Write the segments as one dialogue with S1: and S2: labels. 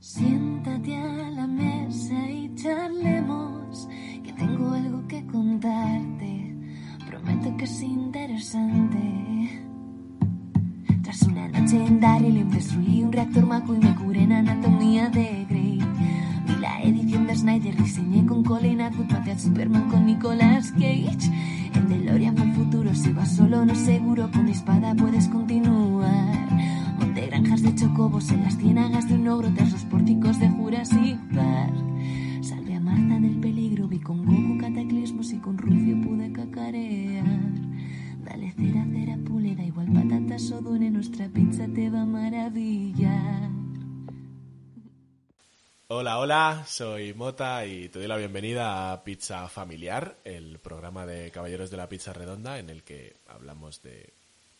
S1: Siéntate a la mesa y charlemos, que tengo algo que contarte. Prometo que es interesante. Tras una noche en Darylin destruí un reactor maco y me curé en anatomía de Grey. Vi la edición de Snyder, diseñé con Colin Atwood, maté a Superman con Nicolas Cage. En DeLorean fue el futuro, si vas solo no es seguro, con mi espada puedes continuar. Monté granjas de chocobos en las ciénagas de un ogro tras los pórticos de Jurassic Park. Salve a Marta del peligro, vi con Goku cataclismos y con Rufio pude cacarear. Dale cera, cera, pulera, igual patatas o dune, nuestra pizza te va a maravillar.
S2: Hola, hola, soy Mota y te doy la bienvenida a Pizza Familiar, el programa de Caballeros de la Pizza Redonda en el que hablamos de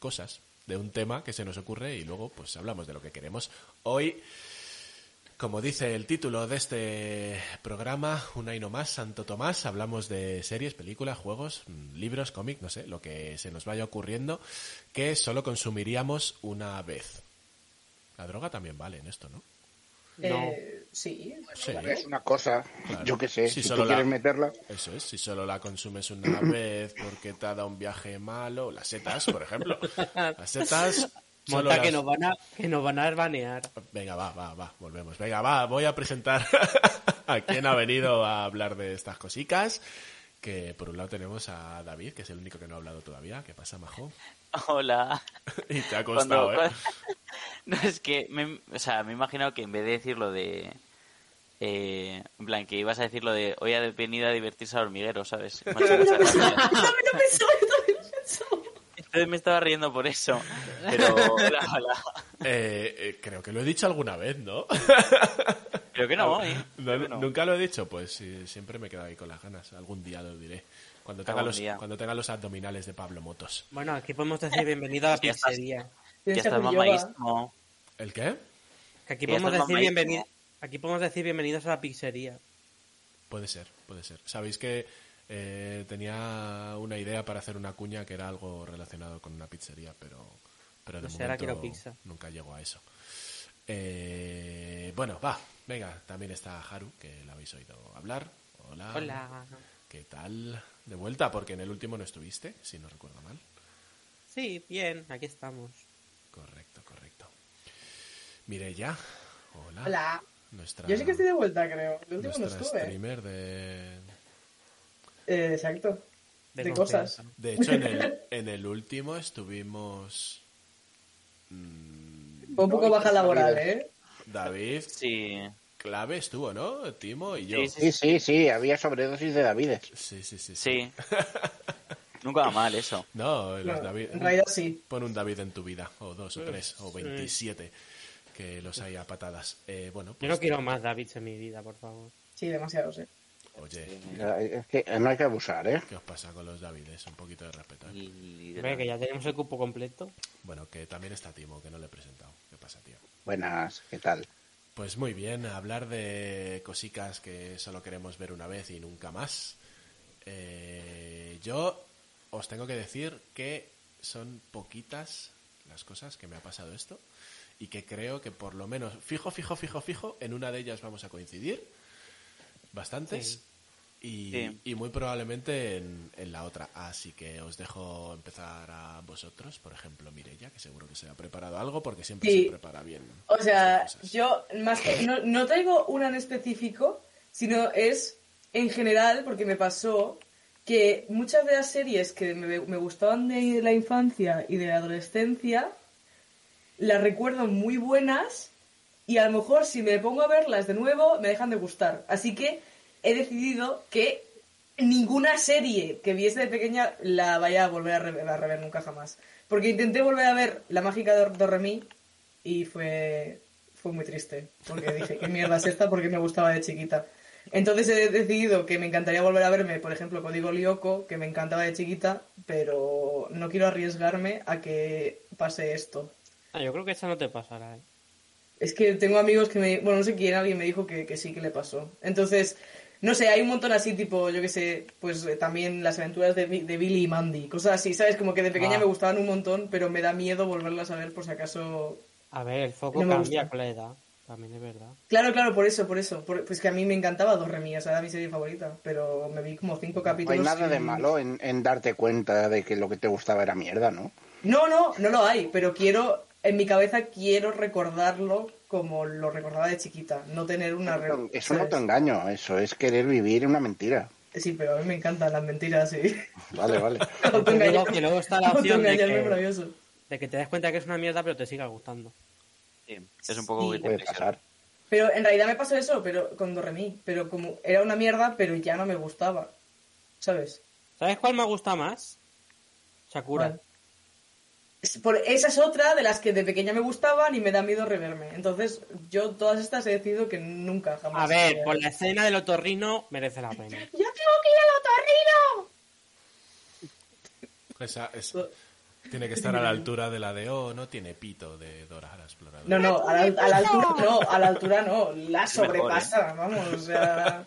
S2: cosas, de un tema que se nos ocurre y luego pues hablamos de lo que queremos. Hoy, como dice el título de este programa, Un año más, Santo Tomás, hablamos de series, películas, juegos, mm, libros, cómics, no sé, lo que se nos vaya ocurriendo que solo consumiríamos una vez. La droga también vale en esto, ¿no?
S3: Eh, sí.
S2: Sí.
S4: Es una cosa,
S2: Claro.
S4: yo qué sé,
S2: Sí,
S4: si tú
S2: solo la-
S4: quieres meterla.
S2: Eso es, si solo la consumes una vez porque te ha dado un viaje malo, las setas, por ejemplo. Las setas. solo
S3: Monta que
S2: las-
S3: nos van a que nos van a banear.
S2: Venga, va, va, va, volvemos. Venga, va, voy a presentar a quien ha venido a hablar de estas cositas. Que por un lado tenemos a David, que es el único que no ha hablado todavía. ¿Qué pasa, majo?
S5: Hola.
S2: Y te ha
S5: Cuando-
S2: costado, ¿eh?
S5: No, es que me, o sea, me he imaginado que en vez de decir lo de... eh, en plan, que ibas a decir lo de hoy ha venido a divertirse al hormiguero, ¿sabes? Me ha hecho mucha gracia. Entonces me estaba riendo por eso. Pero hola, hola.
S2: Eh, eh, Creo que lo he dicho alguna vez, ¿no?
S5: Creo que no, ¿eh?
S2: No,
S5: Creo que no.
S2: Nunca lo he dicho, pues sí, siempre me quedo ahí con las ganas. Algún día lo diré. Cuando tenga,
S5: Algún
S2: los,
S5: día.
S2: cuando tenga los abdominales de Pablo Motos.
S3: Bueno, aquí podemos decir bienvenido a la
S5: Ya estás.
S3: pizzería.
S5: Ya
S6: Piensa
S5: estás
S6: que yo va.
S5: mamadísimo.
S2: ¿El qué?
S3: Que Aquí
S5: Ya
S3: podemos
S5: estás
S3: decir
S5: mamadísimo.
S3: bienvenido. Aquí podemos decir bienvenidos a la pizzería.
S2: Puede ser, puede ser. Sabéis que eh, tenía una idea para hacer una cuña que era algo relacionado con una pizzería, pero, pero de
S3: No sé, ahora
S2: momento
S3: quiero pizza.
S2: nunca llego a eso. Eh, bueno, va, venga, también está Haru, que la habéis oído hablar.
S5: Ah.
S2: Hola.
S3: Hola.
S2: ¿Qué tal? De vuelta, porque en el último no estuviste, si no recuerdo mal.
S3: Sí, bien, aquí estamos.
S2: Correcto, correcto. Mireya, hola.
S6: Hola.
S2: Nuestra,
S6: Yo sí que estoy de vuelta, creo. El último no
S2: Ah, nuestra
S6: estuve.
S2: streamer de...
S6: Eh, exacto. De
S3: confianza.
S2: De hecho, en el, en el último estuvimos... mm,
S6: Fue un poco baja laboral, ¿eh?
S2: David,
S5: Sí.
S2: clave estuvo, ¿no? Timo y yo.
S5: Sí,
S4: Sí, sí, sí, había sobredosis de Davides.
S2: Sí, sí, sí. sí.
S5: Sí. Nunca va mal eso.
S2: No, los
S6: No,
S2: David...
S6: en realidad sí.
S2: Pon un David en tu vida, o dos, o tres, o veintisiete, que los hay a patadas. Eh, bueno,
S3: Yo
S2: pues...
S3: no quiero más David en mi vida, por favor.
S6: Sí, ¿eh? demasiado, sí.
S2: Oye,
S4: Es que no hay que abusar, ¿eh?
S2: ¿qué os pasa con los Davides? Un poquito de respeto. ¿eh?
S5: Y-
S3: Ve que ya tenemos el cupo completo.
S2: Bueno, que también está Timo, que no le he presentado. ¿Qué pasa, tío?
S4: Buenas, ¿qué tal?
S2: Pues muy bien, a hablar de cositas que solo queremos ver una vez y nunca más. Eh, yo os tengo que decir que son poquitas las cosas que me ha pasado esto y que creo que por lo menos, fijo, fijo, fijo, fijo, en una de ellas vamos a coincidir. Bastantes. Y,
S5: Sí.
S2: y muy probablemente en, en la otra. Así que os dejo empezar a vosotros, por ejemplo, Mirella, que seguro que se ha preparado algo porque siempre
S6: Sí.
S2: se prepara bien.
S6: O sea,
S2: estas cosas.
S6: yo más que- no, no traigo una en específico, sino es en general, porque me pasó que muchas de las series que me, me gustaban de la infancia y de la adolescencia, las recuerdo muy buenas y a lo mejor si me pongo a verlas de nuevo me dejan de gustar. Así que he decidido que ninguna serie que viese de pequeña la vaya a volver a rever, a rever nunca jamás. Porque intenté volver a ver La Mágica de Dorremí y fue, fue muy triste, porque dije, ¿qué mierda es esta? Porque me gustaba de chiquita. Entonces he decidido que me encantaría volver a verme, por ejemplo, Código Lyoko, que me encantaba de chiquita, pero no quiero arriesgarme a que pase esto.
S3: Ah, yo creo que esa no te pasará, ¿eh?
S6: Es que tengo amigos que me... Bueno, no sé quién, alguien me dijo que, que sí, que le pasó. Entonces, no sé, hay un montón así, tipo, yo qué sé, pues eh, también las aventuras de, Bi- de Billy y Mandy, cosas así, ¿sabes? Como que de pequeña
S3: Ah.
S6: me gustaban un montón, pero me da miedo volverlas a ver por si acaso...
S3: A ver, el foco
S6: No me
S3: cambia
S6: gusta.
S3: con la edad. También es verdad.
S6: Claro, claro, por eso, por eso. Por- pues que a mí me encantaba Dorremí, esa era mi serie favorita, pero me vi como cinco
S4: No
S6: capítulos.
S4: hay nada de
S6: y-
S4: malo en, en darte cuenta de que lo que te gustaba era mierda, ¿no?
S6: No, no, no lo hay, pero quiero, en mi cabeza quiero recordarlo como lo recordaba de chiquita, no tener una... re-
S4: Es un
S6: ¿sabes?
S4: autoengaño, eso es querer vivir una mentira.
S6: Sí, pero a mí me encantan las mentiras, sí.
S4: Vale, vale.
S3: Te digo que luego está la opción de
S6: Autoengañarme es
S3: que,
S6: maravilloso.
S3: de que te des cuenta que es una mierda, pero te siga gustando.
S5: Sí, es un poco
S6: Sí.
S5: muy
S4: Puede
S5: depresión.
S4: pasar.
S6: Pero en realidad me pasó eso, pero con Dorremí, pero como era una mierda, pero ya no me gustaba, ¿sabes?
S3: ¿Sabes cuál me gusta más? Sakura.
S6: Vale. Es por- esa es otra de las que de pequeña me gustaban y me da miedo reverme. Entonces, yo todas estas he decidido que nunca, jamás.
S3: A ver,
S6: voy
S3: por la escena del otorrino merece la pena.
S6: ¡Yo tengo que
S2: Esa es-
S6: ir al otorrino!
S2: tiene que estar a la altura de la de O, no tiene pito de Dora la Exploradora.
S6: No, no, a la, a la altura no, a la altura no. La
S5: Es
S3: ¿eh?
S5: mejor,
S6: sobrepasa, vamos, o sea...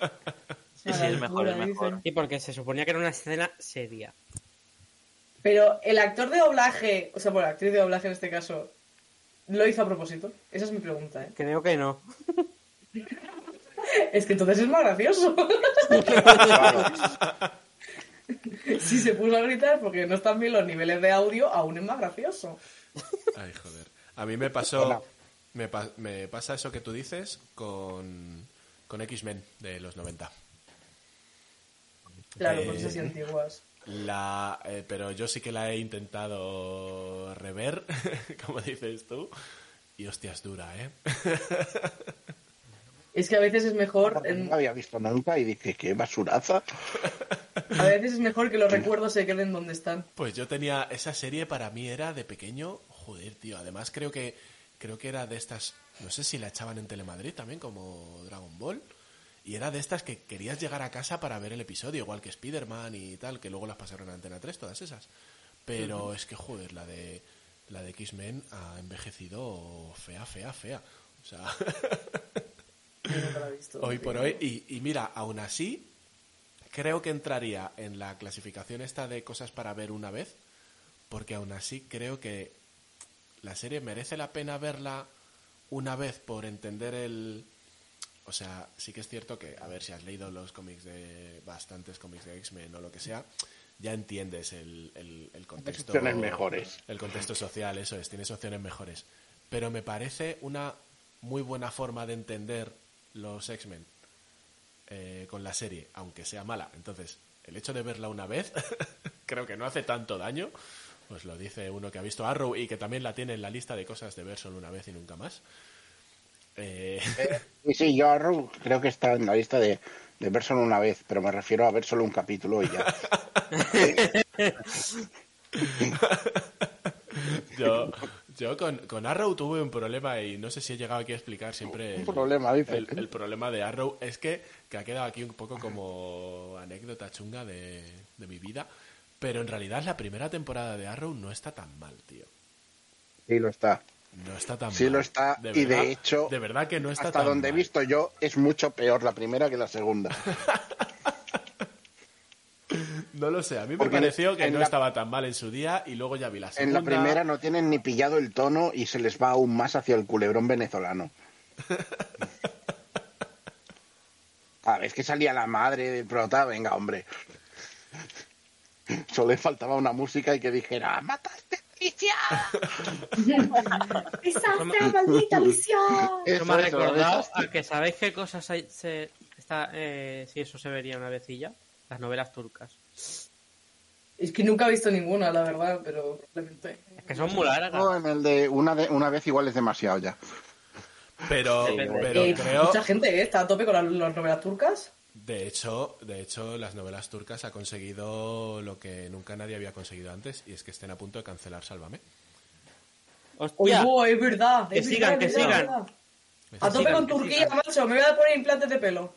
S5: Sí, sí,
S6: a la
S5: es mejor, es
S6: altura,
S5: mejor.
S6: dicen.
S3: Y porque se suponía que era una escena seria.
S6: Pero el actor de doblaje, o sea, bueno, la actriz de doblaje en este caso, ¿lo hizo a propósito? Esa es mi pregunta, ¿eh?
S3: Creo que no.
S6: Es que entonces es más gracioso. si se puso a gritar porque no están bien los niveles de audio, aún es más gracioso.
S2: Ay, joder. A mí me pasó. Me, pa- me pasa eso que tú dices con, con X-Men de los 90.
S6: Claro,
S2: Eh,
S6: por cosas así antiguas.
S2: La, eh, pero yo sí que la he intentado rever, como dices tú. Y hostia, es dura, ¿eh?
S6: Es que a veces es mejor,
S4: No
S6: en-
S4: lo había visto nunca y dije, qué basuraza.
S6: a veces es mejor que los recuerdos se queden donde están.
S2: Pues yo tenía esa serie para mí era de pequeño, joder, tío. Además creo que creo que era de estas, no sé si la echaban en Telemadrid también como Dragon Ball y era de estas que querías llegar a casa para ver el episodio, igual que Spider-Man y tal, que luego las pasaron a Antena 3 todas esas. Pero es que joder, la de la de X-Men ha envejecido fea, fea, fea. O sea,
S6: Yo nunca la he visto.
S2: Hoy por hoy. Y, y mira, aún así, creo que entraría en la clasificación esta de cosas para ver una vez, porque aún así creo que la serie merece la pena verla una vez por entender el... O sea, sí que es cierto que, a ver, si has leído los cómics de... bastantes cómics de X-Men o lo que sea, ya entiendes el, el, el contexto...
S4: opciones mejores.
S2: El contexto social, eso es, tienes opciones mejores. Pero me parece una muy buena forma de entender los X-Men eh, con la serie, aunque sea mala. Entonces, el hecho de verla una vez, creo que no hace tanto daño. Pues lo dice uno que ha visto Arrow y que también la tiene en la lista de cosas de ver solo una vez y nunca más. Eh,
S4: Sí, sí, yo Arrow creo que está en la lista de, de ver solo una vez, pero me refiero a ver solo un capítulo y ya.
S2: yo yo con, con Arrow tuve un problema y no sé si he llegado aquí a explicar siempre.
S4: Un
S2: el-
S4: problema, dice.
S2: El, el problema de Arrow es que, que ha quedado aquí un poco como anécdota chunga de, de mi vida. Pero en realidad la primera temporada de Arrow no está tan mal, tío.
S4: Sí, lo está.
S2: No está tan
S4: Sí
S2: mal.
S4: lo está, y de hecho,
S2: De verdad que no está
S4: Hasta
S2: tan
S4: donde he
S2: mal.
S4: visto yo, es mucho peor la primera que la segunda.
S2: No lo sé, a mí me
S4: Porque en-
S2: pareció que
S4: en
S2: no
S4: la-
S2: estaba tan mal en su día y luego ya vi la
S4: En
S2: segunda.
S4: la primera no tienen ni pillado el tono y se les va aún más hacia el culebrón venezolano. A ver, Ah, es que salía la madre del prota, venga, hombre. Solo le faltaba una música y que dijera, ¡mataste Alicia!
S6: ¡Desastre, maldita misión!
S4: Eso,
S3: Eso me ha
S4: eso,
S3: recordado
S4: eso.
S3: a que sabéis qué cosas hay- se, está, eh, si eso se vería una vecilla. Las novelas turcas.
S6: Es que nunca he visto ninguna, la verdad, pero probablemente.
S3: Es que son muy largas.
S4: No, en el de una, de una vez igual es demasiado ya.
S2: Pero,
S5: Depende.
S2: pero
S6: Eh,
S2: creo,
S6: Mucha gente eh, está a tope con las, las novelas turcas.
S2: de hecho, de hecho, las novelas turcas ha conseguido lo que nunca nadie había conseguido antes y es que estén a punto de cancelar Sálvame.
S3: Hostia,
S6: Oye, es verdad.
S3: Que
S6: es
S3: sigan,
S6: verdad,
S3: que
S6: es verdad,
S3: sigan.
S6: es verdad. A tope con Turquía, macho. Me voy a poner implantes de pelo.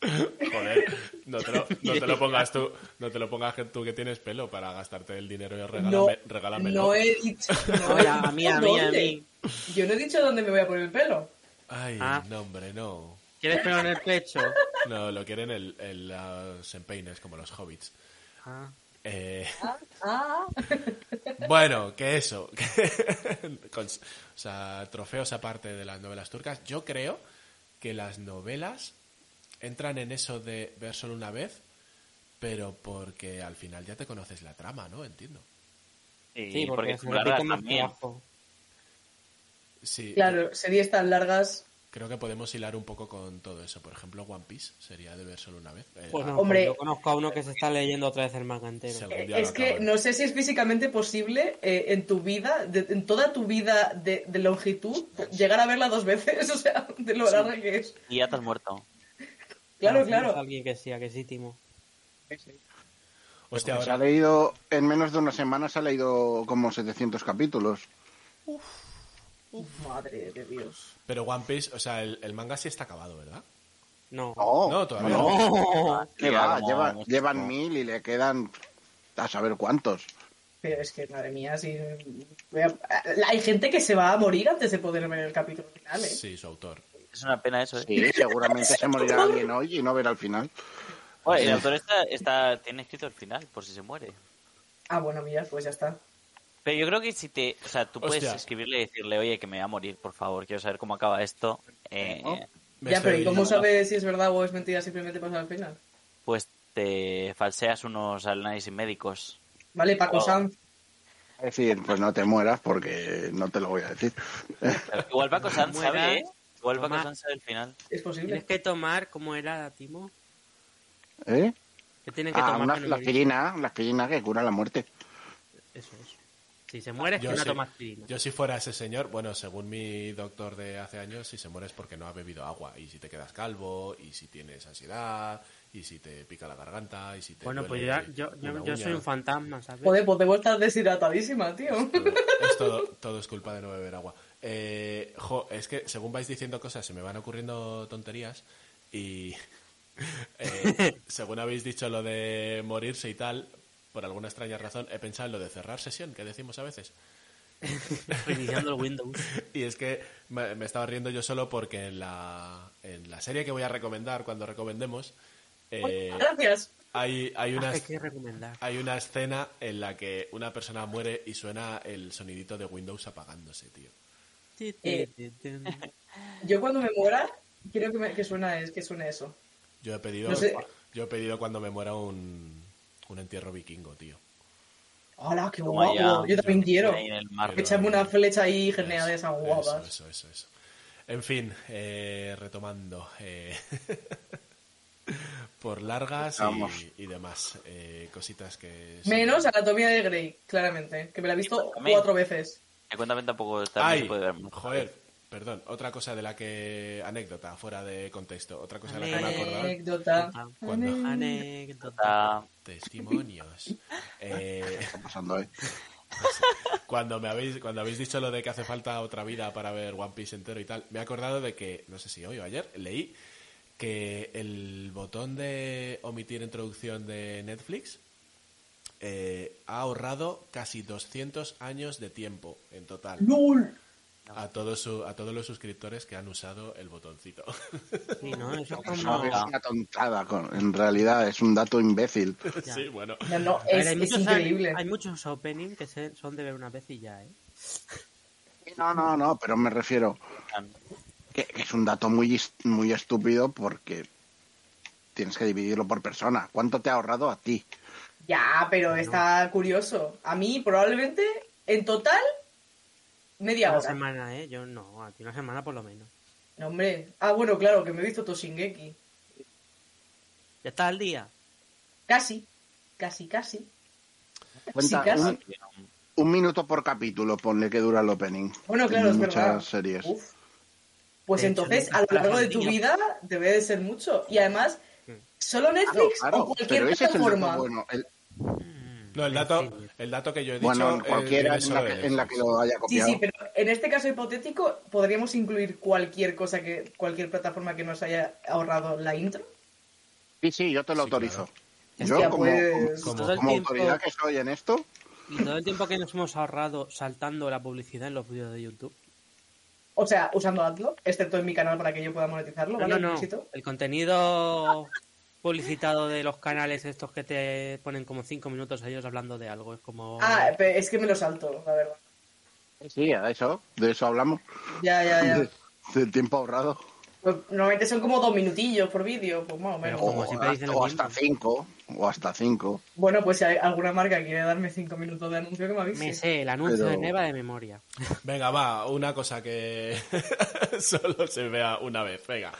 S2: Joder, no te, lo, no te lo pongas tú, no te lo pongas que tú que tienes pelo para gastarte el dinero y regálame, regálamelo.
S6: no he dicho. No he
S3: Oye, a mí, a
S6: dicho
S3: mí, a
S6: dónde.
S3: mí.
S6: Yo no he dicho dónde me voy a poner el pelo.
S2: Ay,
S3: Ah.
S2: no, hombre, no.
S3: ¿Quieres pelo en el pecho?
S2: No, lo quieren el, el, los empeines, como los hobbits.
S3: Ah.
S2: Eh,
S6: Ah,
S2: bueno, que eso. que- con- o sea, trofeos aparte de las novelas turcas. Yo creo que las novelas entran en eso de ver solo una vez, pero porque al final ya te conoces la trama, ¿no? Entiendo.
S5: Sí,
S3: Sí, porque,
S5: porque, es
S3: se repite más
S5: también.
S3: abajo.
S2: Sí,
S6: claro, series tan largas.
S2: Creo que podemos hilar un poco con todo eso. Por ejemplo, One Piece sería de ver solo una vez. Eh,
S3: Pues
S2: ah,
S3: no,
S6: Hombre.
S3: pues yo conozco a uno que se está leyendo otra vez el manga entero.
S2: Seguro. Un día lo
S6: eh, Es que
S2: acaban.
S6: no sé si es físicamente posible eh, en tu vida, de- en toda tu vida de, de longitud, llegar a verla dos veces, o sea, de lo larga que es.
S5: Y ya te has muerto.
S6: Claro,
S3: Conocemos a
S6: claro.
S3: alguien que sí, a que sí, Timo.
S2: Hostia,
S4: Se ha
S2: ahora,
S4: leído, en menos de una semana se ha leído como 700 capítulos.
S6: Madre de Dios.
S2: pero One Piece, o sea, el, el manga sí está acabado, ¿verdad?
S3: No.
S6: Oh.
S4: Oh, No,
S2: No, todavía
S4: ¿Qué
S5: Lleva
S4: va?
S5: como
S4: Lleva-
S5: muchísimo.
S4: llevan mil y le quedan a saber cuántos.
S6: Pero es que, madre mía, si... voy a- Hay gente que se va a morir antes de poder ver el capítulo final, ¿eh?
S2: Sí, su autor.
S5: Es una pena eso, ¿eh?
S4: Sí, seguramente se morirá alguien hoy y no verá el final.
S5: Oye,
S2: Eh.
S5: el autor está, está- tiene escrito el final, por si se muere.
S6: Ah, bueno, mira, pues ya está.
S5: Pero yo creo que si te... O sea, tú puedes
S2: Hostia.
S5: escribirle y decirle, oye, que me voy a morir, por favor, quiero saber cómo acaba esto. Eh,
S2: Me
S6: ya, pero ¿y
S2: estoy-
S6: cómo sabes si es verdad o es mentira simplemente pasar al final?
S5: Pues te falseas unos análisis médicos.
S6: Vale, Paco
S5: Oh.
S6: Sanz.
S4: Es decir, pues no te mueras porque no te lo voy a decir.
S5: Pero Igual Paco Sanz
S3: Mueras,
S5: sabe, ¿eh? Igual Paco
S3: tomás.
S5: Sanz sabe el final.
S6: Es
S3: Tienes
S6: posible.
S3: que tomar, ¿cómo era, Timo?
S4: ¿Eh?
S3: Que tienen que
S4: Ah,
S3: tomar
S4: una,
S3: para no
S4: la
S3: morir.
S4: aspirina, la aspirina que cura la muerte.
S3: Eso es. Si se muere es que
S2: Yo,
S3: una
S2: sí.
S3: toma aspirina.
S2: Yo si fuera ese señor, bueno, según mi doctor de hace años, si se muere es porque no ha bebido agua. Y si te quedas calvo, y si tienes ansiedad, y si te pica la garganta, y si te
S3: Bueno, pues
S2: duele
S3: ya- yo, yo,
S2: una
S3: yo
S2: uña.
S3: soy un fantasma, ¿sabes?
S6: Joder, pues debo estar deshidratadísima, tío.
S2: Todo- es todo, todo es culpa de no beber agua. Eh, jo, es que según vais diciendo cosas se me van ocurriendo tonterías y eh, según habéis dicho lo de morirse y tal, por alguna extraña razón he pensado en lo de cerrar sesión, que decimos a veces.
S3: Reiniciando el Windows.
S2: Y es que me, me estaba riendo yo solo porque en la, en la serie que voy a recomendar cuando recomendemos eh,
S6: Pues Gracias.
S2: hay, hay
S3: Ah,
S2: unas...
S3: Hay que recomendar.
S2: Hay una escena en la que una persona muere y suena el sonidito de Windows apagándose, tío.
S3: Ti, ti,
S6: Eh.
S3: ti, ti.
S6: Yo cuando me muera, quiero que, me- que, suena, que suene eso.
S2: Yo he pedido,
S6: No sé.
S2: yo he pedido cuando me muera un, un entierro vikingo, tío.
S6: ¡Hola, qué
S5: Toma
S6: guapo!
S5: ya.
S6: Yo también quiero.
S5: Ahí en el mar.
S2: Pero-
S6: Echarme una flecha ahí genial de
S2: Eso,
S6: esas guapas.
S2: Eso, eso, eso. En fin, eh, retomando. eh, por largas
S4: Vamos.
S2: y, y demás. eh, cositas que... son-
S6: Menos Anatomía de Grey, claramente. Que me la he visto
S2: Pues,
S5: Cuéntame.
S6: cuatro veces.
S5: Eh, Cuéntame tampoco está
S2: Ay,
S5: se puede ver. mucho.
S2: joder, perdón. Otra cosa de la que... Anécdota, fuera de contexto. Otra cosa de la que Pues, me he acordado.
S6: Anécdota.
S3: Ah,
S2: Cuando-
S3: Anécdota.
S5: Está-
S2: Testimonios. Eh,
S4: ¿Qué está pasando, eh?
S2: Cuando me habéis, cuando habéis dicho lo de que hace falta otra vida para ver One Piece entero y tal, me he acordado de que, no sé si hoy o ayer, leí que el botón de omitir introducción de Netflix eh, ha ahorrado casi 200 años de tiempo en total
S6: ¡Lul!
S2: a todos, su- a todos los suscriptores que han usado el botoncito.
S3: Sí, ¿no? Eso es
S4: Pues
S3: como...
S4: no, es una tontada. con- En realidad es un dato imbécil.
S3: Ya.
S2: sí, bueno.
S6: No, no,
S3: A ver,
S6: es,
S3: hay,
S6: es
S3: muchos,
S6: increíble.
S3: hay muchos opening que se- son de ver una vez y ya, ¿eh?
S4: No, no, no, pero me refiero que que es un dato muy, is- muy estúpido porque tienes que dividirlo por persona. ¿Cuánto te ha ahorrado a ti?
S6: Ya, pero está curioso. A mí, probablemente, en total, media
S3: Una
S6: hora.
S3: semana, ¿eh? Yo no, a ti una semana por lo menos.
S6: No, hombre. Ah, bueno, claro, que me he visto Toshingeki.
S3: Ya está al día.
S6: Casi. Casi, casi.
S4: Cuenta
S6: casi.
S4: un, un minuto por capítulo, ponle que dura el opening.
S6: Bueno, claro,
S4: En
S6: es
S4: muchas
S6: verdad.
S4: series.
S6: Uf. Pues
S3: De hecho,
S6: entonces,
S3: no,
S6: a lo
S3: para
S6: largo de
S3: los
S6: tu
S3: niños.
S6: vida, debe de ser mucho. Y además,
S3: Mm.
S6: solo
S4: Claro,
S6: Netflix
S4: claro,
S6: o cualquier
S4: pero ese es el
S6: plataforma.
S4: dato bueno. El-
S3: Mm,
S2: No, el dato, el dato que yo he dicho...
S4: bueno, en
S2: eh,
S4: cualquiera
S2: viene
S4: en la,
S2: solo
S4: que,
S2: de
S4: en la que lo haya
S6: Sí,
S4: copiado.
S6: sí, pero en este caso hipotético, ¿podríamos incluir cualquier cosa que, cualquier plataforma que nos haya ahorrado la intro?
S4: Sí, sí, yo te lo
S2: Sí,
S4: autorizo.
S2: claro.
S4: Yo,
S6: Hostia,
S4: como,
S6: pues,
S4: como-
S3: todo el
S4: como
S3: tiempo-
S4: autoridad que soy en esto,
S3: Y todo el tiempo que nos hemos ahorrado saltando la publicidad en los vídeos de YouTube.
S6: O sea, usando AdLock, excepto en mi canal para que yo pueda monetizarlo,
S3: No,
S6: ¿vale?
S3: no, no.
S6: Luisito?
S3: El contenido publicitado de los canales estos que te ponen como cinco minutos ellos hablando de algo. Es como...
S6: Ah, pe- es que me lo salto, la verdad.
S4: sí, a eso, de eso hablamos.
S6: Ya, ya, ya.
S4: De- Del tiempo ahorrado.
S6: Pues, normalmente son como dos minutillos por vídeo, pues más o menos.
S3: Pero- Como
S4: O,
S3: siempre dicen lo
S4: o
S3: mismo.
S4: hasta cinco. O hasta cinco.
S6: Bueno, pues si hay alguna marca quiere darme cinco minutos de anuncio, que me
S3: Me
S6: avise.
S3: sé el anuncio
S4: Pero-
S3: de Neva de memoria.
S2: Venga, va, una cosa que solo se vea una vez. Venga,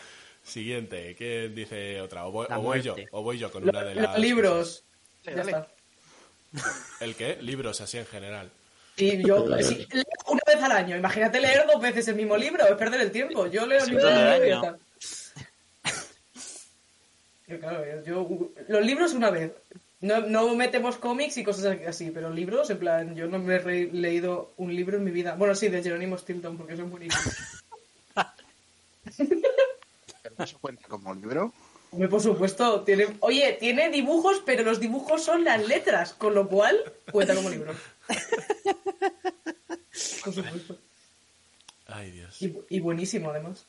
S2: siguiente. ¿Quién dice otra? O voy,
S3: La
S2: o voy yo,
S3: muerte.
S2: o voy yo con
S6: Lo-
S2: una de las.
S6: los libros.
S4: Sí,
S6: ya
S4: dale.
S6: está.
S2: cosas. ¿El qué? Libros, así en general.
S6: Sí, yo sí, leo una vez al año. Imagínate leer dos veces el mismo libro, es perder el tiempo. Yo leo el
S5: Sí,
S6: libro
S5: todo el
S6: y ya
S5: año.
S6: está. Yo, claro, yo, yo- los libros una vez. No, no metemos cómics y cosas así, pero libros, en plan, yo no me he re- leído un libro en mi vida. Bueno, sí, de Jerónimo Stilton, porque soy muy niño.
S4: Pero eso cuenta como libro.
S6: Hombre, por supuesto, tiene... Oye, tiene dibujos, pero los dibujos son las letras, con lo cual cuenta como libro. Por supuesto.
S2: Ay, Dios.
S6: Y, y buenísimo, además.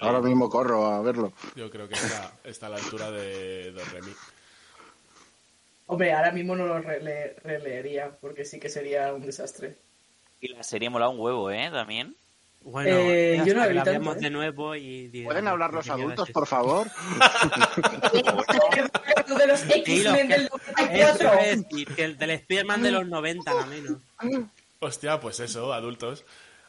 S4: Ahora mismo corro a verlo.
S2: Yo creo que está, está a la altura de Doremi.
S6: Hombre, ahora mismo no lo rele- releería, porque sí que sería un desastre.
S5: Y la serie mola un huevo, ¿eh? También.
S3: Bueno,
S6: Eh,
S3: ya
S6: yo no
S3: está,
S6: vi
S3: lo
S6: tanto,
S3: hablamos
S6: ¿eh?
S3: de nuevo y... digamos
S4: ¿Pueden hablar
S3: que
S4: los
S3: señoras
S4: adultos,
S3: es-
S4: por favor?
S6: de los X-Men del
S3: Eso
S6: 94.
S3: es, y que el del Spiderman de los 90, al menos.
S2: Hostia, pues eso, adultos.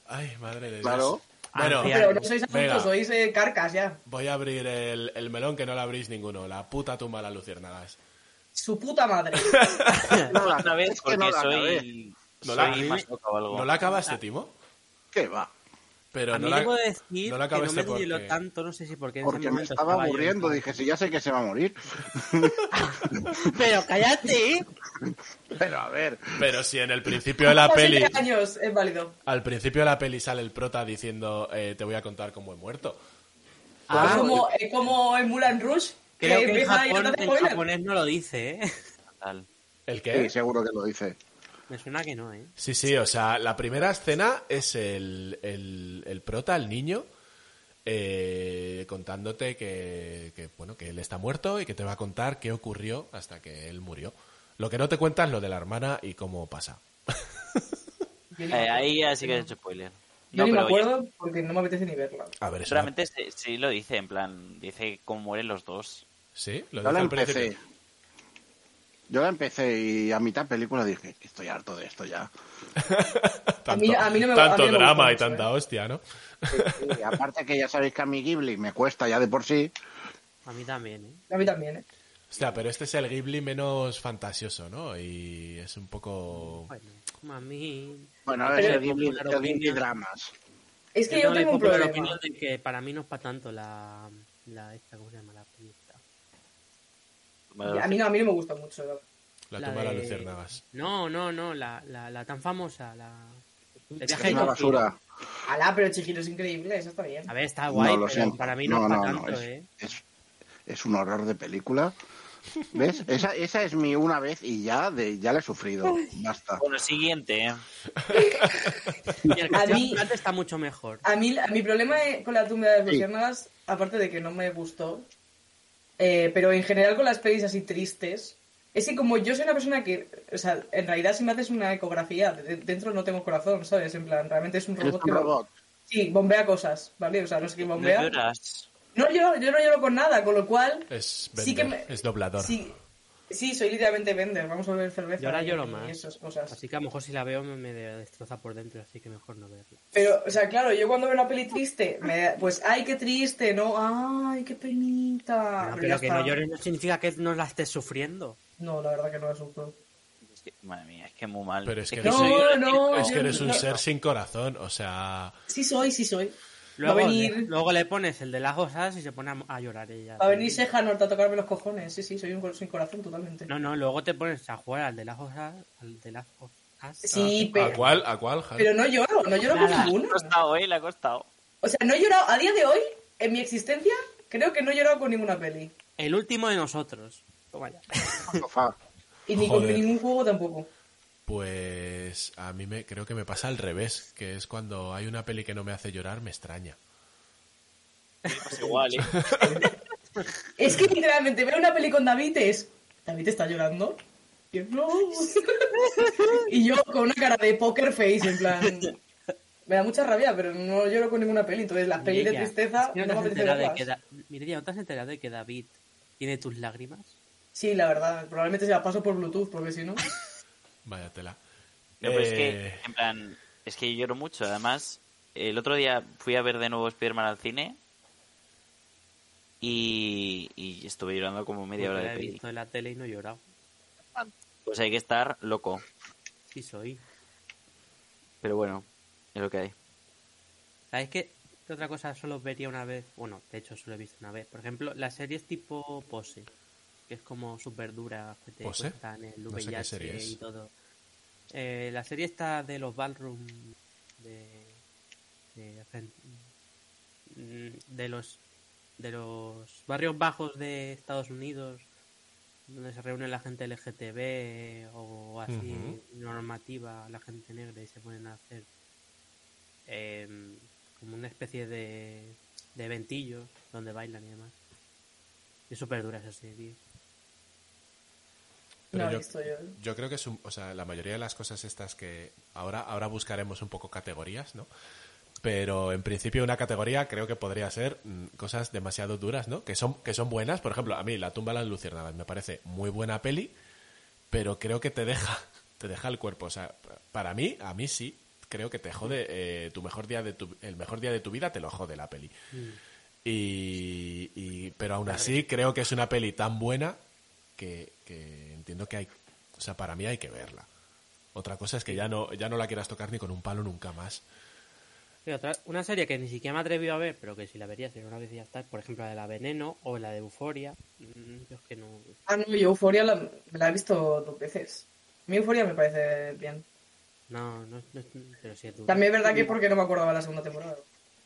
S2: Ay, madre de Dios.
S4: Claro.
S2: Bueno,
S3: Ancianos.
S6: Pero no sois adultos,
S2: Venga.
S6: sois eh, carcas ya.
S2: voy a abrir el, el melón que no la abrís ninguno. La puta tumba de las luciérnagas.
S6: Su puta madre.
S4: No la-
S5: Una vez,
S4: es que no
S5: porque
S4: la acabé.
S5: soy.
S2: No la-
S5: soy más loco o algo.
S2: ¿No la acabaste, Timo?
S4: ¿Qué va?
S2: Pero
S3: Ah, a
S2: no
S3: mí
S2: la,
S3: debo decir
S2: no la
S3: que no
S2: acabaste
S3: me duelo
S2: porque-
S3: tanto, no sé si porque en ese
S4: Porque me
S3: momento
S4: estaba
S3: yo en
S4: aburriendo.
S3: plan,
S4: Dije, si ya sé que se va a morir.
S3: Pero cállate, ¿eh?
S4: Pero a ver.
S2: Pero si en el principio de la
S6: Por
S2: peli...
S6: siete años es válido.
S2: Al principio de la peli sale el prota diciendo eh, te voy a contar cómo he muerto.
S6: es,
S3: Ah,
S6: como, es como en Mulan Rush.
S3: creo que en,
S6: empieza ahí,
S3: Japón,
S6: no te
S3: en
S6: spoiler.
S3: japonés no lo dice, ¿eh?
S5: Tal.
S2: ¿El
S4: Sí,
S2: qué? Sí,
S4: seguro que lo dice.
S3: Me suena que no, ¿eh?
S2: sí, o sea, la primera escena es el, el, el prota, el niño, eh, contándote que, que, bueno, que él está muerto y que te va a contar qué ocurrió hasta que él murió. Lo que no te cuenta es lo de la hermana y cómo pasa.
S5: Eh, ahí ya sí que has hecho spoiler.
S6: Yo ni me
S5: pero oye,
S6: acuerdo porque no me apetece ni verla.
S2: A ver, eso...
S5: Realmente sí, sí lo dice, en plan, dice cómo mueren los dos.
S2: ¿Sí? Lo
S4: Yo
S2: dice
S4: la
S2: al
S4: empecé.
S2: principio.
S4: Yo la empecé y a mitad película dije, estoy harto de esto ya.
S2: Tanto,
S6: A mí- a mí no me- a
S2: tanto
S6: mí no me
S2: drama y
S6: gusta mucho, ¿eh?
S2: tanta hostia, ¿no?
S4: Y aparte que ya sabéis que a mi Ghibli me cuesta ya de por sí.
S3: A mí también, ¿eh?
S6: A mí también, ¿eh?
S2: Hostia, pero este es el Ghibli menos fantasioso, ¿no? Y es un poco...
S3: Bueno, mami...
S4: Bueno, es
S3: Pero-
S4: el Ghibli, el
S3: Claro,
S4: Ghibli
S3: opinión.
S4: dramas.
S6: Es que yo,
S3: no le
S6: tengo un
S3: compro la
S6: problema.
S3: opinión de que para mí no es para tanto la... la esta, ¿Cómo se llama la película?
S6: A mí no, a mí no me gusta mucho. la-
S2: La tumba de las
S3: de-
S2: luciérnagas.
S3: No, no, no, la, la, la tan famosa, la... El viaje
S4: Es
S3: de
S4: una
S3: Chihiro.
S4: basura.
S6: Alá, pero Chihiro es increíble, eso está bien.
S3: A ver, está guay,
S4: no, lo
S3: pero
S4: siento.
S3: para mí no, es para tanto,
S4: es,
S3: ¿eh?
S4: es- es un horror de película. ¿Ves? Esa, esa es mi una vez y ya, de, ya la he sufrido. Basta.
S5: Bueno, siguiente. ¿eh?
S3: Y el
S6: A
S3: castillo
S6: mí-
S3: gigante está mucho mejor.
S6: A mí, a mi problema eh, con la tumba de las
S4: Sí.
S6: luciérnagas, aparte de que no me gustó, eh, pero en general con las pelis así tristes, es que como yo soy una persona que, o sea, en realidad si me haces una ecografía, de- dentro no tengo corazón, ¿sabes? En plan, realmente es un
S4: Es
S6: robot
S4: un
S6: que...
S4: robot.
S6: Sí, bombea cosas, ¿vale? O sea, no sé qué
S5: No
S6: bombea.
S5: lloras.
S6: No lloro, yo no lloro con nada, con lo cual...
S2: Es,
S6: Sí que
S2: vender,
S6: me-
S2: es doblador.
S6: Sí, sí, soy literalmente vender, vamos a beber cerveza.
S3: Yo ahora lloro
S6: y
S3: más.
S6: esas cosas.
S3: Así que a lo mejor si la veo me, me destroza por dentro, así que mejor no verla.
S6: Pero, o sea, claro, yo cuando veo una peli triste, me, pues, ay, qué triste, ¿no? Ay, qué penita.
S3: Bueno,
S6: Pero Ah, ya
S3: Ah, pero que
S6: está.
S3: no llores no significa que no la estés sufriendo.
S6: No, la verdad que no la sufro.
S5: Es que- madre mía, es que muy mal.
S2: Pero es que
S6: No,
S5: soy-
S6: no,
S2: Es que eres un
S6: No.
S2: ser sin corazón, o sea...
S6: Sí soy, sí soy.
S3: Luego, eh,
S6: va a venir,
S3: le, luego le pones el de las cosas y se pone a, a llorar ella.
S6: va a venir Seja Norte a tocarme los cojones. Sí, sí, soy un cor- sin corazón totalmente.
S3: No, no, luego te pones a jugar al de las cosas, al de las cosas.
S6: Sí,
S2: ¿A- ¿A
S6: pero,
S2: cuál? ¿A cuál? Javi?
S6: pero no lloro, no lloro con
S5: Nada, le
S6: ninguno.
S5: ha costado, eh, le ha costado.
S6: O sea, no he llorado, a día de hoy, en mi existencia, creo que no he llorado con ninguna peli.
S3: Ah, El último de nosotros.
S6: Pues
S3: Toma ya.
S4: Sofá.
S6: Y ni con
S2: Joder.
S6: ningún juego tampoco.
S2: Pues a mí me, creo que me pasa al revés, que es cuando hay una peli que no me hace llorar, me extraña.
S5: Pues igual, eh.
S6: Es que literalmente veo una peli con David es. David está llorando. Y yo, no. y yo con una cara de poker face, en plan. Me da mucha rabia, pero no lloro con ninguna peli. Entonces, las pelis de
S3: Mireia,
S6: tristeza
S3: es que no
S6: no
S3: te
S6: me
S3: has
S6: apetece
S3: enterado de que
S6: verlas.
S3: da... Mireia, ¿no te has enterado de que David tiene tus lágrimas?
S6: Sí, la verdad. Probablemente se la paso por Bluetooth, porque si no.
S2: Vaya tela.
S5: No, pero es
S2: Eh,
S5: que, en plan, es que yo lloro mucho. Además, el otro día fui a ver de nuevo Spider-Man al cine y, y estuve llorando como media
S3: Porque
S5: hora
S3: la
S5: de
S3: he
S5: peli.
S3: visto en la tele y no he llorado.
S5: Pues hay que estar loco.
S3: Sí soy.
S5: Pero bueno, es lo que hay.
S3: ¿Sabes qué? ¿Qué otra cosa solo vería una vez? Bueno, de hecho solo he visto una vez. Por ejemplo, la serie es tipo Pose, que es como super dura, que te
S2: ¿Pose?
S3: cuentan el
S2: No sé qué
S3: VIH
S2: serie es.
S3: y todo. Eh, la serie está de los ballroom de, de, mm, de los de los barrios bajos de Estados Unidos donde se reúne la gente LGTB o así
S2: Ujú.
S3: normativa la gente negra y se ponen a hacer em, como una especie de, de ventillo donde bailan y demás. Y es súper dura esa serie.
S2: Pero
S6: no he
S2: yo-
S6: visto yo.
S2: Yo creo que es un- o sea, la mayoría de las cosas estas que ahora, ahora buscaremos un poco categorías, ¿no? Pero en principio una categoría creo que podría ser mm, cosas demasiado duras, ¿no? Que son, que son buenas. Por ejemplo, a mí La tumba de las luciérnagas me parece muy buena peli, pero creo que te deja, te deja el cuerpo. O sea, para mí, a mí sí, creo que te jode eh, tu mejor día de tu, el mejor día de tu vida te lo jode la peli. Y, y- pero aún así creo que es una peli tan buena que, que entiendo que hay, o sea, para mí hay que verla. Otra cosa es que ya no, ya no la quieras tocar ni con un palo nunca más.
S3: Y otra- una serie que ni siquiera me he atrevido a ver, pero que si la vería sería una vez y ya está. Por ejemplo, la de La Veneno o la de Euforia. Yo es que no...
S6: Ah, no, yo Euforia la, me la he visto dos veces. Mi Euforia me parece bien.
S3: No, no, no es- pero sí es dura.
S6: También es verdad que porque no me acordaba de la segunda temporada.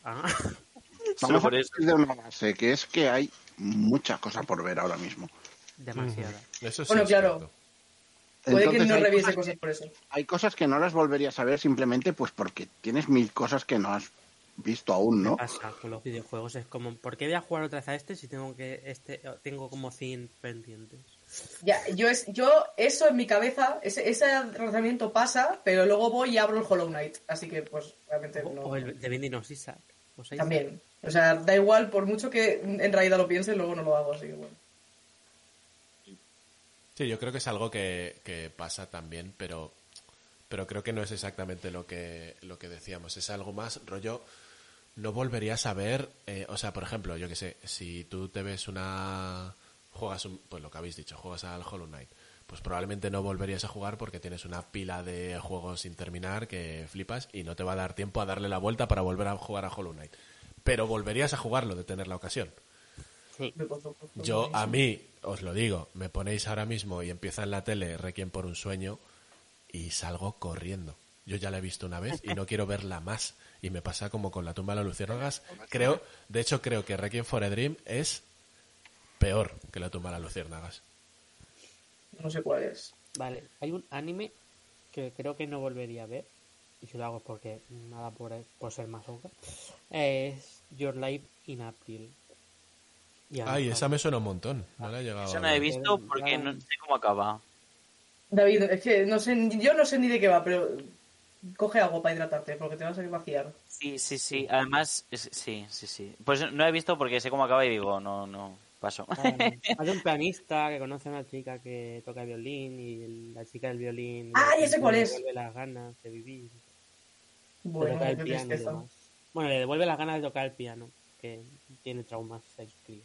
S3: Ah,
S4: Vamos a
S5: por eso.
S4: partir de una base, que es que hay mucha cosa por ver ahora mismo.
S3: demasiada.
S2: Eso sí
S6: Bueno,
S2: es
S6: claro.
S2: cierto.
S6: Puede que
S4: Entonces,
S6: no
S4: hay
S6: reviese
S4: cosas-
S6: cosas por eso.
S4: Hay cosas que no las volverías a ver simplemente pues porque tienes mil cosas que no has visto aún, ¿no?
S3: Pasa con los videojuegos. Es como, ¿por qué voy a jugar otra vez a este si tengo que este tengo como 100 pendientes?
S6: Ya, yo, es, yo eso en mi cabeza, ese, ese razonamiento pasa, pero luego voy y abro el Hollow Knight. Así que, pues, realmente
S3: O,
S6: no.
S3: o el de Pues Binding of Isaac. o Isaac.
S6: También. O sea, da igual, por mucho que en realidad lo piense, luego no lo hago, así que bueno.
S2: Sí, yo creo que es algo que, que pasa también, pero, pero creo que no es exactamente lo que, lo que decíamos. Es algo más rollo. No volverías a ver, eh, o sea, por ejemplo, yo que sé, si tú te ves una. Juegas, un- pues lo que habéis dicho, juegas al Hollow Knight, pues probablemente no volverías a jugar porque tienes una pila de juegos sin terminar que flipas y no te va a dar tiempo a darle la vuelta para volver a jugar a Hollow Knight. Pero volverías a jugarlo de tener la ocasión.
S6: Me pongo- pongo-
S2: Yo, a mí, os lo digo, me ponéis ahora mismo y empieza en la tele Requiem por un sueño y salgo corriendo. Yo ya la he visto una vez y no quiero verla más. Y me pasa como con la tumba de las luciérnagas. Creo, de hecho, creo que Requiem for a Dream es peor que la tumba de las luciérnagas.
S6: No sé cuál es.
S3: Vale, hay un anime que creo que no volvería a ver, y si lo hago es porque nada por, por ser más oca, es Your Life in April. Y a lo
S2: Ay,
S3: mejor-
S2: esa me suena un montón. No la he llegado
S5: Eso
S2: a
S5: no la he
S2: ver.
S5: visto porque no sé cómo acaba.
S6: David, es que no sé, yo no sé ni de qué va, pero coge agua para hidratarte, porque te vas a vaciar.
S5: Sí, sí, sí. Además, es- sí, sí, sí. Pues no he visto porque sé cómo acaba y digo, no, no, paso.
S3: Eh, Hay un pianista que conoce a una chica que toca violín y el- la chica del violín.
S6: Ah, ya sé cuál
S3: le
S6: es.
S3: devuelve las ganas de vivir, de
S6: Bueno,
S3: tocar el
S6: qué
S3: piano y
S6: tristeza.
S3: demás. Bueno, le devuelve las ganas de tocar el piano, que tiene traumas el crío.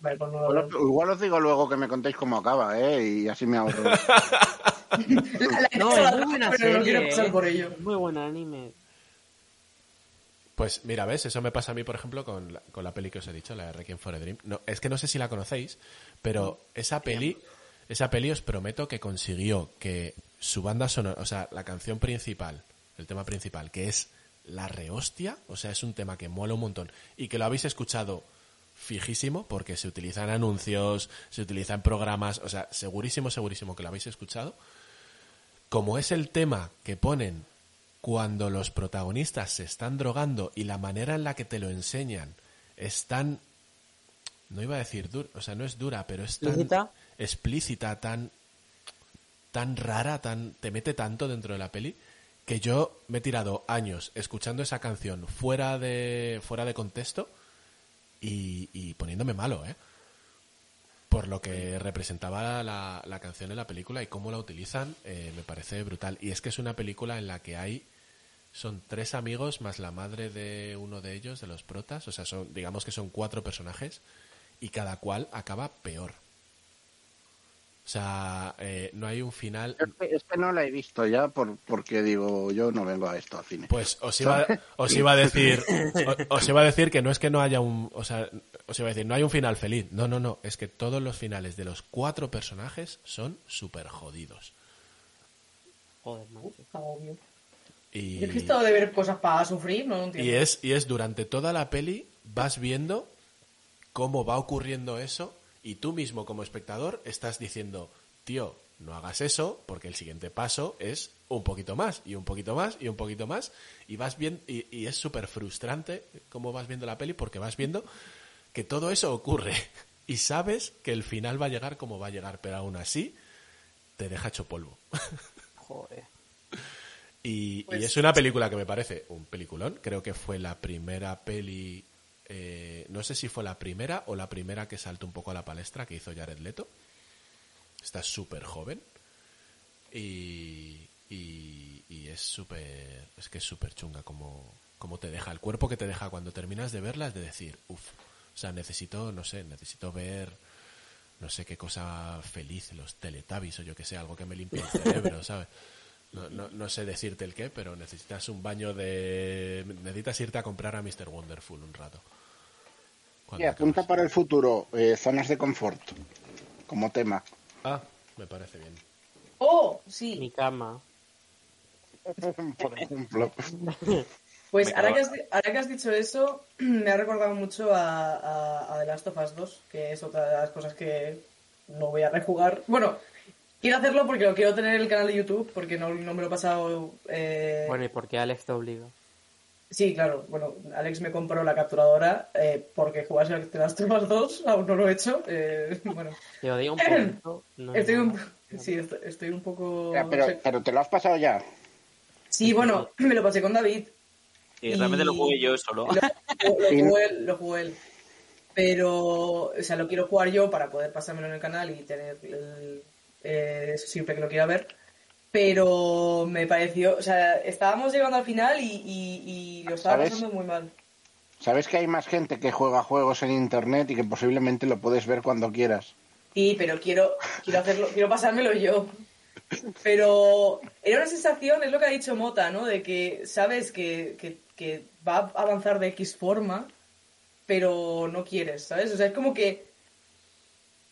S6: Vale, pues no lo
S4: Igual
S6: hablo.
S4: os- Igual os digo luego que me contéis cómo acaba, ¿eh? Y así me ahorro.
S6: La idea
S3: No,
S6: es la
S3: es muy
S6: otra,
S3: buena
S6: pero no quiero
S3: serie,
S6: pasar
S3: ¿eh?
S6: por ello.
S3: Muy buen anime.
S2: Pues mira, ves, eso me pasa a mí, por ejemplo, con la, con la peli que os he dicho, la de Requiem for a Dream. No, es que no sé si la conocéis, pero esa peli Esa peli os prometo que consiguió que su banda sonora, o sea, la canción principal, el tema principal, que es la rehostia, o sea, es un tema que mola un montón y que lo habéis escuchado fijísimo porque se utilizan anuncios, se utilizan programas, o sea, segurísimo, segurísimo que lo habéis escuchado. Como es el tema que ponen cuando los protagonistas se están drogando y la manera en la que te lo enseñan es tan no iba a decir dura, o sea, no es dura, pero es tan
S3: ¿Explícita?
S2: explícita, tan tan rara, tan te mete tanto dentro de la peli que yo me he tirado años escuchando esa canción fuera de fuera de contexto y, y poniéndome malo, ¿eh? Por lo que representaba la, la canción en la película y cómo la utilizan, eh, me parece brutal. Y es que es una película en la que hay son tres amigos más la madre de uno de ellos, de los protas. O sea, son, digamos que son cuatro personajes y cada cual acaba peor. O sea, eh, no hay un final.
S4: Es que, es que no la he visto ya por, porque digo, yo no vengo a esto al cine.
S2: Pues os iba, os iba a decir, o- os iba a decir que no es que no haya un, o sea, os iba a decir, no hay un final feliz. No, no, no. Es que todos los finales de los cuatro personajes son súper jodidos.
S3: Joder, macho.
S6: Agobio.
S2: Y...
S6: Yo es que he estado de ver cosas para sufrir, no lo entiendo.
S2: Y es, y es durante toda la peli vas viendo cómo va ocurriendo eso y tú mismo como espectador estás diciendo, tío, no hagas eso porque el siguiente paso es un poquito más y un poquito más y un poquito más y vas bien y, y es súper frustrante cómo vas viendo la peli porque vas viendo que todo eso ocurre y sabes que el final va a llegar como va a llegar, pero aún así te deja hecho polvo.
S3: Joder.
S2: Y,
S6: Pues-
S2: y es una película que me parece un peliculón. Creo que fue la primera peli. eh, no sé si fue la primera o la primera que saltó un poco a la palestra que hizo Jared Leto. Está súper joven. Y, y, y es súper. Es que es súper chunga como, como te deja. El cuerpo que te deja cuando terminas de verla es de decir, uff. O sea, necesito, no sé, necesito ver. No sé qué cosa feliz, los Teletubbies o yo que sé, algo que me limpie el cerebro, ¿sabes? No, no, no sé decirte el qué, pero necesitas un baño de. Necesitas irte a comprar a Mr. Wonderful un rato. Cuando
S4: Y apunta
S2: acabas.
S4: para el futuro, eh, zonas de confort, como tema.
S2: Ah, me parece bien.
S6: ¡Oh!
S3: Mi
S6: Sí.
S3: cama.
S4: Por ejemplo.
S6: Pues
S5: Me
S6: ahora
S5: cago
S6: que, has, di- ahora que has dicho eso, me ha recordado mucho a, a, a The Last of Us 2, que es otra de las cosas que no voy a rejugar. Bueno, quiero hacerlo porque lo quiero tener en el canal de YouTube, porque no, no me lo he pasado... eh,
S3: Bueno, ¿y por qué Alex te obliga?
S6: Sí, claro. Bueno, Alex me compró la capturadora eh, porque jugase al The Last of Us 2, aún no lo he hecho. eh, bueno,
S3: Te odia un poquito. No
S6: estoy un,
S3: nada.
S6: sí, estoy, estoy un poco...
S4: Ya, pero, pero te lo has pasado ya.
S6: Sí, bueno, me lo pasé con David,
S5: Sí, realmente
S6: Y-
S5: lo jugué yo solo.
S6: lo, lo jugó él, lo jugó él. Pero, o sea, lo quiero jugar yo para poder pasármelo en el canal y tener el- eh, eso siempre que lo quiera ver. Pero me pareció, o sea, estábamos llegando al final y, y- y lo estaba
S4: ¿Sabes?
S6: pasando muy mal.
S4: ¿Sabes que hay más gente que juega juegos en internet y que posiblemente lo puedes ver cuando quieras?
S6: Sí, pero quiero, quiero hacerlo, quiero pasármelo yo. Pero era una sensación, es lo que ha dicho Mota, ¿no? De que sabes que, que- que va a avanzar de X forma, pero no quieres, ¿sabes? O sea, es como que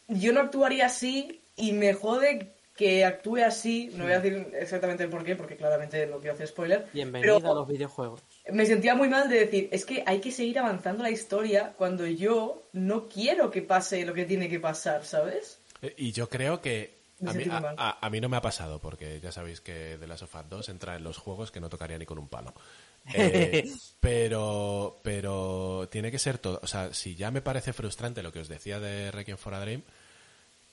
S6: yo no actuaría así y me jode que actúe así. No voy a decir exactamente el por qué, porque claramente no quiero hacer spoiler.
S3: Bienvenido
S6: pero-
S3: a los videojuegos.
S6: me sentía muy mal de decir, es que hay que seguir avanzando la historia cuando yo no quiero que pase lo que tiene que pasar, ¿sabes?
S2: Eh, Y yo creo que.
S6: Me
S2: A mí,
S6: sentí muy
S2: a-
S6: mal.
S2: a- a mí no me ha pasado, porque ya sabéis que The Last of Us 2 entra en los juegos que no tocaría ni con un palo. Eh, pero, pero tiene que ser todo. O sea, si ya me parece frustrante lo que os decía de Requiem for a Dream,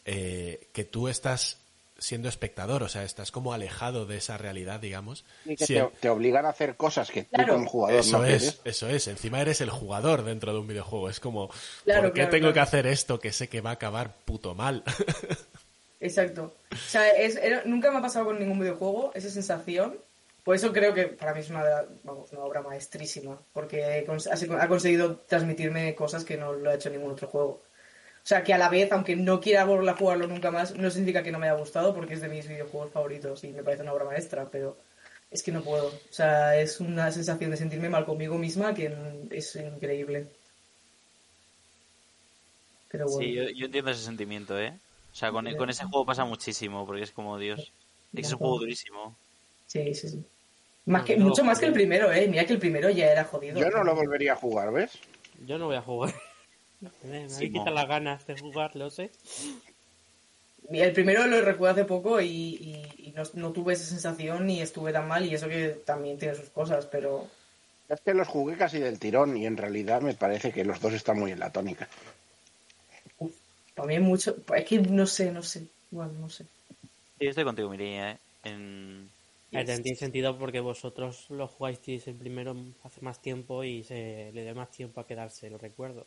S2: eh, que tú estás siendo espectador, o sea, estás como alejado de esa realidad, digamos.
S4: Y que
S2: Si
S4: te,
S2: el-
S4: te obligan a hacer cosas que tú
S6: Claro.
S4: como jugador
S2: eso
S4: no
S2: es,
S4: quieres.
S2: eso es. Encima eres el jugador dentro de un videojuego. Es como,
S6: Claro,
S2: ¿por qué
S6: claro,
S2: tengo
S6: claro.
S2: que hacer esto que sé que va a acabar puto mal?
S6: Exacto. O sea, es- era- nunca me ha pasado con ningún videojuego esa sensación. Por eso creo que para mí es una, de la- vamos, una obra maestrísima, porque cons- ha sido- ha conseguido transmitirme cosas que no lo ha hecho ningún otro juego. O sea, que a la vez, aunque no quiera volver a jugarlo nunca más, no significa que no me haya gustado, porque es de mis videojuegos favoritos y me parece una obra maestra, pero es que no puedo. O sea, es una sensación de sentirme mal conmigo misma que mm, es increíble. Pero bueno.
S5: Sí, yo, yo entiendo ese sentimiento, ¿eh? O sea, con, con ese juego pasa muchísimo, porque es como, Dios, es un juego durísimo.
S6: Sí, sí, sí. Más que, mucho más que el primero, ¿eh? Mira que el primero ya era jodido.
S4: Yo no lo volvería a jugar, ¿ves?
S3: Yo no voy a jugar. Eh, Me
S5: Sí,
S3: quita
S5: mo.
S3: las ganas de jugar, lo sé.
S6: Mira, el primero lo recuerdo hace poco y, y- y no, no tuve esa sensación ni estuve tan mal y eso que también tiene sus cosas, pero...
S4: Es que los jugué casi del tirón y en realidad me parece que los dos están muy en la tónica.
S2: Eh,
S6: Uf, para mí hay mucho... pues Es que no sé, no sé. Bueno, no sé.
S5: Sí, estoy contigo, Mireia, ¿eh? En...
S3: Eh, Tiene sentido porque vosotros lo jugasteis el primero hace más tiempo y se le dio más tiempo a quedarse, lo recuerdo.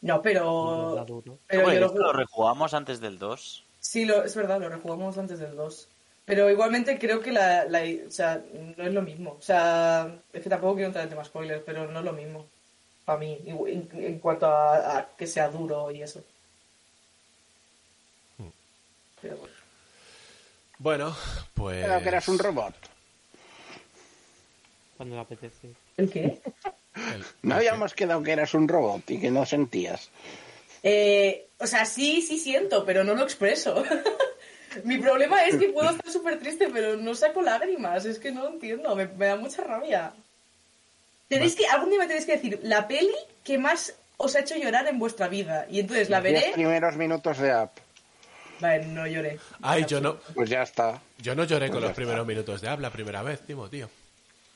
S6: No,
S3: Y
S6: pero...
S3: da duro.
S6: pero
S5: Oye,
S6: yo lo
S5: ¿esto lo
S6: jugué-
S5: rejugamos antes del 2.
S6: Sí, lo, es verdad, lo rejugamos antes del 2. Pero igualmente creo que la, la- O sea, no es lo mismo. O sea, es que tampoco quiero entrar en tema spoilers, pero no es lo mismo. Para mí, igu- en, en cuanto a, a que sea duro y eso. Pero bueno.
S2: Bueno, pues.
S4: Pero que eras un robot.
S3: Cuando le apetece.
S6: ¿El qué?
S2: el-
S4: No habíamos quedado que eras un robot y que no sentías.
S6: Eh, o sea, sí, sí siento, pero no lo expreso. Mi problema es que puedo estar súper triste, pero no saco lágrimas. Es que no lo entiendo, me, me da mucha rabia. Tenéis que, algún día me tenéis que decir la peli que más os ha hecho llorar en vuestra vida. Y entonces la
S4: Los
S6: veré.
S4: primeros minutos de app.
S6: Vale, no lloré.
S2: Ay, yo no,
S4: Pues ya está.
S2: yo no lloré con
S4: Pues ya
S2: los primeros minutos de habla, primera vez, Timo, tío.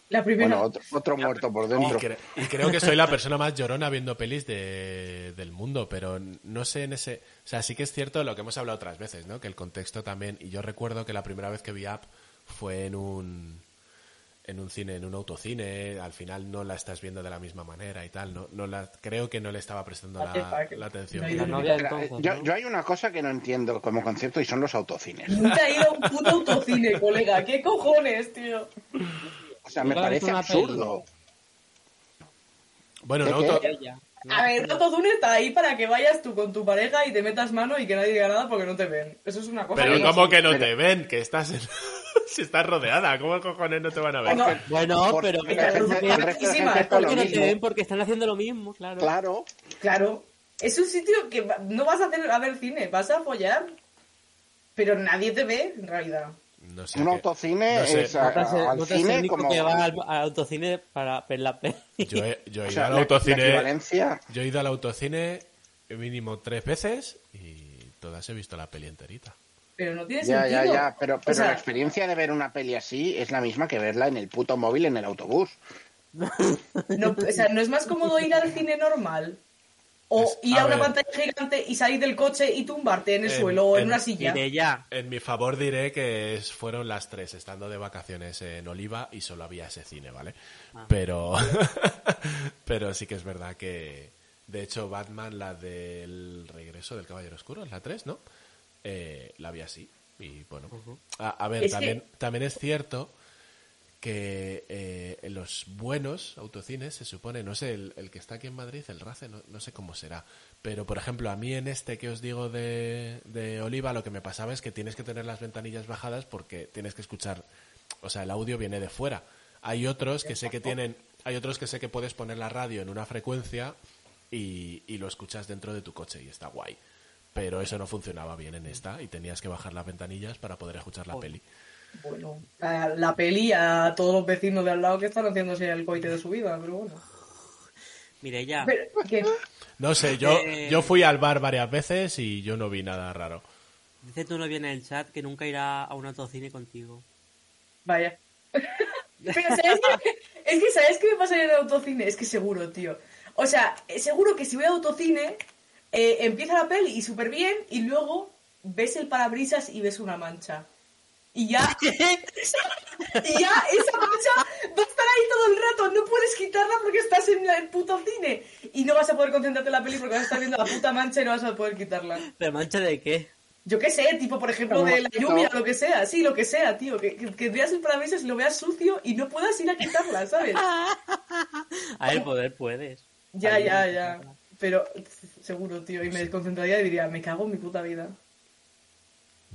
S6: La primera.
S4: Bueno, otro, otro muerto por
S2: Y,
S4: dentro.
S2: cre- y creo que soy la persona más llorona viendo pelis de- del mundo, pero no sé en ese... O sea, sí que es cierto lo que hemos hablado otras veces, ¿no? Que el contexto también... Y yo recuerdo que la primera vez que vi App fue en un... En un cine, en un autocine, al final no la estás viendo de la misma manera y tal, ¿no? no la, creo que no le estaba prestando
S6: What the
S2: la,
S6: fuck.
S2: la atención.
S6: No he
S3: La
S6: ido
S3: novia
S4: Espera, eh,
S3: entonces,
S4: yo,
S3: ¿no?
S4: yo hay una cosa que no entiendo como concepto y son los autocines.
S6: Nunca he ido a un puto autocine, colega. ¿Qué cojones, tío?
S4: O sea, me
S3: Igual es
S4: parece
S3: una
S4: absurdo.
S2: Bueno, un
S4: ¿Qué?
S2: auto-
S3: Ella. ¿no?
S6: A ver, el autocine está ahí para que vayas tú con tu pareja y te metas mano y que nadie diga nada porque no te ven. Eso es una cosa
S2: Pero
S6: que no
S2: ¿cómo
S6: sé.
S2: que no te ven? Que estás... en- si estás rodeada, ¿cómo cojones no te van a ver?
S6: No,
S3: Bueno,
S4: Por-
S3: pero
S4: el
S3: mira,
S4: resto-
S3: porque-
S4: el resto de gente
S6: porque
S4: está
S6: no
S4: lo
S3: porque no te
S4: mismo.
S3: ven porque están haciendo lo mismo, claro.
S4: Claro.
S6: Claro. Es un sitio que va- no vas a, hacer, a ver cine, vas a follar. Pero nadie te ve, en realidad.
S2: No sé
S4: Un
S2: qué-
S4: autocine
S2: no sé.
S4: es ah, a-
S3: Notas el-
S4: a- al
S3: notas el
S4: cine
S3: único
S4: como...
S3: que va al, al autocine para ver la peli.
S2: Yo he, yo he
S4: o
S2: ido
S4: sea,
S2: al
S4: la- la
S2: autocine...
S4: equivalencia-
S2: Yo he ido al autocine mínimo tres veces y todas he visto la peli enterita.
S6: Pero no tiene
S4: Ya, ya,
S6: sentido.
S4: ya, pero, pero
S6: o sea,
S4: la experiencia de ver una peli así es la misma que verla en el puto móvil en el autobús.
S6: no, o sea, ¿no es más cómodo ir al cine normal? O
S2: Es-
S6: ir a,
S2: a
S6: una
S2: ver.
S6: pantalla gigante y salir del coche y tumbarte en el
S2: En-
S6: suelo o en
S2: en-
S6: una silla.
S3: Mire, ya.
S2: En mi favor diré que es- fueron las tres, estando de vacaciones en Oliva y solo había ese cine, ¿vale? Pero, pero sí que es verdad que, de hecho, Batman, la del regreso del Caballero Oscuro, es la tres, ¿no? Eh, la vi así. Y bueno, a, a ver,
S6: Es que-
S2: también, también es cierto que eh, en los buenos autocines se supone, no sé, el, el que está aquí en Madrid, el Race, no, no sé cómo será. Pero, por ejemplo, a mí en este que os digo de, de Oliva, lo que me pasaba es que tienes que tener las ventanillas bajadas porque tienes que escuchar, o sea, el audio viene de fuera. Hay otros que sé que tienen, hay otros que sé que puedes poner la radio en una frecuencia y, y lo escuchas dentro de tu coche y está guay. Pero eso no funcionaba bien en esta y tenías que bajar las ventanillas para poder escuchar la peli.
S6: Bueno, a la peli a todos los vecinos de al lado que están haciéndose el coite de su vida, pero bueno.
S3: Mire, ya.
S6: Pero, ¿qué?
S2: No sé, yo,
S3: Eh.
S2: yo fui al bar varias veces y yo no vi nada raro.
S3: Dice tú no viene en el chat que nunca irá a un autocine contigo.
S6: Vaya. Pero ¿sabes qué? Es que ¿sabes qué me pasaría en el autocine? Es que seguro, tío. O sea, eh, seguro que si voy a autocine, eh, empieza la peli y súper bien, y luego ves el parabrisas y ves una mancha. Y ya... y ya esa mancha va a estar ahí todo el rato. No puedes quitarla porque estás en el puto cine. Y no vas a poder concentrarte en la peli porque vas a estar viendo la puta mancha y no vas a poder quitarla.
S3: ¿Pero mancha de qué?
S6: Yo qué sé, tipo, por ejemplo, de la lluvia, lo que sea, sí, lo que sea, tío. Que, que, que veas el parabrisas y lo veas sucio y no puedas ir a quitarla, ¿sabes?
S3: A ver, poder puedes.
S6: ya, ya, ya. Pero seguro, tío, y me desconcentraría y diría, me cago en mi puta vida.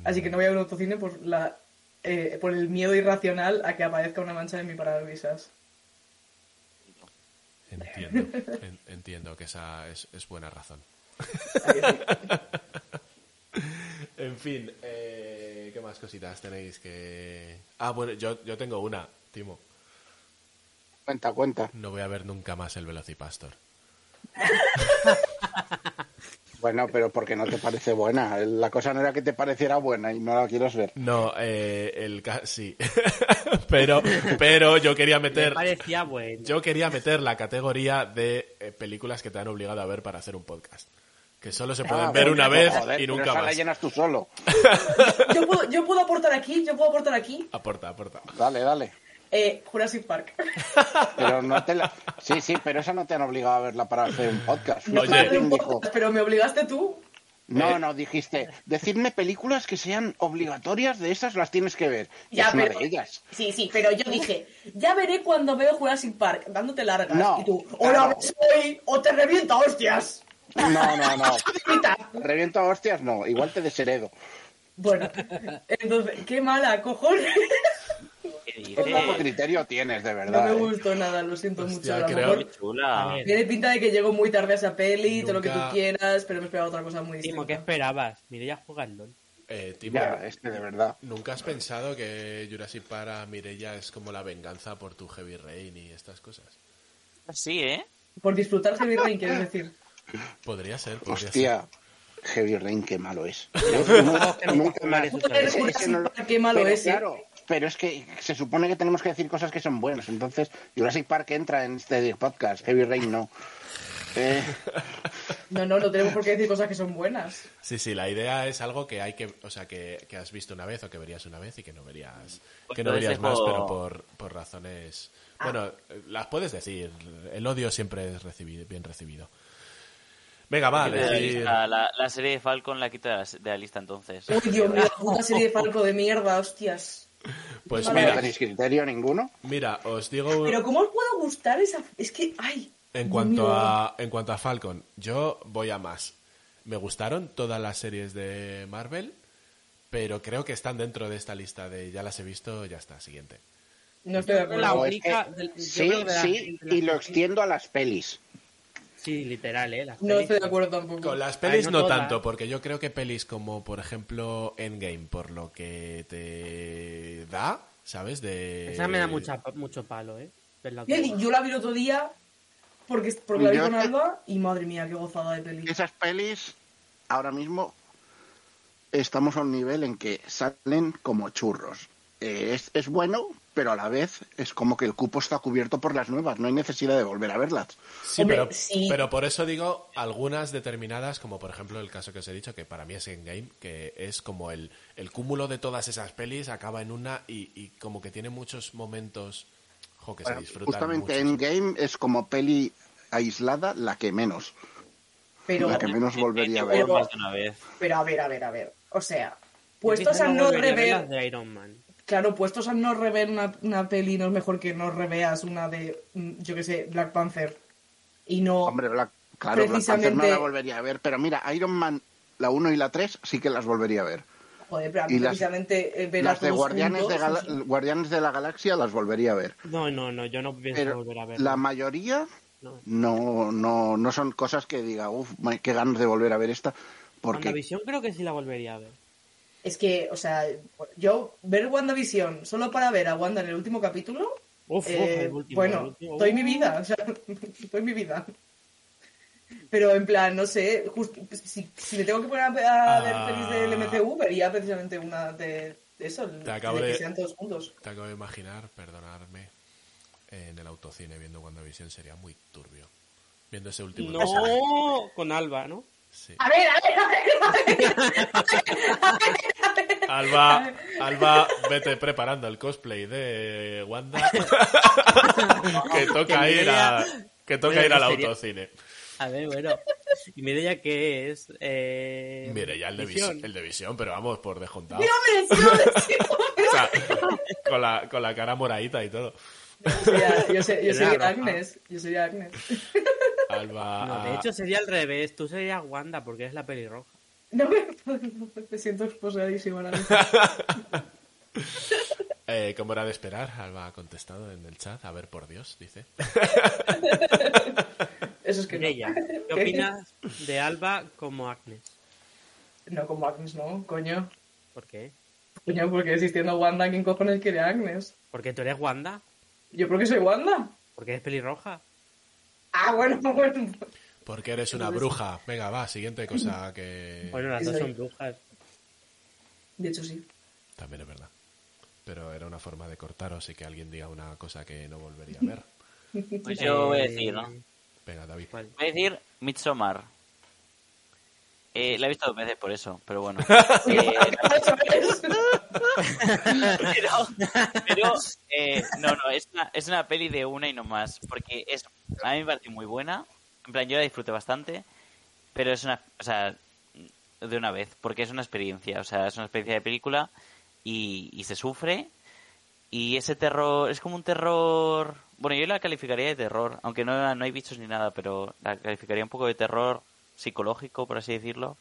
S6: Así que no voy a un autocine por la eh, por el miedo irracional a que aparezca una mancha en mi parabrisas.
S2: Entiendo, en- entiendo que esa es, es buena razón. En fin, eh, ¿qué más cositas tenéis que...? Ah, bueno, yo, yo tengo una, Timo.
S4: Cuenta, cuenta.
S2: No voy a ver nunca más el Velocipastor.
S4: Bueno, pero porque no te parece buena. La cosa no era que te pareciera buena y no la quieres ver.
S2: No, eh, el ca- sí. pero, pero yo quería
S3: Me
S2: meter...
S3: parecía bueno.
S2: Yo quería meter la categoría de eh, películas que te han obligado a ver para hacer un podcast. Que solo se pueden
S4: Ah,
S2: ver
S4: bueno,
S2: una vez
S4: joder,
S2: y
S4: pero
S2: nunca
S4: esa la
S2: más.
S4: llenas tú solo.
S6: Yo puedo, yo puedo aportar aquí, yo puedo aportar aquí.
S2: Aporta, aporta.
S4: Dale, dale.
S6: Eh, Jurassic Park.
S4: Pero no te la... Sí, sí, pero esa no te han obligado a verla para hacer un podcast.
S6: No
S2: Oye.
S6: para hacer un
S4: Dijo,
S6: podcast, pero me obligaste tú. ¿Eh?
S4: no, no, dijiste, decidme películas que sean obligatorias, de esas las tienes que ver. Y
S6: Ya,
S4: es una
S6: pero-
S4: de ellas.
S6: Sí, sí, pero yo dije, ya veré cuando veo Jurassic Park, dándote largas.
S4: No,
S6: y tú, o
S4: claro.
S6: la ves hoy, o te revienta, hostias.
S4: No, no, no.
S6: Grita.
S4: Reviento a hostias, no. Igual te desheredo.
S6: Bueno, entonces, qué mala, cojones.
S5: ¿Qué
S4: Qué poco
S5: dices?
S4: criterio tienes, de
S6: No
S4: verdad.
S6: me
S4: ¿eh?
S6: gustó nada, lo siento
S2: Hostia,
S6: mucho. A lo
S2: creo-
S6: mejor
S5: Chula.
S3: También.
S6: tiene pinta de que llegó muy tarde a esa peli, todo lo que tú
S2: Nunca-
S6: quieras, pero me esperaba otra cosa muy
S3: Timo,
S6: distinta.
S3: ¿qué esperabas? Mira, ya jugar LOL.
S2: Eh, Timo,
S4: Ya, es que de verdad.
S2: ¿nunca has pensado que Jurassic para Mirella es como la venganza por tu Heavy Rain y estas cosas?
S5: Sí, ¿eh?
S6: Por disfrutar Heavy Rain, quieres decir.
S2: Podría ser, podría ser.
S4: Hostia. Heavy Rain, qué malo es. Yo nunca-
S3: pero-
S4: nunca me haré-
S3: Joder,
S4: ese- ese no lo-
S6: Jurassic Park, qué malo
S4: pero,
S6: es, ¿eh?
S4: Claro, pero es que se supone que tenemos que decir cosas que son buenas. Entonces, Jurassic Park entra en este podcast. Heavy Rain no. Eh,
S6: No, no, no tenemos por qué decir cosas que son buenas.
S2: Sí, sí, la idea es algo que hay que, o sea, que, que has visto una vez o que verías una vez y que no verías, que no
S5: Entonces
S2: verías más,
S5: dejo-
S2: pero por, por razones. Bueno, eh, las puedes decir. El odio siempre es recibi- bien recibido. Venga, va,
S5: Quita de la,
S2: decir-
S5: lista. La- la serie de Falcon la quita de la, de la lista entonces.
S6: Uy, Dios mío, la puta serie de Falco de mierda, hostias.
S2: Pues
S4: no
S2: mira,
S4: tenéis criterio ninguno.
S2: mira, os digo.
S6: Pero ¿cómo os puede gustar esa...? Es que, ay...
S2: En
S6: Dios
S2: cuanto
S6: mío.
S2: a en cuanto a Falcon, yo voy a más. Me gustaron todas las series de Marvel, pero creo que están dentro de esta lista de ya las he visto, ya está, siguiente.
S6: No estoy de acuerdo.
S3: La
S4: O es
S3: única
S4: que-
S3: del- yo
S4: sí,
S3: creo que de la-
S4: sí,
S3: de la-
S4: y lo extiendo a las pelis.
S3: Sí, literal, ¿eh? Las
S6: No
S3: pelis-
S6: estoy de acuerdo tampoco.
S2: Con las pelis
S3: no
S2: no,
S3: todas.
S2: tanto, porque yo creo que pelis como por ejemplo Endgame, por lo que te da, ¿sabes? De
S3: Esa me da mucha, mucho palo, ¿eh? Verla otra vez.
S6: Yo, yo la vi el otro día porque, porque la vi
S4: Yo-
S6: con Alba y madre mía, qué gozada de peli.
S4: Esas pelis, ahora mismo, estamos a un nivel en que salen como churros. Eh, es, es bueno, pero a la vez es como que el cupo está cubierto por las nuevas. No hay necesidad de volver a verlas.
S2: Sí,
S6: Hombre,
S2: pero,
S6: sí.
S2: pero por eso digo algunas determinadas, como por ejemplo el caso que os he dicho, que para mí es Endgame, que es como el, el cúmulo de todas esas pelis, acaba en una y, y como que tiene muchos momentos jo, que
S4: Bueno,
S2: se disfrutan.
S4: justamente
S2: mucho.
S4: Endgame es como peli aislada la que menos.
S6: Pero,
S4: la que menos volvería a ver.
S5: Seguro más de una vez.
S6: pero a ver, a ver, a ver. O sea,
S3: Yo
S6: puestos
S3: quizá
S6: a no
S3: volvería a ver las
S6: rever...
S3: de Iron Man.
S6: Claro, puestos a no rever una, una peli, no es mejor que no reveas una de, mm, yo qué sé, Black Panther. Y no...
S4: Hombre, Black, claro, Black Panther no
S6: Precisamente-
S4: la volvería a ver, pero mira, Iron Man, la 1 y la 3 sí que las volvería a ver.
S6: joder, pero a mí
S4: y las-
S6: precisamente eh, ver
S4: Las
S6: a
S4: de
S6: todos
S4: Guardianes,
S6: juntos,
S4: de Gala-
S6: o sea,
S4: Guardianes de la Galaxia las volvería a ver.
S3: No, no, no, yo no pienso
S4: Pero
S3: volver a verla.
S4: la mayoría
S3: No.
S4: no, no, no son cosas que diga, uff, qué ganas de volver a ver esta. Porque
S3: WandaVision creo que sí la volvería a ver.
S6: Es que, o sea, yo ver WandaVision solo para ver a Wanda en el último capítulo...
S3: Uf, uf,
S6: eh,
S3: el último, el
S6: bueno,
S3: último. Uh.
S6: doy
S3: Uf.
S6: mi vida, o sea, doy mi vida. Pero en plan, no sé, just- si, si me tengo que poner a, a
S2: Ah.
S6: ver pelis del MCU, vería precisamente una de eso, de
S2: acabo
S6: que
S2: de-
S6: sean todos juntos.
S2: Te acabo de imaginar, perdonarme, en el autocine viendo WandaVision sería muy turbio. Viendo ese último episodio.
S3: No, con Alba, ¿no?
S2: Sí.
S6: A ver, a ver, a ver, a ver.
S2: Alba, Alba, vete preparando el cosplay de Wanda. que toca
S3: Que
S2: ir a, que toca
S3: Bueno,
S2: ir al
S3: sería-
S2: autocine.
S3: A ver, bueno. Y mire ya qué es. Eh...
S2: Mire, ya el de,
S3: Visión.
S2: visión, el de visión, pero vamos, por
S3: Ah.
S2: descontado.
S6: Quiero ver, quiero ver, quiero ver.
S2: O sea, con la, con la cara moradita y todo.
S6: Sería- Yo, sé- yo
S3: Era
S6: sería
S3: roja.
S6: Agnes, yo sería Agnes.
S2: Alba. ah,
S3: No, de hecho sería al revés. Tú serías Wanda porque eres la pelirroja.
S6: No me, me siento exposadísima ahora mismo.
S2: eh, ¿Cómo era de esperar? Alba ha contestado en el chat. A ver, por Dios, dice.
S6: Eso es que no.
S3: Mireia, ¿qué opinas de Alba como Agnes?
S6: No, como Agnes no, coño.
S3: ¿Por qué?
S6: Coño, porque existiendo Wanda, ¿quién cojones quiere a Agnes?
S3: Porque tú eres Wanda.
S6: Yo porque soy Wanda.
S3: Porque eres pelirroja.
S6: Ah, bueno, bueno.
S2: Porque eres una bruja. Venga, va, siguiente cosa que
S3: Bueno, las
S6: Sí,
S3: dos
S6: soy.
S3: son brujas.
S6: De hecho, sí.
S2: también es verdad. Pero era una forma de cortaros y que alguien diga una cosa que no volvería a ver.
S5: Pues yo voy a decir, ¿no?
S3: Eh,
S2: Venga, David.
S3: ¿cuál?
S5: Voy a decir Midsommar. Eh, la he visto dos veces por eso, pero bueno. Eh, pero pero, eh, no, no, es una, es una peli de una y no más. Porque es, a mí me parece muy buena. En plan, yo la disfruté bastante. Pero es una. O sea, de una vez. Porque es una experiencia. O sea, es una experiencia de película. Y, y se sufre. Y ese terror. Es como un terror. Bueno, yo la calificaría de terror. Aunque no, no hay bichos ni nada. Pero la calificaría un poco de terror psicológico, por así decirlo.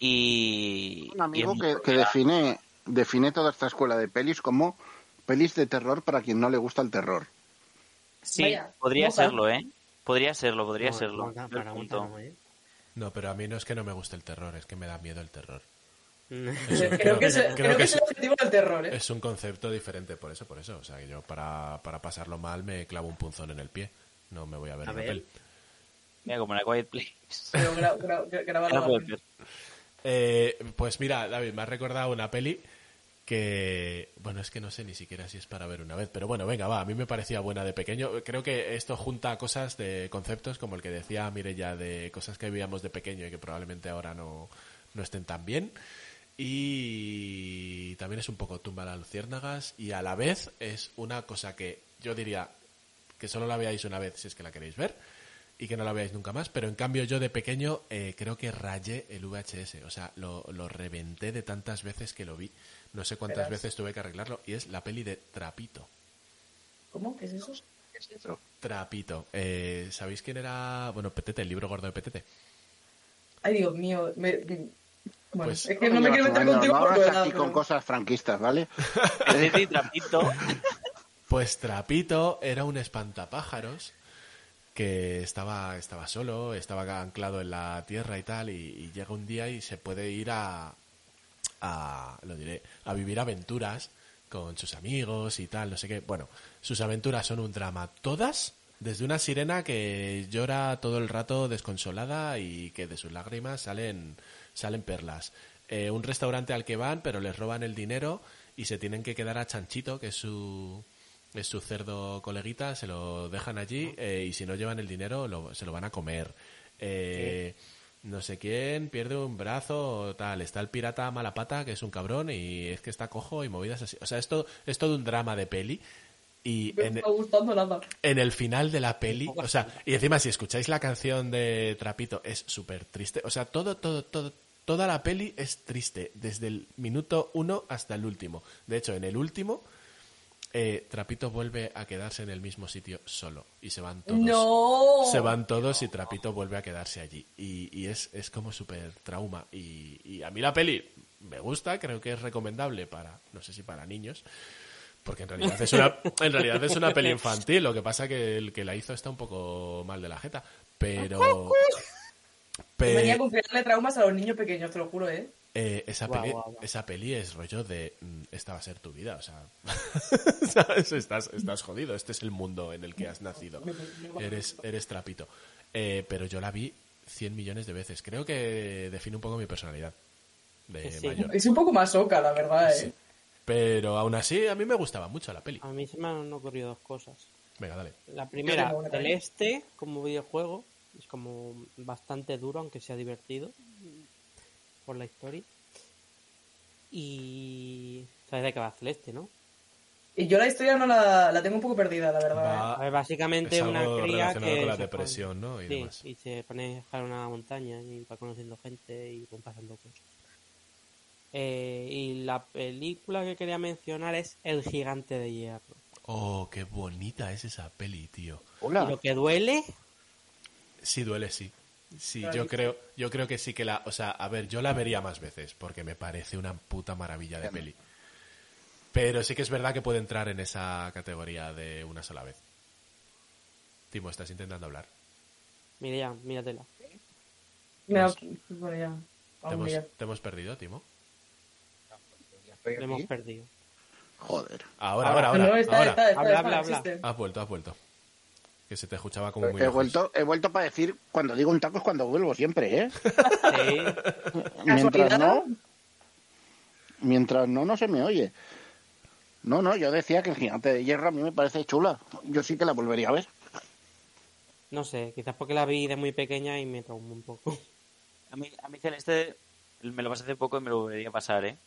S5: Y.
S4: Un
S5: y
S4: amigo
S5: es
S4: que,
S5: muy-
S4: que define, define toda esta escuela de pelis como pelis de terror para quien no le gusta el terror.
S5: Sí,
S6: Vaya,
S5: podría
S6: moja.
S5: serlo, ¿eh? Podría serlo, podría
S3: No,
S5: serlo.
S3: Wanda,
S5: Yo el
S3: para
S5: punto.
S3: Wanda no, ¿eh?
S2: No, pero a mí no es que no me guste el terror, es que me da miedo el terror.
S6: Creo,
S2: creo-
S6: que es,
S2: creo
S6: creo
S2: que
S6: que es
S2: sí.
S6: el objetivo del terror, ¿eh?
S2: Es un concepto diferente, por eso, por eso. O sea, que yo para, para pasarlo mal me clavo un punzón en el pie. No me voy a ver
S3: A
S2: el
S3: ver.
S2: papel.
S5: Mira, como en la Quiet Place.
S6: Pero gra- gra- gra- grabarlo.
S5: No puede ser.
S2: Eh, pues mira, David, me has recordado una peli que, bueno, es que no sé ni siquiera si es para ver una vez, pero bueno, venga, va, a mí me parecía buena de pequeño. Creo que esto junta cosas de conceptos, como el que decía Mirella, de cosas que vivíamos de pequeño y que probablemente ahora no, no estén tan bien. Y también es un poco tumba las luciérnagas y a la vez es una cosa que yo diría que solo la veáis una vez si es que la queréis ver y que no la veáis nunca más, pero en cambio yo de pequeño eh, creo que rayé el VHS, o sea, lo, lo reventé de tantas veces que lo vi, no sé cuántas
S6: Verás.
S2: veces tuve que arreglarlo, y es la peli de Trapito.
S6: ¿Cómo? ¿Qué es eso?
S2: Trapito. Eh, ¿Sabéis quién era, bueno, Petete, el libro gordo de Petete?
S6: Ay, Dios mío. me- me- Bueno,
S2: Pues-
S6: es que no me quiero meter
S4: Bueno,
S6: contigo
S4: no
S6: por
S4: hagas
S6: nada,
S4: aquí con
S6: pero-
S4: cosas franquistas, ¿vale?
S5: Petete y Trapito.
S2: Pues Trapito era un espantapájaros que estaba, estaba solo, estaba anclado en la tierra y tal, y, y llega un día y se puede ir a, a, lo diré, a vivir aventuras con sus amigos y tal, no sé qué. Bueno, sus aventuras son un drama, todas, desde una sirena que llora todo el rato desconsolada y que de sus lágrimas salen, salen perlas. Eh, un restaurante al que van, pero les roban el dinero y se tienen que quedar a Chanchito, que es su, es su cerdo coleguita, se lo dejan allí eh, y si no llevan el dinero lo- se lo van a comer. Eh, no sé quién pierde un brazo o tal. Está el pirata Malapata, que es un cabrón y es que está cojo y movidas así. O sea, esto es todo un drama de peli. Y
S6: No me
S2: en,
S6: está gustando nada.
S2: en el final de la peli, o sea, y encima si escucháis la canción de Trapito, es súper triste. O sea, todo, todo, todo, toda la peli es triste, desde el minuto uno hasta el último. De hecho, en el último, eh, Trapito vuelve a quedarse en el mismo sitio solo y se van todos.
S6: No.
S2: Se van todos y Trapito vuelve a quedarse allí. Y, y es, es como súper trauma. Y, y a mí la peli me gusta, creo que es recomendable para, no sé si para niños, porque en realidad es una, en realidad es una peli infantil. Lo que pasa que el que la hizo está un poco mal de la jeta. Pero... pe-
S6: Venía con crearle traumas a los niños pequeños, te lo juro, ¿eh?
S2: eh, esa,
S3: Guau,
S2: peli,
S3: guau, guau.
S2: esa peli es rollo de mm, esta va a ser tu vida, o sea, ¿sabes? Estás, estás jodido, este es el mundo en el que has nacido, eres, eres trapito. Eh, pero yo la vi 100 millones de veces, creo que define un poco mi personalidad de
S3: Sí, sí.
S2: mayor.
S6: Es un poco más soca, la verdad, ¿eh?
S2: Sí. Pero aún así, a mí me gustaba mucho la peli.
S3: A mí se me han ocurrido dos cosas.
S2: Venga, dale.
S3: La primera,
S6: tengo una
S3: el
S6: también.
S3: este, como videojuego, es como bastante duro, aunque sea divertido, por la historia. Y... ¿Sabes de qué va Celeste, este, no?
S6: Y yo la historia no la, la tengo un poco perdida, la verdad. ¿eh?
S2: Va-
S3: A ver, básicamente
S2: Ah, es
S3: una
S2: algo
S3: cría que...
S2: relacionado con la
S3: se pone-
S2: depresión, ¿no? Y
S3: sí,
S2: demás.
S3: y se pone a escalar una montaña y va conociendo gente y van pasando cosas. Eh, y la película que quería mencionar es El gigante de hierro.
S2: Oh, qué bonita es esa peli, tío.
S3: Y
S4: Hola.
S3: lo que duele
S2: Sí duele, sí. Sí,
S6: Claro.
S2: yo creo, yo creo que sí que la, o sea, a ver, yo la vería más veces porque me parece una puta maravilla de
S4: Claro.
S2: peli. Pero sí que es verdad que puede entrar en esa categoría de una sola vez. Timo, estás intentando hablar.
S3: Mira ya, míratela.
S2: pues,
S6: Me da- Bueno, ya.
S2: ¿Te
S6: Vamos
S2: hemos,
S6: a
S2: te hemos perdido, Timo?
S7: Estoy
S3: Lo hemos
S7: aquí.
S3: perdido.
S4: Joder.
S2: Ahora, ahora, ahora.
S6: Ah, No, está,
S2: ahora.
S6: está, está,
S3: Habla,
S6: está,
S3: habla,
S6: existe.
S2: Has vuelto, has vuelto. Que se te escuchaba como muy
S4: He
S2: lejos.
S4: vuelto, he vuelto para decir, cuando digo un taco es cuando vuelvo siempre, ¿eh?
S3: Sí.
S4: mientras
S6: ¿Casualidad?
S4: no, mientras no, no se me oye. No, no, yo decía que el gigante de hierro a mí me parece chula. Yo sí que la volvería a ver.
S3: No sé, quizás porque la vi de muy pequeña y me traumó un poco.
S5: A mí, a mí Celeste me lo pasé hace poco y me lo volvería a pasar, ¿eh?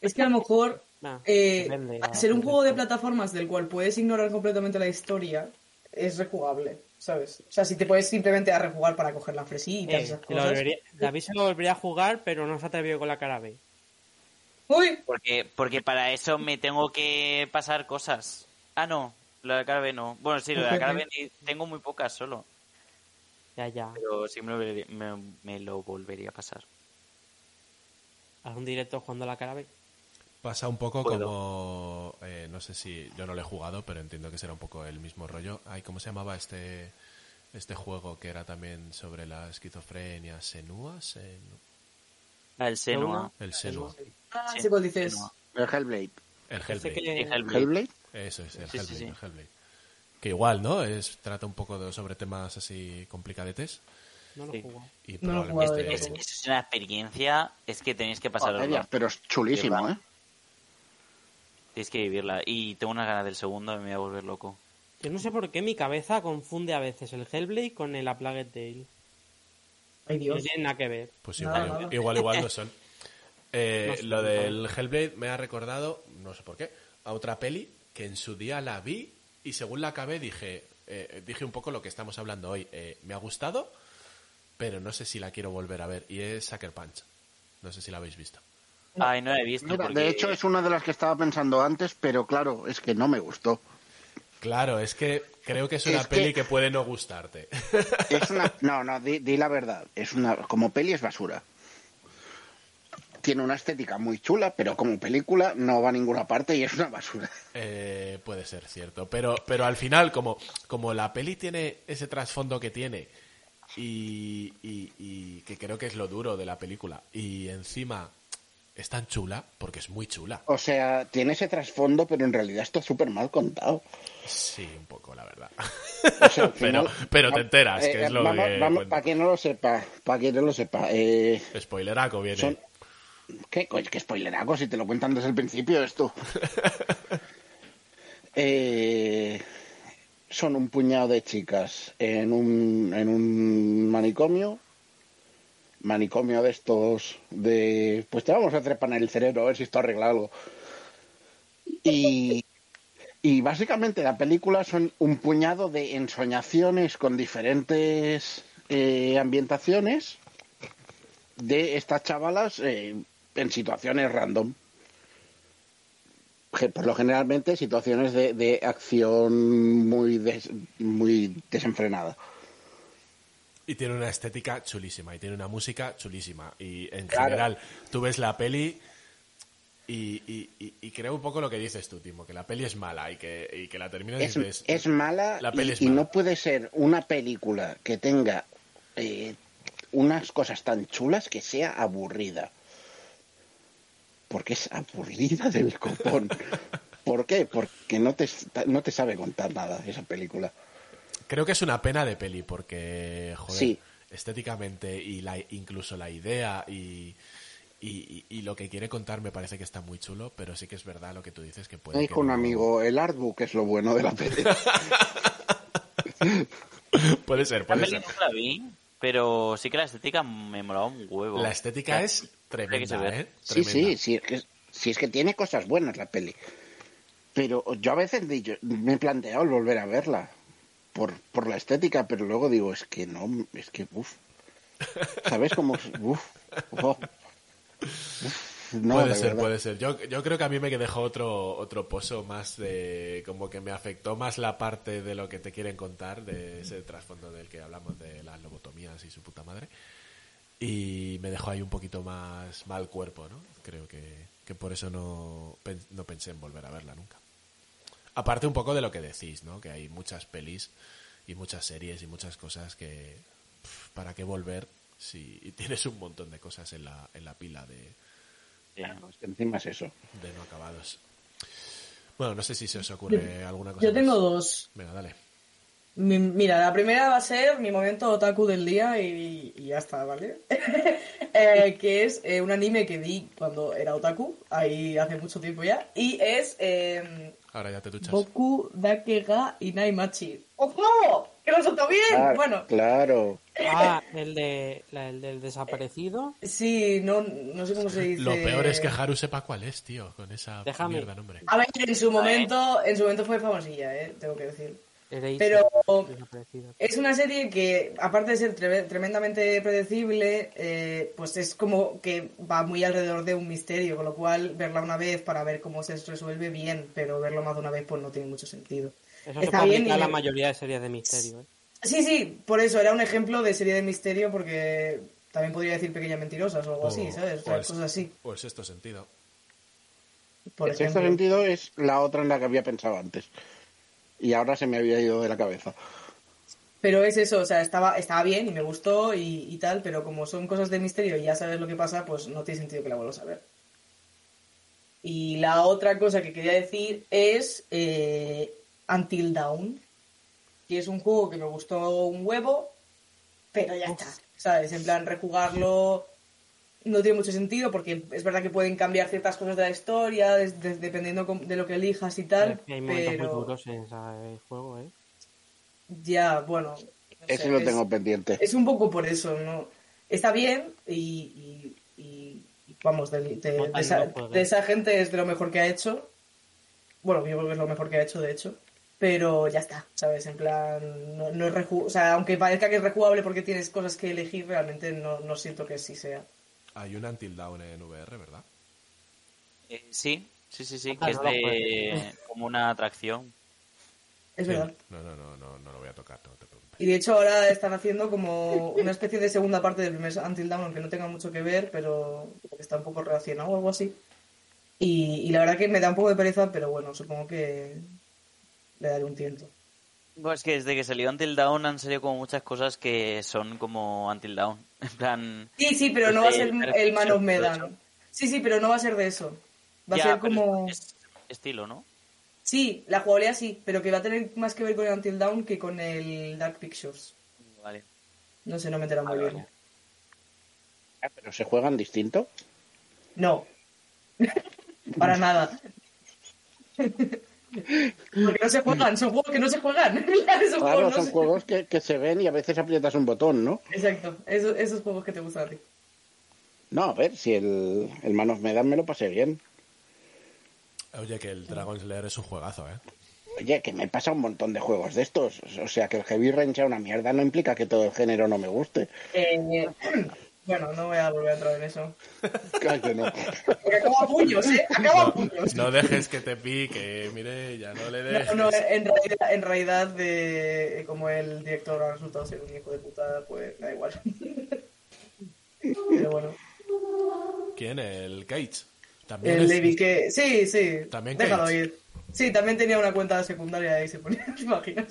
S6: Es que a lo mejor
S3: Nah,
S6: eh,
S3: depende,
S6: al
S3: ah,
S6: ser un juego de
S3: perfecto.
S6: plataformas del cual puedes ignorar completamente la historia, es rejugable, ¿sabes? O sea, si te puedes simplemente a rejugar para coger las fresitas
S3: Eh,
S6: esas
S3: se lo
S6: cosas.
S3: volvería- David se lo volvería a jugar, pero no se atrevió con la cara B.
S6: Uy,
S5: Porque, porque para eso me tengo que pasar cosas. Ah, no, lo de la cara B no. Bueno, sí, lo de la cara B ni- tengo muy pocas solo.
S3: Ya, ya.
S5: Pero sí me lo, volvería- me- me lo volvería a pasar.
S3: Haz un directo jugando a la cara B.
S2: Pasa un poco
S5: Puedo.
S2: como. eh, no sé si. Yo no lo he jugado, pero entiendo que será un poco el mismo rollo. Ay, ¿cómo se llamaba este. Este juego que era también sobre la esquizofrenia? ¿Senua? Senu-
S5: Ah, el Senua.
S2: El Senua.
S6: ah,
S5: Sí,
S6: sé cuál dices.
S5: Senua.
S4: El Hellblade.
S2: El
S3: Parece
S2: Hellblade.
S5: Sí,
S3: que-
S5: Hellblade.
S4: ¿Hellblade? Ah,
S2: Eso es, el,
S5: Sí, sí,
S2: Hellblade,
S5: sí.
S2: el Hellblade. Que igual, ¿no? Es, trata un poco de, sobre temas así complicadetes.
S3: No lo
S5: Sí.
S3: jugó.
S2: Y
S6: No lo he
S2: probablemente.
S6: jugado,
S5: Es, es- es una experiencia, es que tenéis que pasarlo.
S4: Joder, pero es chulísimo, ¿eh?
S5: Tenéis que vivirla. Y tengo unas ganas del segundo y me voy a volver loco.
S3: Yo no sé por qué mi cabeza confunde a veces el Hellblade con el A Plague Tale.
S6: Ay,
S3: No
S6: Dios.
S3: tiene nada que ver.
S2: Pues
S6: Nada,
S2: igual,
S6: nada.
S2: igual, igual no son. Eh,
S3: No son,
S2: lo
S3: no.
S2: del Hellblade me ha recordado, no sé por qué, a otra peli que en su día la vi y según la acabé dije, eh, dije un poco lo que estamos hablando hoy. Eh, me ha gustado, pero no sé si la quiero volver a ver. Y es Sucker Punch. No sé si la habéis visto.
S5: Ay, no la he visto.
S4: Mira,
S5: porque-
S4: de hecho es una de las que estaba pensando antes, pero claro, es que no me gustó.
S2: Claro, es que creo que es una
S4: Es que-
S2: peli que... puede no gustarte.
S4: Es una... No, no, di, di la verdad. Es una... Como peli es basura. Tiene una estética muy chula, pero como película no va a ninguna parte y es una basura.
S2: Eh, puede ser cierto, pero, pero al final, como, como la peli tiene ese trasfondo que tiene y, y- y que creo que es lo duro de la película, y encima es tan chula, porque es muy chula.
S4: O sea, tiene ese trasfondo, pero en realidad está súper mal contado.
S2: Sí, un poco, la verdad.
S4: O sea,
S2: Pero-
S4: al final- eh,
S2: pero te enteras, que es lo
S4: vamos,
S2: que
S4: Vamos,
S2: cuenta.
S4: para que no lo sepa, para que no lo sepa. Eh,
S2: Spoileraco viene.
S4: Son- ¿Qué, co- qué spoileraco si te lo cuentan desde el principio esto? Eh, son un puñado de chicas en un, en un manicomio. Manicomio de estos de... Pues te vamos a trepar en el cerebro a ver si esto arregla algo. Y, y básicamente la película son un puñado de ensoñaciones con diferentes eh, ambientaciones de estas chavalas eh, en situaciones random. Que Por lo generalmente situaciones de, de acción muy, des- muy desenfrenada.
S2: Y tiene una estética chulísima, y tiene una música chulísima. Y en
S4: Claro.
S2: general, tú ves la peli y, y- y- y creo un poco lo que dices tú, Timo, que la peli es mala y que, y que la terminas y
S4: Es,
S2: dices,
S4: es mala,
S2: La
S4: y-
S2: peli
S4: y,
S2: es mala.
S4: no puede ser una película que tenga eh, unas cosas tan chulas que sea aburrida. Porque es aburrida del copón. ¿Por qué? Porque no te, no te sabe contar nada esa película.
S2: Creo que es una pena de peli porque, joder,
S4: Sí.
S2: estéticamente y la, incluso la idea y, y- y- y lo que quiere contar me parece que está muy chulo, pero sí que es verdad lo que tú dices que puede
S4: Me
S2: Pues que
S4: dijo un
S2: no-
S4: amigo, el artbook es lo bueno de la peli.
S2: Puede ser,
S5: La
S2: puede
S5: peli
S2: ser.
S5: nunca la vi, pero sí que la estética me molaba un huevo.
S2: La estética es
S5: se
S2: tremenda,
S5: ve.
S2: ¿eh?
S4: sí, sí,
S2: Tremenda.
S4: sí, es que, sí, es que tiene cosas buenas la peli. Pero yo a veces di- yo- me he planteado el volver a verla por, por la estética, pero luego digo, es que no, es que, uff. ¿Sabes cómo? Uff. No,
S2: puede
S4: de
S2: ser,
S4: verdad.
S2: puede ser. Yo, yo creo que a mí me dejó otro, otro pozo más de... Como que me afectó más la parte de lo que te quieren contar, de ese trasfondo del que hablamos, de las lobotomías y su puta madre. Y me dejó ahí un poquito más mal cuerpo, ¿no? Creo que, que por eso no, pen- no pensé en volver a verla nunca. Aparte un poco de lo que decís, ¿no? Que hay muchas pelis y muchas series y muchas cosas que... pf, ¿Para qué volver Sí, y tienes un montón de cosas en la, en la pila de,
S5: Ya.
S4: Pues encima es eso.
S2: de no acabados. Bueno, no sé si se os ocurre alguna cosa.
S6: Yo tengo
S2: más.
S6: dos.
S2: Venga, dale.
S6: Mi- mira, la primera va a ser mi momento otaku del día y, y ya está, ¿vale? Eh, que es eh, un anime que vi cuando era otaku, ahí hace mucho tiempo ya, y es eh,
S2: Ahora ya te duchas.
S6: Boku Dakega Inai Machi. ¡Ojo! ¡Que lo soltó bien!
S4: Ah,
S6: Bueno,
S4: Claro.
S3: Ah, el, de, la- el del desaparecido.
S6: sí, no, no sé cómo se dice.
S2: Lo peor es que Haru sepa cuál es, tío, con esa
S3: Déjame.
S2: mierda nombre.
S6: A ver, en su momento, en su momento fue famosilla, eh, tengo que decir.
S3: Ereise,
S6: Pero-
S3: el desaparecido.
S6: Es una serie que, aparte de ser tre- tremendamente predecible, eh, pues es como que va muy alrededor de un misterio, con lo cual verla una vez para ver cómo se resuelve bien, pero verlo más de una vez pues no tiene mucho sentido.
S3: Eso se
S6: está
S3: puede
S6: bien
S3: aplicar a
S6: y-
S3: la mayoría de series de misterio. ¿eh?
S6: Sí, sí, por eso era un ejemplo de serie de misterio porque también podría decir pequeñas mentirosas o algo así, pues
S2: Oh,
S6: ¿sabes? O sea,
S2: el-
S6: cosas así,
S2: O el sexto pues sentido.
S6: por
S4: el sexto
S6: ejemplo.
S4: este sentido es la otra en la que había pensado antes. Y ahora se me había ido de la cabeza.
S6: Pero es eso, o sea, estaba, estaba bien y me gustó y, y tal, pero como son cosas de misterio y ya sabes lo que pasa, pues no tiene sentido que la vuelvas a ver. Y la otra cosa que quería decir es eh, Until Dawn, que es un juego que me gustó un huevo, pero ya está, ¿sabes? En plan, rejugarlo no tiene mucho sentido porque es verdad que pueden cambiar ciertas cosas de la historia, des- des- dependiendo com- de lo que elijas y tal,
S3: Pero es que hay momentos muy
S6: pero
S3: duros en ese juego, ¿eh?
S6: ya, bueno. no
S4: Ese
S6: sé,
S4: lo
S6: es-
S4: tengo pendiente.
S6: es un poco por eso, ¿no? Está bien y, y- y- y vamos, de, de- de
S3: Botan
S6: esa,
S3: no juegas.
S6: de esa gente es de lo mejor que ha hecho. Bueno, yo creo que es lo mejor que ha hecho, de hecho. Pero ya está, ¿sabes? En plan, no, no es reju- O sea, aunque parezca que es rejugable porque tienes cosas que elegir, realmente no, no siento que sí sea.
S2: Hay un Until Down en VR, ¿verdad?
S5: Eh, sí, sí, sí, sí,
S3: Ah,
S5: que es
S3: no lo
S5: de como una atracción.
S6: Es
S2: Sí.
S6: verdad.
S2: No, no, no, no, no lo voy a tocar, no te preocupes.
S6: Y de hecho ahora están haciendo como una especie de segunda parte del primer Until Dawn, aunque no tenga mucho que ver, pero está un poco relacionado o algo así. Y, y la verdad que me da un poco de pereza, pero bueno, supongo que le daré un tiento.
S5: Bueno, es que desde que salió Until Dawn han salido como muchas cosas que son como Until Dawn. En plan,
S6: Sí, sí, pero no va a
S5: Sí,
S6: ser
S5: perfecto,
S6: el Man of
S5: perfecto.
S6: Medan. Sí, sí, pero no va a ser de eso. Va
S5: ya,
S6: a ser
S5: pero
S6: como...
S5: es estilo, ¿no?
S6: Sí, la jugabilidad sí, pero que va a tener más que ver con el Until Dawn que con el Dark Pictures.
S5: Vale.
S6: No sé, no me entera muy
S5: Vale,
S6: bien.
S5: vale.
S4: Ah, Pero se juegan distinto.
S6: No. Para nada. Porque no se juegan, son juegos que no se juegan. Esos
S4: Claro,
S6: juegos no
S4: son
S6: se-
S4: juegos que, que se ven y a veces aprietas un botón, ¿no?
S6: Exacto, esos, esos juegos que te gustan a ti.
S4: No, a ver, si el, el Man of Medan me lo pasé bien.
S2: Oye, que el Dragon Slayer es un juegazo, ¿eh?
S4: Oye, que me pasa un montón de juegos de estos. O sea, que el Heavy Rain sea una mierda no implica que todo el género no me guste.
S6: Eh, bueno, no voy a volver a entrar en eso.
S4: Claro que no.
S6: Porque acaba a puños, ¿eh? Acaba a
S2: No,
S6: puños.
S2: no dejes que te pique, mire, ya no le dejes.
S6: No, eh, no, en realidad, en realidad de, como el director ha resultado ser un hijo de puta, pues da igual. Pero bueno,
S2: ¿Quién? El Cage. También
S6: eh. el
S2: es-
S6: David que... Eh, Sí, sí,
S2: También
S6: déjalo
S2: Cage.
S6: ir. Sí, también tenía una cuenta secundaria y se ponía las páginas.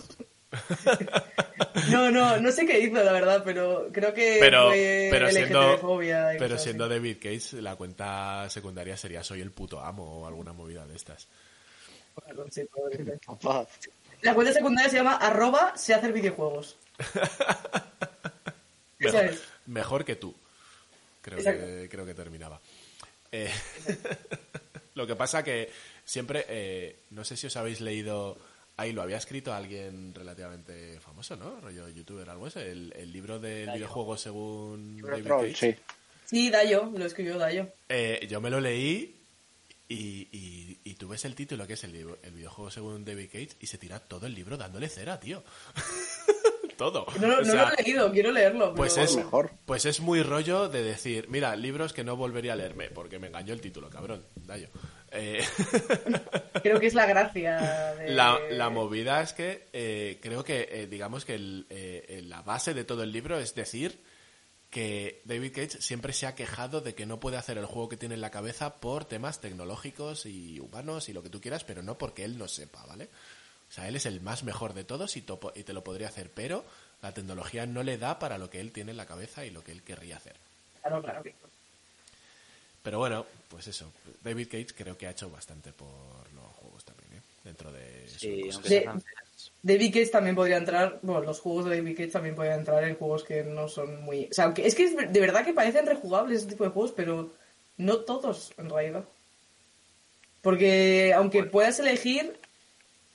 S6: No, no, no sé qué hizo, la verdad, pero creo que
S2: Pero,
S6: fue
S2: pero siendo,
S6: LGTB-fobia y
S2: pero
S6: cosas
S2: siendo
S6: así.
S2: David Cage, la cuenta secundaria sería Soy el puto amo o alguna movida de estas.
S6: Bueno, sí, probablemente.
S4: Papá,
S6: La cuenta secundaria se llama arroba se hacer videojuegos.
S2: Mejor,
S6: Eso es.
S2: mejor que tú. Creo que,
S6: Exacto.
S2: creo que terminaba. Eh, lo que pasa que siempre, eh, no sé si os habéis leído, ahí lo había escrito alguien relativamente famoso, ¿no? Rollo youtuber, algo ese, el, el libro del videojuego según David
S4: troll,
S2: Cage.
S4: pues sí.
S6: Sí, Dayo, lo escribió Dayo.
S2: Eh, yo me lo leí y, y, y tú ves el título que es el, libro- el videojuego según David Cage y se tira todo el libro dándole cera, tío. todo.
S6: No, lo-
S2: O
S6: no
S2: sea,
S6: lo he leído, quiero leerlo. pero-
S2: pues es,
S4: mejor.
S2: pues es muy rollo de decir, mira, libros que no volvería a leerme, porque me engañó el título, cabrón. Dayo. Eh,
S6: Creo que es la gracia de...
S2: la, la movida es que eh, creo que, eh, digamos que el, eh, eh, la base de todo el libro es decir que David Cage siempre se ha quejado de que no puede hacer el juego que tiene en la cabeza por temas tecnológicos y humanos y lo que tú quieras, pero no porque él no sepa, ¿vale? O sea, él es el más mejor de todos y, topo- y te lo podría hacer, pero La tecnología no le da para lo que él tiene en la cabeza y lo que él querría hacer.
S6: Claro, claro.
S2: Pero bueno, pues eso. David Cage creo que ha hecho bastante por los juegos también, ¿eh? Dentro de su
S5: Sí,
S2: cosa.
S5: aunque
S6: Sí.
S5: sea francés.
S6: David Cage también podría entrar, bueno, los juegos de David Cage también podrían entrar en juegos que no son muy... O sea, aunque- es que es ver- de verdad que parecen rejugables este tipo de juegos, pero no todos en realidad. Porque aunque puedas elegir,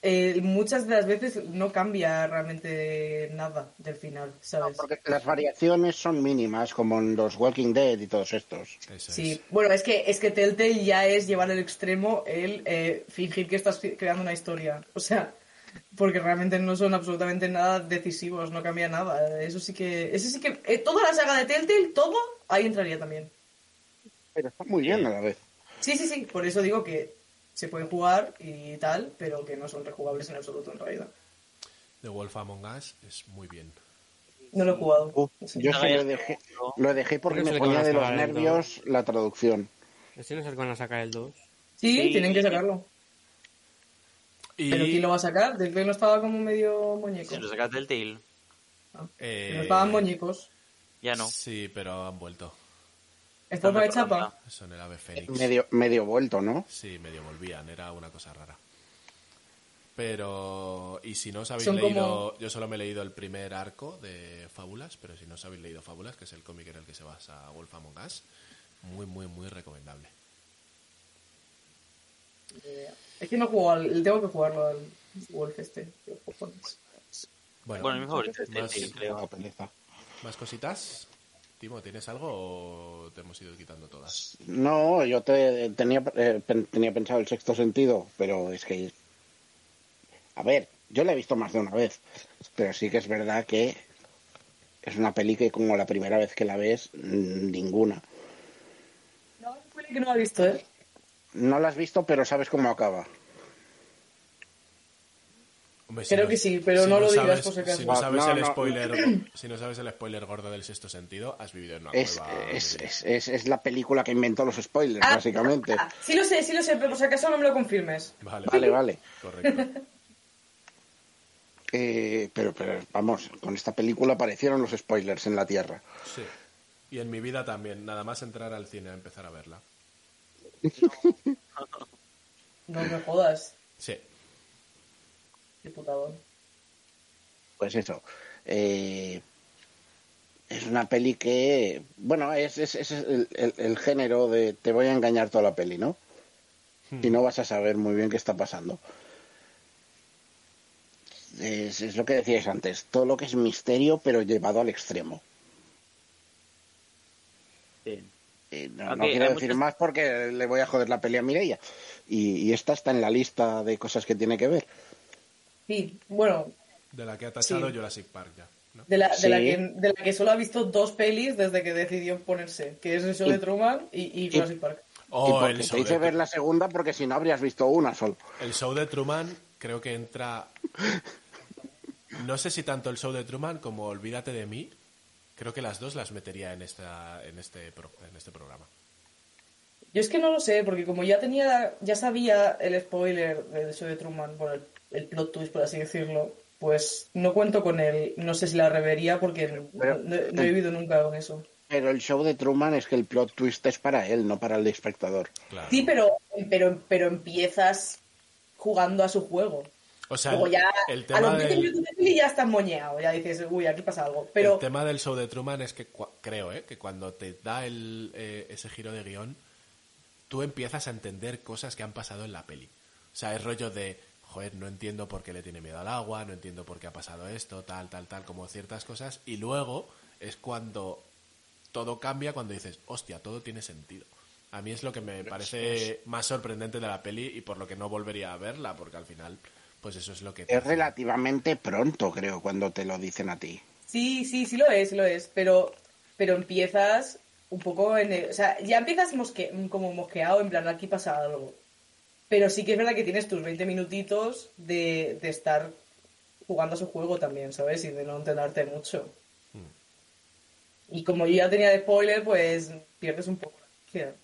S6: eh, muchas de las veces no cambia realmente nada del final,
S4: No,
S6: ¿sabes?
S4: porque las variaciones son mínimas, como en los Walking Dead y todos estos.
S2: Eso
S6: Sí, bueno, es que, es que Telltale ya es llevar al extremo el eh, fingir que estás fi- creando una historia. O sea, porque realmente no son absolutamente nada decisivos, no cambia nada. Eso sí que. Eso sí que. eh, toda la saga de Telltale, todo, ahí entraría también.
S4: Pero está muy bien a la vez.
S6: Sí, sí, sí, por eso digo que se pueden jugar y tal, pero que no son rejugables en absoluto en realidad.
S2: es. The Wolf Among Us es muy bien.
S6: No lo he jugado.
S4: Uh,
S6: Sí.
S4: yo
S5: No,
S4: sí
S5: ya
S4: lo
S5: está,
S4: dejé,
S5: ¿no?
S4: lo dejé porque
S3: Creo que
S4: me
S3: se le
S4: ponía de los
S3: conoce a él, ¿no?
S4: nervios la traducción.
S3: Pero si no se van a sacar el 2.
S6: Sí,
S5: Sí.
S6: tienen que sacarlo.
S2: Y,
S6: Pero ¿quién lo va a sacar? Telltale no estaba como medio muñeco.
S5: Si lo sacas del tail,
S2: eh,
S6: No estaban muñecos.
S5: ya no.
S2: Sí, pero han vuelto.
S6: En forma de chapa.
S2: Son el ave fénix.
S4: Medio, medio vuelto, ¿no?
S2: Sí, medio volvían, era una cosa rara. Pero, y si no os habéis
S6: Son como-
S2: leído, yo solo me he leído el primer arco de Fábulas, pero si no os habéis leído Fábulas, que es el cómic en el que se basa Wolf Among Us, muy, muy, muy recomendable.
S6: Es que no juego al. Tengo que jugarlo al Wolf este. Yo juego con-
S2: Bueno,
S5: Bueno, mi favorito es
S2: más,
S5: Telltale, creo.
S4: Ah, pereza.
S2: más cositas. Timo, ¿tienes algo o te hemos ido quitando todas?
S4: No, yo te, tenía, eh, pen- tenía pensado el sexto sentido, pero es que... A ver, yo la he visto más de una vez, pero sí que es verdad que es una peli que como la primera vez que la ves, mm, ninguna.
S6: No, huele que no lo ha visto, ¿eh?
S4: No la has visto, pero sabes cómo acaba.
S2: Hombre,
S6: Creo que sí, pero no lo digas
S2: sabes-
S6: por si acaso.
S2: Si no
S4: Ah,
S2: sabes
S4: no,
S2: el
S4: no.
S2: spoiler, si no sabes el spoiler gordo del sexto sentido, has vivido en una
S4: Es,
S2: cueva.
S4: es, es, es- es la película que inventó los spoilers,
S6: Ah.
S4: básicamente.
S6: Ah, sí lo sé, sí lo sé, pero por si acaso no me lo confirmes.
S2: Vale,
S4: Vale, vale.
S2: Correcto.
S4: Eh, pero, pero vamos, con esta película aparecieron los spoilers en la Tierra.
S2: Sí. Y en mi vida también, nada más entrar al cine a empezar a verla.
S6: No me jodas.
S2: Sí.
S6: Qué putadón.
S4: pues eso. eh, es una peli que, bueno, es, es- es el, el- el género de te voy a engañar toda la peli, ¿no? Si no vas a saber muy bien qué está pasando. Es, es lo que decíais antes, todo lo que es misterio pero llevado al extremo.
S5: Sí.
S4: Eh, no,
S5: Ok,
S4: no quiero
S5: hay
S4: decir
S5: muchas-
S4: más porque le voy a joder la peli a Mireia. Y, y esta está en la lista de cosas que tiene que ver.
S6: Sí, bueno,
S2: De la que ha tachado
S6: Sí.
S2: Jurassic Park ya. ¿no?
S6: de la,
S4: Sí.
S6: de, la que, de la que solo ha visto dos pelis desde que decidió ponerse, que es el show de Truman y, y Jurassic Park.
S4: y
S2: Oh,
S4: porque
S2: el
S4: te
S2: show,
S4: hice
S2: de,
S4: ver la segunda porque si no habrías visto una solo.
S2: el show de Truman creo que entra... No sé si tanto el show de Truman como Olvídate de mí. Creo que las dos las metería en, esta, en, este, pro- en este programa.
S6: Yo es que no lo sé, porque como ya tenía, ya sabía el spoiler del show de Truman, bueno, el, el plot twist, por así decirlo, pues no cuento con él. No sé si la revería porque no-
S4: Pero-
S6: no, no he vivido nunca con eso.
S4: Pero el show de Truman es que el plot twist es para él, no para el espectador.
S2: Claro.
S6: Sí, pero, pero, pero empiezas jugando a su juego.
S2: O sea,
S6: Luego
S2: el-
S6: ya,
S2: el
S6: a
S2: tema
S6: los 20
S2: del...
S6: minutos de peli ya estás moñeado, ya dices, uy, aquí pasa algo.
S2: El
S6: Pero
S2: tema del show de Truman es que cua- creo, ¿eh? Que cuando te da el, eh, ese giro de guión, tú empiezas a entender cosas que han pasado en la peli. O sea, es rollo de, joder, no entiendo por qué le tiene miedo al agua, no entiendo por qué ha pasado esto, tal, tal, tal, como ciertas cosas. Y luego es cuando todo cambia, cuando dices, hostia, todo tiene sentido. A mí es lo que me parece más sorprendente de la peli y por lo que no volvería a verla, porque al final, pues eso es lo que... te
S4: Es
S2: hace-
S4: relativamente pronto, creo, cuando te lo dicen a ti.
S6: sí, sí, sí lo es, sí lo es. Pero, pero empiezas un poco en el- O sea, ya empiezas mosque, como mosqueado, en plan, aquí pasa algo. Pero sí que es verdad que tienes tus 20 minutitos de, de estar jugando a su juego también, ¿sabes? Y de no enterarte mucho.
S2: Mm.
S6: Y como yo ya tenía de spoiler, pues pierdes un poco la gracia.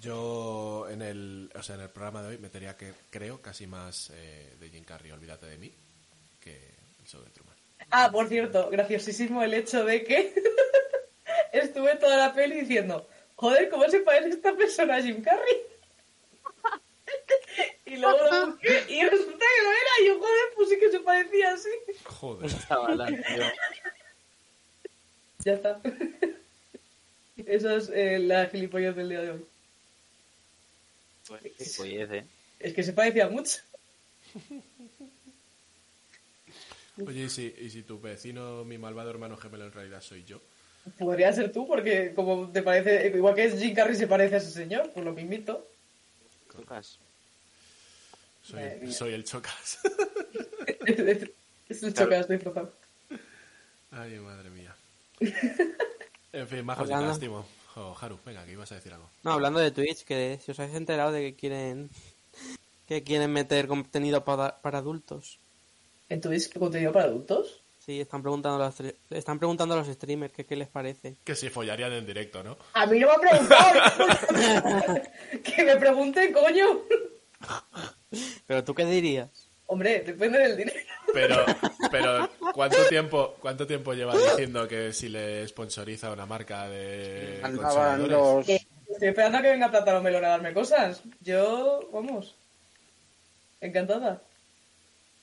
S2: Yo en el, o sea, en el programa de hoy metería que creo casi más eh, de Jim Carrey, olvídate de mí, que el show de Truman.
S6: Ah, por cierto, graciosísimo el hecho de que estuve toda la peli diciendo, joder, ¿cómo se parece esta persona a Jim Carrey? y luego lo busqué y resulta que no era, y yo, joder, pues sí que se parecía así.
S2: Joder.
S6: Pues,
S5: Chavala, tío.
S6: Ya está. Esa es eh, la gilipollez del día de hoy.
S5: Qué pollez, eh.
S6: Es que se parecía mucho.
S2: Oye, ¿y si, y si tu vecino, mi malvado hermano gemelo, en realidad soy yo?
S6: Podría ser tú, porque como te parece, igual que es Jim Carrey se parece a ese señor, pues lo que invito.
S5: Lucas.
S2: Soy,
S6: Madre mía.
S2: soy el chocas.
S6: es el chocas disfrazado.
S2: Ay, madre mía. En fin,
S6: Pues
S2: majos y
S3: Hablando.
S2: lástima. Oh, Haru, venga, que ibas a decir algo.
S3: No, hablando de Twitch, que si os habéis enterado de que quieren que quieren meter contenido para, para adultos.
S6: ¿En tu disco contenido para adultos?
S3: Sí, están preguntando a los tre- están preguntando a los streamers que qué les parece.
S2: Que si follarían en directo, ¿no?
S6: A mí no me han preguntado. que me pregunten, coño.
S3: Pero tú qué dirías?
S6: Hombre, depende del dinero.
S2: Pero, pero ¿cuánto tiempo, cuánto tiempo lleva diciendo que si le sponsoriza una marca de
S4: Andaban
S2: consoladores?
S4: los...
S6: Estoy esperando a que venga Plátano Melón a darme cosas. Yo, vamos. Encantada.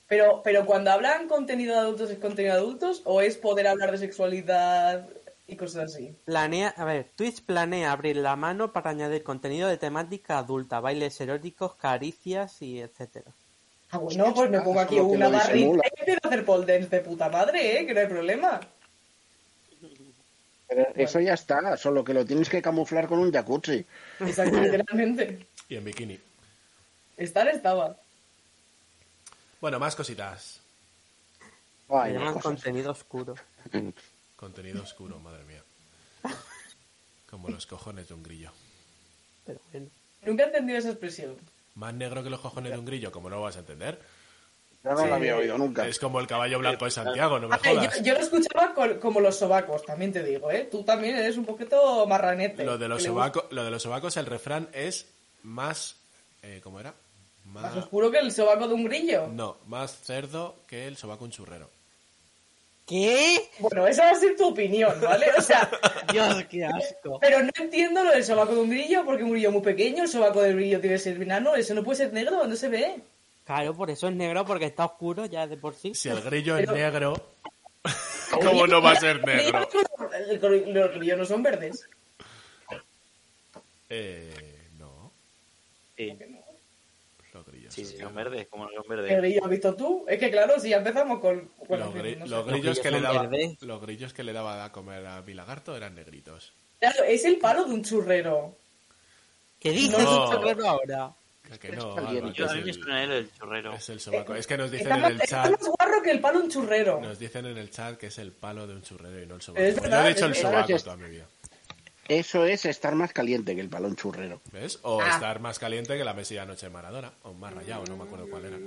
S6: Pero, pero cuando hablan contenido de adultos, ¿es contenido de adultos? ¿O es poder hablar de sexualidad y cosas así?
S3: Planea, a ver, Twitch planea abrir la mano para añadir contenido de temática adulta, bailes eróticos, caricias y etcétera.
S6: Ah, bueno, pues me pongo aquí
S4: Solo que
S6: una
S4: lo
S6: barrita
S4: disimula.
S6: y empiezo a hacer pole dance de puta madre, ¿eh? Que no hay problema.
S4: Pero Eso ya está, solo que lo tienes que camuflar con un jacuzzi.
S6: Exacto, literalmente.
S2: Y en bikini.
S6: Estar estaba.
S2: Bueno, más cositas.
S4: Ay,
S3: Le llaman
S4: cosas.
S3: contenido oscuro.
S2: Contenido oscuro, madre mía. Como los cojones de un grillo.
S3: Pero bueno.
S6: Nunca he entendido esa expresión.
S2: Más negro que los cojones de un grillo, como no lo vas a entender.
S4: Yo no lo había oído nunca.
S2: Es como el caballo blanco de Santiago, no me
S6: Ah,
S2: jodas.
S6: yo, yo lo escuchaba col- como los sobacos, también te digo, ¿eh? Tú también eres un poquito marranete.
S2: Lo de los
S6: Que le
S2: sobacos, lo de los sobacos, el refrán es más, eh, ¿cómo era?
S6: gusta Más
S2: Más,
S6: oscuro que el sobaco de un grillo.
S2: no, más cerdo que el sobaco un churrero.
S3: ¿Qué?
S6: Bueno, esa va a ser tu opinión, ¿vale? O sea,
S3: Dios, qué asco.
S6: pero no entiendo lo del sobaco de un grillo, porque un grillo es muy pequeño, el sobaco del grillo tiene que ser enano, eso no puede ser negro, no se ve.
S3: Claro, por eso es negro porque está oscuro ya de por sí.
S2: Si el grillo es
S6: Pero-
S2: negro, ¿cómo no va a ser negro?
S6: El grillo- Los grillos no son verdes.
S2: Eh, no,
S5: Sí,
S2: los grillos.
S5: sí, sí,
S2: son
S5: son
S2: negros.
S5: verdes, como no son
S6: ¿Qué
S5: verdes.
S6: grillo has visto tú? Es que claro, si ya empezamos con... bueno,
S2: Los,
S6: en fin,
S2: gri-
S6: no sé.
S2: los
S3: grillos
S2: grillos que le
S3: son
S2: daba,
S3: verdes.
S2: los grillos que le daba a comer a mi lagarto eran negritos.
S6: Claro, es el palo de un churrero.
S3: ¿Qué dices
S2: No.
S3: un chorrero ahora?
S2: Que- que no,
S4: Está bien.
S2: Álvaro,
S5: Yo,
S2: es
S5: a mí me suena
S2: el,
S5: el del chorrero.
S2: es el sobaco. Es que nos dicen
S6: Está
S2: en
S6: más,
S2: el
S6: está
S2: chat,
S6: más guarro que el palo de un churrero.
S2: nos dicen en el chat que es el palo de un churrero y no el sobaco.
S6: Es
S2: Yo
S6: verdad,
S2: he dicho
S6: es
S2: el
S4: verdad.
S2: sobaco toda mi vida.
S4: Eso es estar más caliente que el balón churrero.
S2: ¿Ves? O
S6: Ah.
S2: estar más caliente que la mesilla noche de Maradona. O más rayado, no me acuerdo cuál era.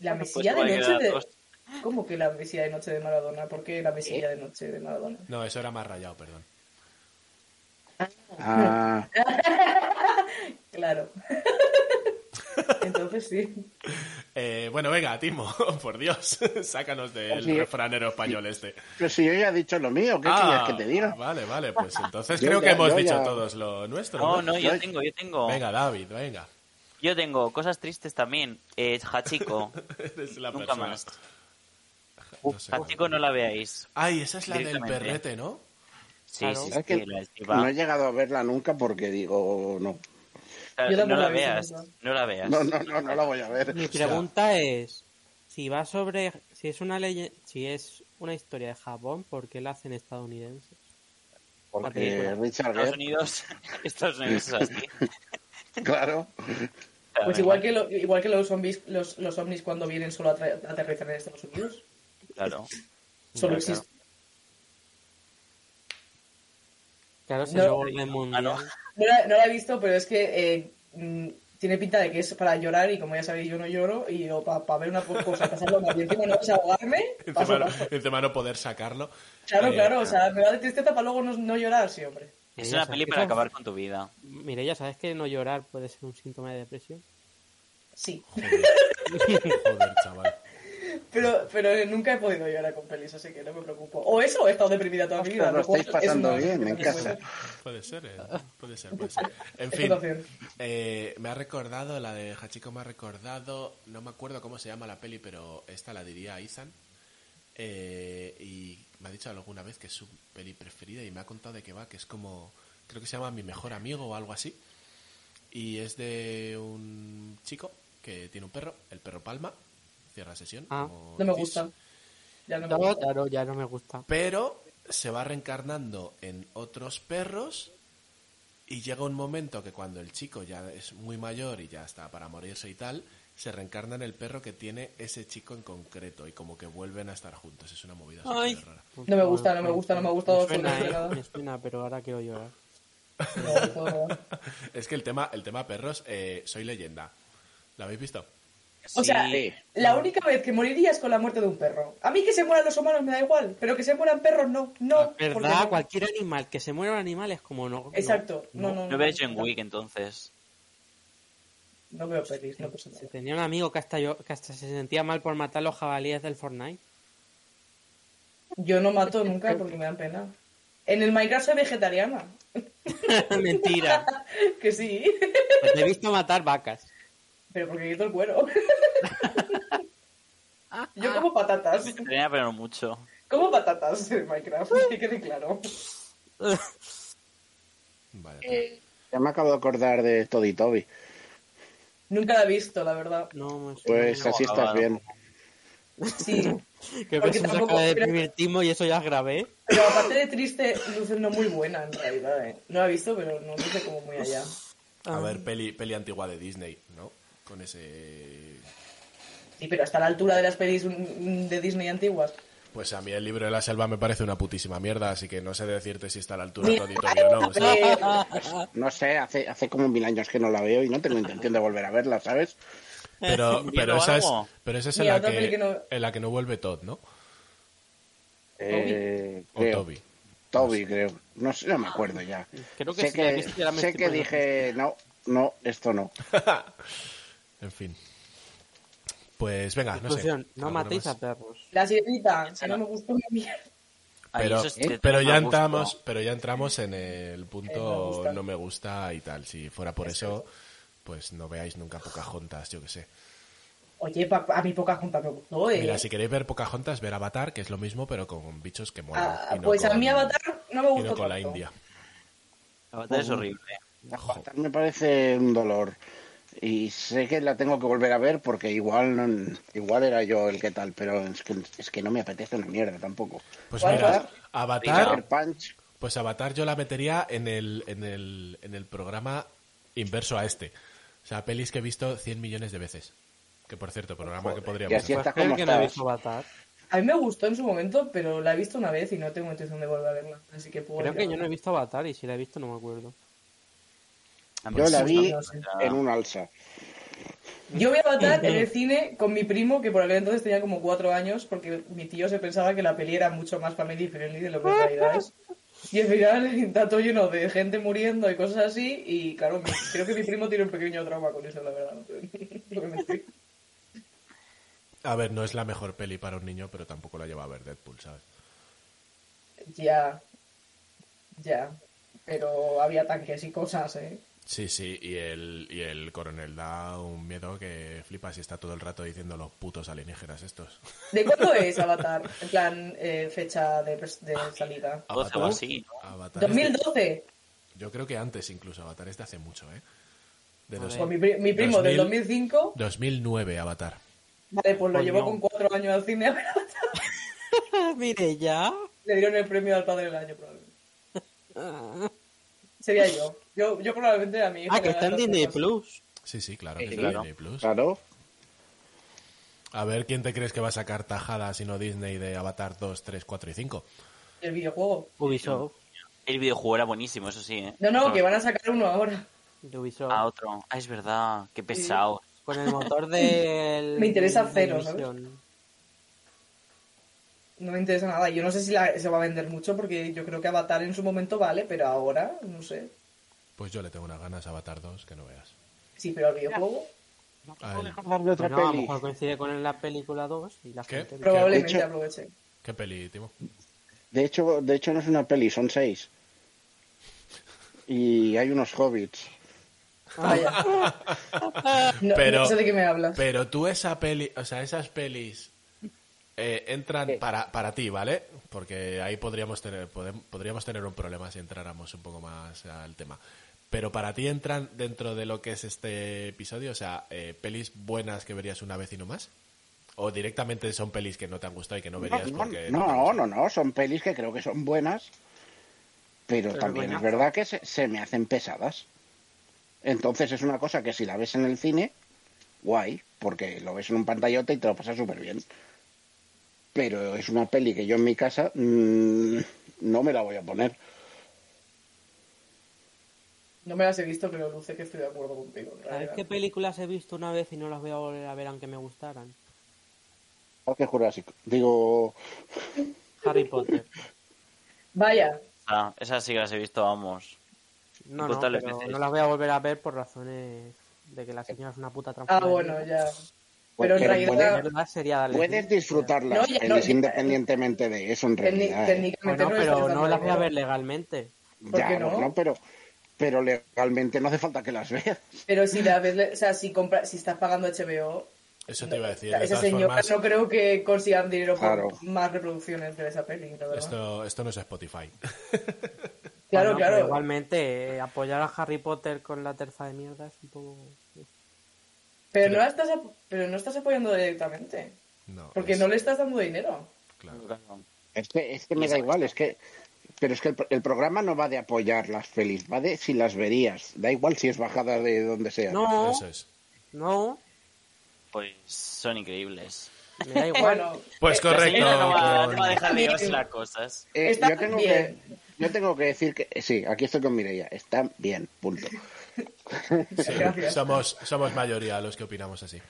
S6: La
S5: Pues
S6: mesilla de
S5: igual que
S6: noche
S5: las
S6: de...
S5: dos.
S6: ¿Cómo que la mesilla de noche de Maradona? ¿Por qué la mesilla
S5: ¿Eh?
S6: de noche de Maradona?
S2: No, eso era más rayado, perdón.
S4: Ah,
S6: Claro. Entonces sí.
S2: Eh, bueno, venga, Timo, por Dios, sácanos del
S4: Sí.
S2: refranero español este. Ah,
S4: pero si yo ya he dicho lo mío, ¿qué querías que te diga?
S2: Vale, vale, pues entonces
S4: Yo
S2: creo
S4: ya-
S2: que hemos
S4: yo
S2: dicho
S4: ya-
S2: todos lo nuestro.
S5: No, no, yo
S4: Yo-
S5: tengo, yo tengo.
S2: Venga, David, venga.
S5: Yo tengo cosas tristes también. Eh, Hachiko.
S2: Eres la
S5: Nunca
S2: persona.
S5: más.
S2: No sé cuál.
S5: Hachiko no la veáis.
S2: Ay, esa es la del
S5: Directamente.
S2: perrete, ¿no?
S5: Sí,
S3: Claro.
S5: sí,
S4: Es
S5: sí,
S4: que
S5: la lleva.
S4: no he llegado a verla nunca porque digo, no,
S5: Claro,
S6: Yo tampoco
S5: no la
S6: la he visto
S5: veas,
S6: nunca.
S5: no la veas.
S4: no, no, no, no la voy a ver.
S3: Mi
S2: Hostia.
S3: pregunta es si va sobre si es una ley si es una historia de Japón, ¿por qué la hacen estadounidenses?
S4: Porque Richard
S5: Estados
S4: Gere,
S5: Unidos, Estados Unidos es así.
S4: claro,
S6: Pues igual que, lo- igual que los, zombies, los, los ovnis cuando vienen solo atra- aterrizan en Estados Unidos.
S5: Claro. Claro.
S6: Solo existe.
S3: Claro, si
S6: No.
S3: luego la mundial.
S5: Ah,
S6: No la, no la he visto, pero es que eh, mm, tiene pinta de que es para llorar y como ya sabéis yo no lloro y para ver una cosa, pasarlo mal y encima no desahogarme, paso,
S2: Encima, no-
S6: paso.
S2: encima no poder sacarlo.
S6: Claro,
S2: Eh,
S6: claro, o sea, me da de tristeza para luego no, no llorar, sí, hombre.
S5: Es
S3: Ya
S5: una
S3: sabes
S5: peli
S3: que
S5: para
S3: son-
S5: acabar con tu vida.
S3: Mireia, ¿sabes que no llorar puede ser un síntoma de depresión?
S6: Sí.
S2: Joder, joder, chaval.
S6: Pero, pero nunca he podido llorar con pelis, así que no me preocupo. O eso, o he estado deprimida toda mi vida.
S4: Ostras, lo
S6: lo cual
S4: estáis pasando
S6: es una-
S4: bien en casa.
S2: Puede ser, eh, puede ser, puede ser. En fin,
S6: Explotación.
S2: eh, me ha recordado, la de Hachiko me ha recordado, no me acuerdo cómo se llama la peli, pero esta la diría Isan. Eh, y me ha dicho alguna vez que es su peli preferida y me ha contado de que va, que es como, creo que se llama Mi Mejor Amigo o algo así. Y es de un chico que tiene un perro, el perro Palma, cierra sesión.
S3: Ah,
S2: como
S6: No me
S2: decís.
S6: gusta. Ya no me
S3: No,
S6: gusta.
S3: ya no, ya no me gusta.
S2: Pero se va reencarnando en otros perros y llega un momento que cuando el chico ya es muy mayor y ya está para morirse y tal, se reencarna en el perro que tiene ese chico en concreto y como que vuelven a estar juntos. Es una movida
S3: Ay.
S2: súper rara.
S6: No me gusta, no me gusta, no me ha gustado
S3: suena,
S6: absolutamente
S3: eh,
S6: nada.
S3: me suena, pero ahora quiero llorar.
S6: No, no, no.
S2: Es que el tema, el tema perros, eh, soy leyenda. ¿La habéis visto?
S6: O sea, eh,
S5: Sí.
S6: la única vez que moriría es con la muerte de un perro. A mí que se mueran los humanos me da igual, pero que se mueran perros no, no. porque
S3: Ah, ¿Verdad?
S6: no.
S3: Cualquier animal que se muera un animal es como no. no,
S6: Exacto, no, no.
S5: No veo John Wick entonces.
S6: No veo pelis, no pasa
S3: Se
S6: nada.
S3: tenía un amigo que hasta, yo, que hasta se sentía mal por matar los jabalíes del Fortnite.
S6: Yo no mato nunca porque me dan pena. En el Minecraft soy vegetariana,
S3: Mentira.
S6: que sí,
S3: Pues te he visto matar vacas.
S6: pero porque quito el cuero. Yo como patatas,
S5: Me entrena, pero no mucho.
S6: como patatas en Minecraft, que quede claro.
S2: Vale.
S4: Ya me acabo de acordar de Toddy Toby.
S6: Nunca la he visto, la verdad.
S3: No, me suena.
S4: Pues así estás bien.
S6: Sí,
S3: Creo que
S6: porque
S3: se nos
S6: tampoco
S3: acaba de
S6: creo-
S3: deprimir Timo y eso ya es grave. ¿eh?
S6: pero aparte de triste, luces no muy buena en realidad, ¿eh? No la he visto, pero no luce como muy allá.
S2: A ver, peli, peli antigua de Disney, ¿no? Con ese...
S6: Sí, pero hasta la altura de las pelis mm, de Disney antiguas.
S2: Pues a mí el libro de la selva me parece una putísima mierda, así que no sé decirte si está a la altura
S6: Mira,
S2: de auditorio o no. o sea.
S6: Eh,
S4: No sé, hace, hace como mil años que no la veo y no tengo intención de volver a verla, ¿sabes?
S2: Pero,
S5: ¿Miedo
S2: pero,
S5: o
S2: esa es,
S5: algo?
S2: pero esa es en
S6: Mira,
S2: la,
S6: otra peli
S2: que,
S6: que no-
S2: en la que no vuelve Todd, ¿no?
S4: Eh,
S2: O
S4: creo.
S2: Toby.
S4: Toby, creo. No sé, no me acuerdo ya.
S3: Creo que
S4: sé
S3: sí, pues, la he visto y ahora me
S4: sé
S3: estoy
S4: que
S3: poniendo-
S4: dije, no, no, esto no.
S2: En fin. Pues venga, no sé.
S3: Conclusión, no
S2: ¿Alguna
S3: matéis
S2: más?
S3: a perros.
S6: la sirenita, que no me gustó una mierda.
S5: Ay,
S2: Pero, eh,
S5: eso es de
S2: pero
S5: tan
S2: ya
S5: mal gusto.
S2: entramos, pero ya entramos en el
S6: Eh, me
S2: punto
S6: gusta.
S2: no me gusta y tal. Si fuera por eso, pues no veáis nunca Pocahontas, yo que sé.
S6: Oye, pa- a mí poca junta me gustó, eh.
S2: Mira, si queréis ver Pocahontas, ver Avatar, que es lo mismo, pero con bichos que mueren.
S6: Ah,
S2: y no
S6: pues a
S2: con-
S6: mí Avatar no me
S2: y
S6: gustó
S2: no con la
S6: tanto.
S2: India.
S5: Avatar es horrible.
S4: Avatar me parece un dolor. Y sé que la tengo que volver a ver porque igual no- igual era yo el que tal, pero es que, es que no me apetece una mierda tampoco.
S2: Pues
S6: ¿Cuál
S2: mira,
S4: Avatar?
S2: Avatar,
S4: Sucker Punch,
S2: Pues Avatar yo la metería en el, en el, en el programa inverso a este. O sea, pelis que he visto 100 millones de veces. Que por cierto, programa que
S4: y
S2: podríamos
S4: así
S2: hacer.
S4: está
S3: Pues creo
S4: como
S3: que no he
S4: estás.
S3: visto Avatar.
S6: A mí me gustó en su momento, pero la he visto una vez y no tengo intención de volver a verla. Así que puedo.
S3: Creo que
S6: olvidarla.
S3: yo no he visto Avatar y si la he visto no me acuerdo.
S2: Ah, pues
S4: Yo la vi
S6: no sé.
S4: en un alza.
S6: Yo vi Avatar en el cine con mi primo, que por aquel entonces tenía como cuatro años, porque mi tío se pensaba que la peli era mucho más family friendly de lo que en realidad es. Y al final está todo lleno de gente muriendo y cosas así, y claro, mi- creo que mi primo tiene un pequeño trauma con eso, la verdad. no te- no voy a mentir.
S2: A ver, no es la mejor peli para un niño, pero tampoco la lleva a ver Deadpool, ¿sabes?
S6: ya. Ya. Pero había tanques y cosas, ¿eh?
S2: Sí, sí, y el, y el coronel da un miedo que flipas y está todo el rato diciendo los putos alienígenas estos.
S6: ¿De cuándo es Avatar? En plan, eh, fecha de, pres- de salida.
S2: Ah,
S5: 12 o así.
S2: Avatar es de-
S6: 2012.
S2: yo creo que antes incluso, Avatar es de hace mucho, ¿eh? De dos-
S6: Pues mi, pri- mi primo del
S2: 2000.
S6: 2005.
S2: 2009 Avatar.
S6: Vale, pues lo
S3: Pues
S6: llevó
S3: no.
S6: con cuatro años al cine. Ah,
S3: Mire ya.
S6: Le dieron el premio al padre del año, probablemente. Sería yo. Yo, yo probablemente a mi hijo.
S3: Ah,
S6: le
S3: que está en
S6: daría
S3: Disney
S6: las cosas.
S3: Plus.
S2: Sí, sí, claro que
S5: Sí,
S2: es de
S5: claro.
S2: Disney Plus.
S4: Claro.
S2: A ver, ¿quién te crees que va a sacar tajada si no Disney de Avatar 2, 3, 4 y 5?
S6: El videojuego.
S3: Ubisoft.
S5: El videojuego era buenísimo, eso sí. ¿eh?
S6: No, no,
S5: Otro-
S3: Ah.
S6: que van a sacar uno ahora.
S3: De Ubisoft.
S5: Ah, otro. Ah, es verdad. Qué pesado.
S3: Con el motor del...
S6: Me interesa cero,
S3: cero,
S6: ¿sabes? No me interesa nada. Yo no sé si la- se va a vender mucho porque yo creo que Avatar en su momento vale, pero ahora, no sé.
S2: Pues yo le tengo unas ganas a Avatar 2, que no veas.
S6: Sí, pero al videojuego.
S2: Ay,
S4: Recordar de otra
S3: Bueno, a lo
S4: peli.
S3: mejor coincide con la película 2 y la
S2: ¿Qué?
S3: gente...
S6: Probablemente
S4: De hecho-
S6: aproveche.
S2: ¿Qué peli, Timo?
S4: De hecho, de hecho no es una peli, son seis. Y hay unos hobbits.
S6: Vaya. No,
S2: Pero-
S6: no sé de qué me hablas.
S2: Pero tú esa peli, o sea, esas pelis eh, entran para, para ti, ¿vale? Porque ahí podríamos tener, podem- podríamos tener un problema si entráramos un poco más al tema. Pero para ti entran dentro de lo que es este episodio, o sea, eh, pelis buenas que verías una vez y no más. O directamente son pelis que no te han gustado y que no verías
S4: no,
S2: porque... te han
S4: no,
S2: gustado?
S4: no, no, son pelis que creo que son buenas, pero,
S3: Pero
S4: también
S3: buenas.
S4: es verdad que se, se me hacen pesadas. Entonces es una cosa que si la ves en el cine, guay, porque lo ves en un pantallote y te lo pasas súper bien. Pero es una peli que yo en mi casa mm, no me la voy a poner.
S6: No me las he visto, pero luce que estoy de acuerdo contigo. en
S3: ¿Sabes
S6: realidad.
S3: qué películas he visto una vez y no las voy a volver a ver aunque me gustaran?
S4: Parque Jurásico. Digo,
S3: Harry Potter.
S6: Vaya,
S5: Ah, esas sí que las he visto, vamos.
S3: No, no,
S5: Incontables
S3: pero
S5: veces.
S3: no las voy a volver a ver por razones de que la señora es una puta
S6: ah,
S3: transformadora.
S6: bueno, ya.
S4: Pues,
S6: Pero en
S4: pero
S6: realidad,
S4: puede-
S3: Verlas sería darle
S4: puedes
S3: cine.
S4: disfrutarlas
S6: No, ya
S4: pelis
S6: no, ya-
S4: independientemente de eso en
S6: técni-
S4: realidad. ¿eh?
S6: técnicamente
S3: Bueno,
S6: no estás
S3: pero
S6: dando
S3: no las voy a
S6: dinero.
S3: ver legalmente.
S6: ¿por
S4: Ya,
S6: qué
S4: pues
S6: no?
S4: no, pero, pero legalmente no hace falta que las veas.
S6: Pero si la ves, o sea, si compras, si estás pagando HBO,
S2: Eso te iba a decir.
S6: no,
S2: de
S6: esa
S2: todas
S6: señora
S2: formas,
S6: no creo que consigan dinero por
S4: Claro.
S6: más reproducciones de esa peli, la verdad.
S2: esto, esto no es Spotify.
S6: Claro,
S3: Bueno,
S6: claro.
S3: pero Igualmente, eh, apoyar a Harry Potter con la terza de mierda es un poco...
S6: Pero no la estás, ap- pero no estás apoyando directamente,
S2: No,
S6: porque
S2: es-
S6: no le estás dando dinero.
S2: claro.
S4: Es que, es que me da igual, es que. Pero es que el, el programa no va de apoyar las pelis, va de si las verías. Da igual si es bajada de donde sea.
S3: No,
S2: Eso es.
S3: no,
S5: Pues son increíbles.
S3: me da igual.
S6: Bueno,
S2: Pues
S5: La
S2: correcto.
S5: señora no va, no va a
S2: con-
S5: dejar de llevarse las cosas.
S4: Eh,
S6: Está
S4: yo, tengo que,
S6: bien.
S4: yo tengo que decir que. eh, Sí, aquí estoy con Mireia. Está bien, punto.
S2: Sí,
S6: Gracias.
S2: somos, somos mayoría los que opinamos así.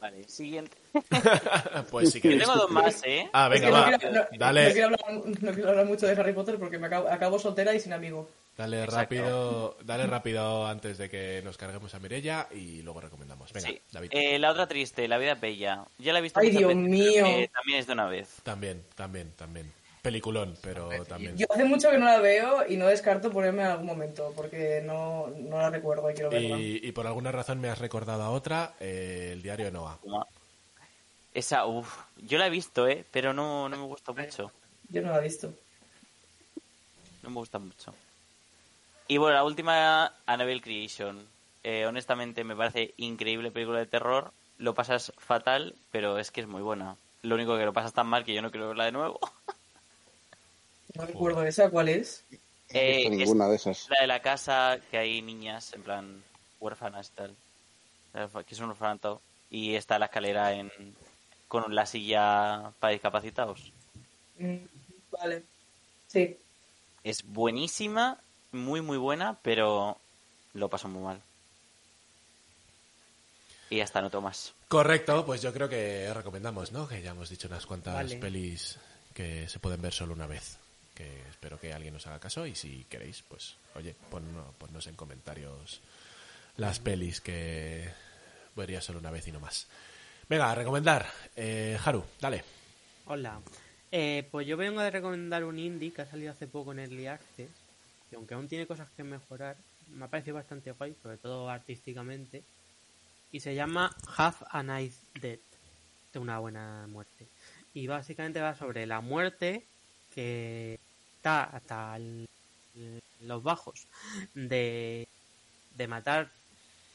S5: Vale, siguiente.
S2: Pues sí que
S5: Yo tengo dos más, ¿eh?
S2: Ah,
S6: es
S2: venga,
S6: que no
S2: va.
S6: quiero, no- no
S2: dale,
S6: quiero hablar, no quiero hablar mucho de Harry Potter porque me acabo, acabo soltera y sin amigo.
S2: dale rápido, dale rápido antes de que nos carguemos a Mirella y luego recomendamos. Venga,
S5: Sí.
S2: David.
S5: Eh, la otra triste, La vida es bella. Ya la he visto
S6: Ay,
S5: muchas
S6: Dios
S5: veces,
S6: mío.
S5: pero, eh, también es de una vez.
S2: También, también, también. Peliculón, pero también.
S6: Yo hace mucho que no la veo y no descarto ponerme en algún momento porque no, no la recuerdo y quiero verla.
S2: Y, y por alguna razón me has recordado a otra, eh, el diario de Noah.
S5: Como- Esa, uff. Yo la he visto, ¿eh? Pero no, no me gusta mucho.
S6: Yo no la he visto.
S5: No me gusta mucho. Y bueno, la última, Annabelle Creation. Eh, honestamente, me parece increíble película de terror. Lo pasas fatal, pero es que es muy buena. Lo único que lo pasas tan mal que yo no quiero verla de nuevo.
S6: No recuerdo esa, ¿cuál es?
S4: No he visto
S5: Eh,
S4: ninguna de esas.
S5: La de la casa que hay niñas, en plan, huérfanas y tal. Que es un orfanato. Y está la escalera en, con la silla para discapacitados.
S6: Mm, Vale. Sí.
S5: Es buenísima, muy, muy buena, pero lo paso muy mal. Y hasta no tomas.
S2: Correcto, pues yo creo que recomendamos, ¿no? Que ya hemos dicho unas cuantas
S3: Vale.
S2: pelis que se pueden ver solo una vez. Que espero que alguien nos haga caso y si queréis, pues, oye, ponno- ponnos en comentarios las pelis que vería solo una vez y no más. Venga, a recomendar. Eh, Haru, dale.
S3: Hola. Eh, pues yo vengo de recomendar un indie que ha salido hace poco en Early Access, que aunque aún tiene cosas que mejorar, me ha parecido bastante guay, sobre todo artísticamente, y se llama Have a Nice Death, de una buena muerte. Y básicamente va sobre la muerte que está hasta el- los bajos de, de matar,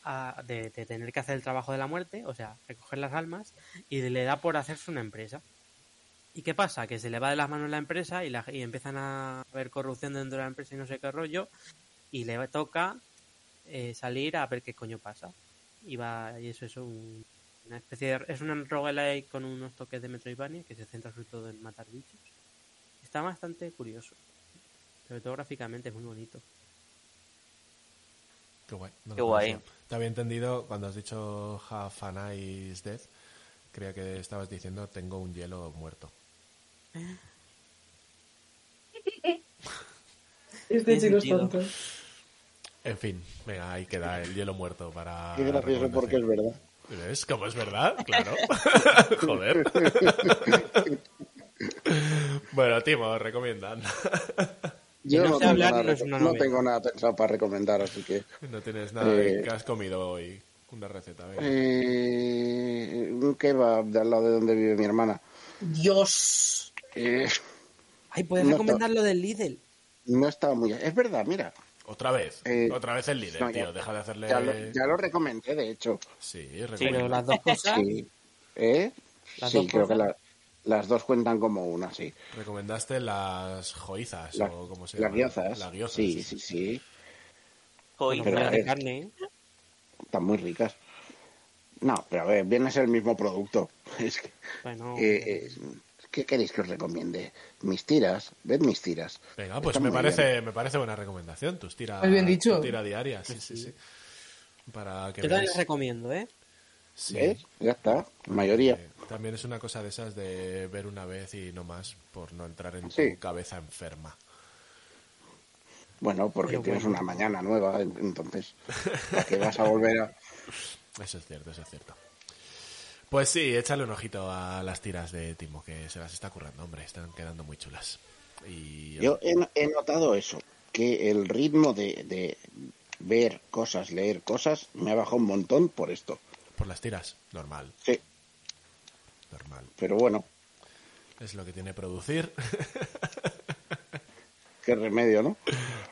S3: a- de- de tener que hacer el trabajo de la muerte, o sea, recoger las almas, y le da por hacerse una empresa. ¿Y qué pasa? Que se le va de las manos la empresa y, la- y empiezan a haber corrupción dentro de la empresa y no sé qué rollo. Y le toca eh, salir a ver qué coño pasa. Y, va, y eso es un- una especie de, Es una roguelike con unos toques de Metroidvania que se centra sobre todo en matar bichos. Está bastante curioso. Sobre todo gráficamente es muy bonito.
S2: Qué guay. no lo
S5: Qué guay.
S2: conocía. Te había entendido cuando has dicho Have a nice death. Creía que estabas diciendo tengo un hielo muerto.
S6: Este
S3: Tiene
S6: chico es
S3: sentido.
S6: tonto.
S2: En fin, venga, ahí queda el hielo muerto para.
S4: Qué
S2: la
S4: gracioso
S3: Ah,
S2: recomendación.
S4: porque es verdad.
S2: ¿Ves cómo es verdad? Claro. Joder. bueno, Timo, recomiendan.
S4: Yo
S3: no sé
S4: no, tengo
S3: hablar,
S4: nada,
S3: no es una
S4: no
S3: novela.
S4: tengo nada pensado para recomendar, así que.
S2: No tienes nada
S4: Eh.
S2: que has comido hoy. Una receta, venga.
S4: Eh, un kebab de al lado de donde vive mi hermana.
S3: Dios.
S4: Eh,
S3: Ay, puedes
S4: No está-
S3: recomendar lo del Lidl.
S4: no estaba muy. Es verdad, mira.
S2: Otra vez.
S4: Eh,
S2: Otra vez el líder,
S4: no, ya-
S2: tío. Deja de hacerle.
S4: Ya lo, ya lo recomendé, de hecho.
S2: Sí,
S3: Pero
S2: recomienda.
S3: las dos cosas.
S4: Sí. ¿Eh?
S3: Las
S4: Sí,
S3: dos
S4: creo que
S3: cosas.
S4: la- las dos cuentan como una, sí.
S2: Recomendaste las joizas
S4: La-
S2: o como se
S4: las
S2: llaman.
S4: guiozas.
S2: Las guiozas.
S4: Sí, sí, sí.
S5: Joder,
S3: Bueno,
S4: pero
S3: fuera de
S4: es-
S3: carne, ¿eh?
S4: Están muy ricas. No, pero a ver, viene a ser el mismo producto. Es que,
S3: Bueno,
S4: eh, eh, ¿Qué queréis que os recomiende? Mis tiras. Ved mis tiras.
S2: Venga, pues
S4: Está
S2: me
S4: muy bien.
S2: parece, me parece buena recomendación. Tus tiras.
S6: Muy bien dicho.
S2: tira diaria, sí, sí, sí. Para que
S3: yo también las
S2: veáis.
S3: recomiendo, ¿eh?
S2: Sí.
S4: ¿Ves? ¿Eh? Ya está. Mayoría.
S2: Eh, También es una cosa de esas de ver una vez y no más, por no entrar en
S4: Sí.
S2: tu cabeza enferma.
S4: Bueno, porque
S3: Pero
S4: tienes
S3: bueno.
S4: una mañana nueva, en- entonces, ¿para qué vas a volver a...?
S2: Eso es cierto, eso es cierto. Pues sí, échale un ojito a las tiras de Timo, que se las está currando, hombre, están quedando muy chulas. Y
S4: Yo he, he notado eso, que el ritmo de, de ver cosas, leer cosas, me ha bajado un montón por esto.
S2: por las tiras, normal,
S4: Sí,
S2: normal.
S4: pero bueno,
S2: Es lo que tiene producir.
S4: qué remedio, ¿no?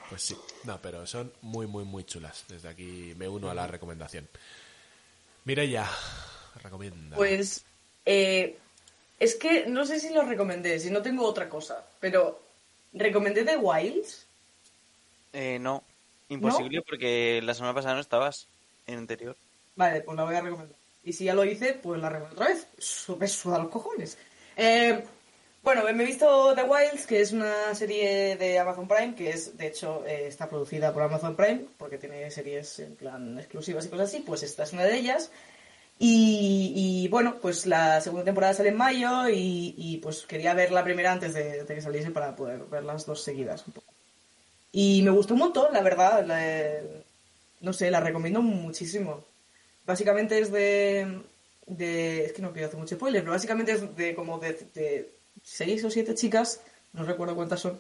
S2: Pues sí, no, pero son muy, muy, muy chulas. Desde aquí me uno a la recomendación. Mireia, recomienda.
S6: Pues eh, es que no sé si lo recomendé, si no tengo otra cosa, pero recomendé The Wilds.
S5: Eh, no, imposible porque la semana pasada no estabas en anterior.
S6: Vale, pues la voy a recomendar. Y si ya lo hice, pues la recomiendo otra vez. Su- Me suda los cojones. Eh, bueno, me he visto The Wilds, que es una serie de Amazon Prime, que es, de hecho, eh, está producida por Amazon Prime, porque tiene series en plan exclusivas y cosas así, pues esta es una de ellas. Y, y, bueno, pues la segunda temporada sale en mayo y, y, pues quería ver la primera antes de, de que saliese para poder ver las dos seguidas un poco. Y me gustó un montón, la verdad. la- no sé, la recomiendo muchísimo. Básicamente es de, de- Es que no quiero hacer mucho spoiler, pero básicamente es de como de, de seis o siete chicas, no recuerdo cuántas son,